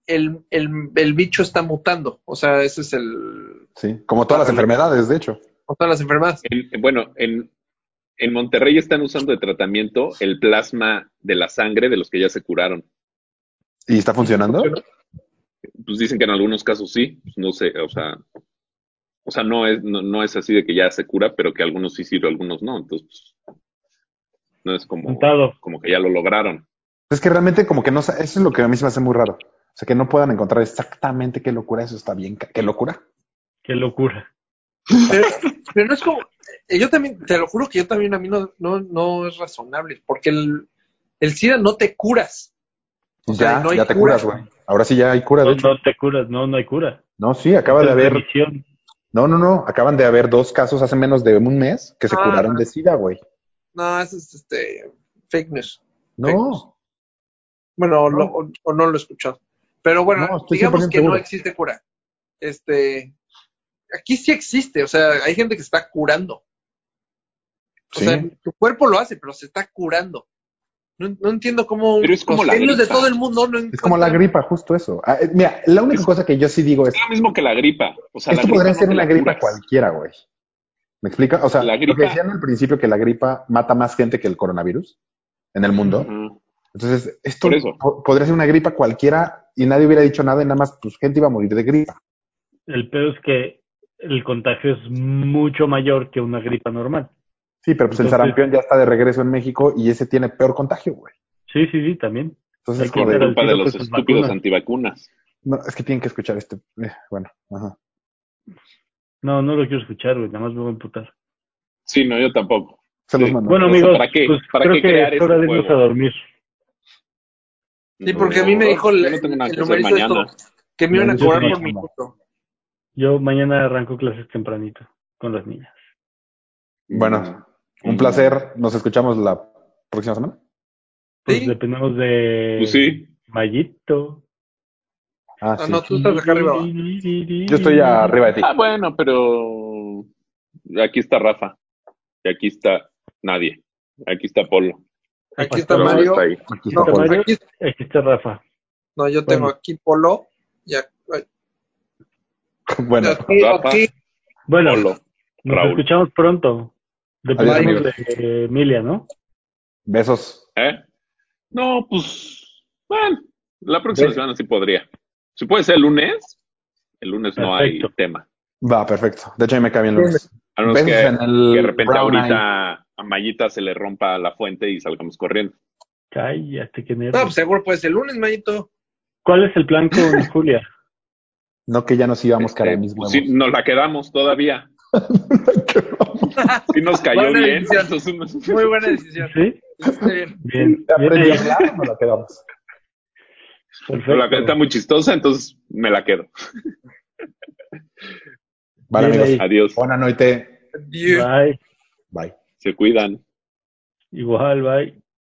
el, el, el bicho está mutando. O sea, ese es el. Sí, como todas las enfermedades, de hecho. O sea, las enfermedades. En- bueno, en, en Monterrey están usando de tratamiento el plasma de la sangre de los que ya se curaron. ¿Y está funcionando? Pues dicen que en algunos casos sí, pues no sé, o sea, o sea, no es, no, no es así de que ya se cura, pero que algunos sí sirve, algunos no. Entonces, pues, no es como, Contado. como que ya lo lograron. Es que realmente como que no sa- eso es lo que a mí se me hace muy raro. O sea, que no puedan encontrar exactamente qué locura, eso está bien. ca- ¿Qué locura? Qué locura. Pero, pero no es como. eh, Yo también, te lo juro que yo también a mí no, no, no es razonable. Porque el, el SIDA no te curas. O sea, Ya, no hay ya te cura. curas, güey. Ahora sí ya hay cura, No, de hecho. no te curas, no, no hay cura. No, sí, acaba de Es haber, remisión. no, no, no, acaban de haber dos casos hace menos de un mes que se Ah. curaron de SIDA, güey. No, eso es este, fake news. No, Bueno, o No. lo- o, o no lo he escuchado. Pero bueno, No, estoy digamos 100% que no seguro. existe cura. Este, aquí sí existe, o sea, hay gente que se está curando. O sí. sea, tu cuerpo lo hace, pero se está curando. No, no entiendo cómo Pero es como los la genios de gripa. todo el mundo no Es como la encuentran- gripa, justo eso. Ah, eh, mira, la única Es- cosa que yo sí digo es, Es lo mismo que la gripa. O sea, la esto gripa podría no ser te una la gripa curas. cualquiera, güey. ¿Me explica? O sea, La lo que gripa- decían al principio que la gripa mata más gente que el coronavirus en el mundo. Ujú. Entonces, esto Por eso. po- podría ser una gripa cualquiera y nadie hubiera dicho nada y nada más, pues, gente iba a morir de gripa. El pedo es que el contagio es mucho mayor que una gripa normal. Sí, pero pues el Entonces- sarampión ya está de regreso en México y ese tiene peor contagio, güey. Sí, sí, sí, también. Entonces, Hay es que como Por estar de, al culpa de tiro los con tus estúpidos vacunas. antivacunas. No, es que tienen que escuchar este. eh, bueno, ajá. No, no lo quiero escuchar, güey, nada más me voy a emputar. Sí, no, yo tampoco. Se los Sí. mando. bueno, o sea, amigos, ¿para qué? pues ¿Para creo qué que crear es hora ese de irnos a juego? dormir. Sí, porque a mí me dijo Yo el, no tengo nada el que hacer numerito esto, mañana. que me iban a Yo cobrar tengo por chamba. minuto. Yo mañana arranco clases tempranito con las niñas. Bueno, un Mm. placer. Nos escuchamos la próxima semana. Pues Sí. dependemos de Pues sí. Mayito. Ah, Ah, sí. no, tú estás acá arriba. va. Yo estoy arriba de ti. Ah, bueno, pero aquí está Rafa. Y aquí está nadie. Aquí está Polo. Aquí está Pero no Mario. está ahí. Aquí No, está Polo. Mario. aquí- Aquí está Rafa. no, yo tengo Bueno. aquí Polo. Y ac- Bueno, aquí, Rafa. aquí, Bueno, Polo. nos Raúl. escuchamos pronto. Dependemos Adiós, de Emilia, ¿no? besos. ¿Eh? No, pues. Bueno, la próxima semana sí podría. Si puede ser el lunes, el lunes no hay Perfecto. tema. Va, perfecto. De hecho, a mí me cae bien lunes. A menos Besos que, en el que de repente brown ahorita a Mayita se le rompa la fuente y salgamos corriendo. Cállate, qué nervios. No, pues seguro puede ser el lunes, manito. ¿Cuál es el plan con Julia? No que ya nos íbamos cara Este, a mis huevos. pues sí, nos la quedamos todavía. Qué vamos. Sí nos cayó Buena bien. decisión. entonces- Muy buena decisión. ¿Sí? Está bien. Bien. ¿Ya bien aprendí a ahí. hablar o nos la quedamos? Pero la Perfecto. que está muy chistosa, entonces me la quedo. Vale, Bien amigos. ahí. Adiós. Buena noche. Adiós. Bye. Bye. Se cuidan. Igual, bye.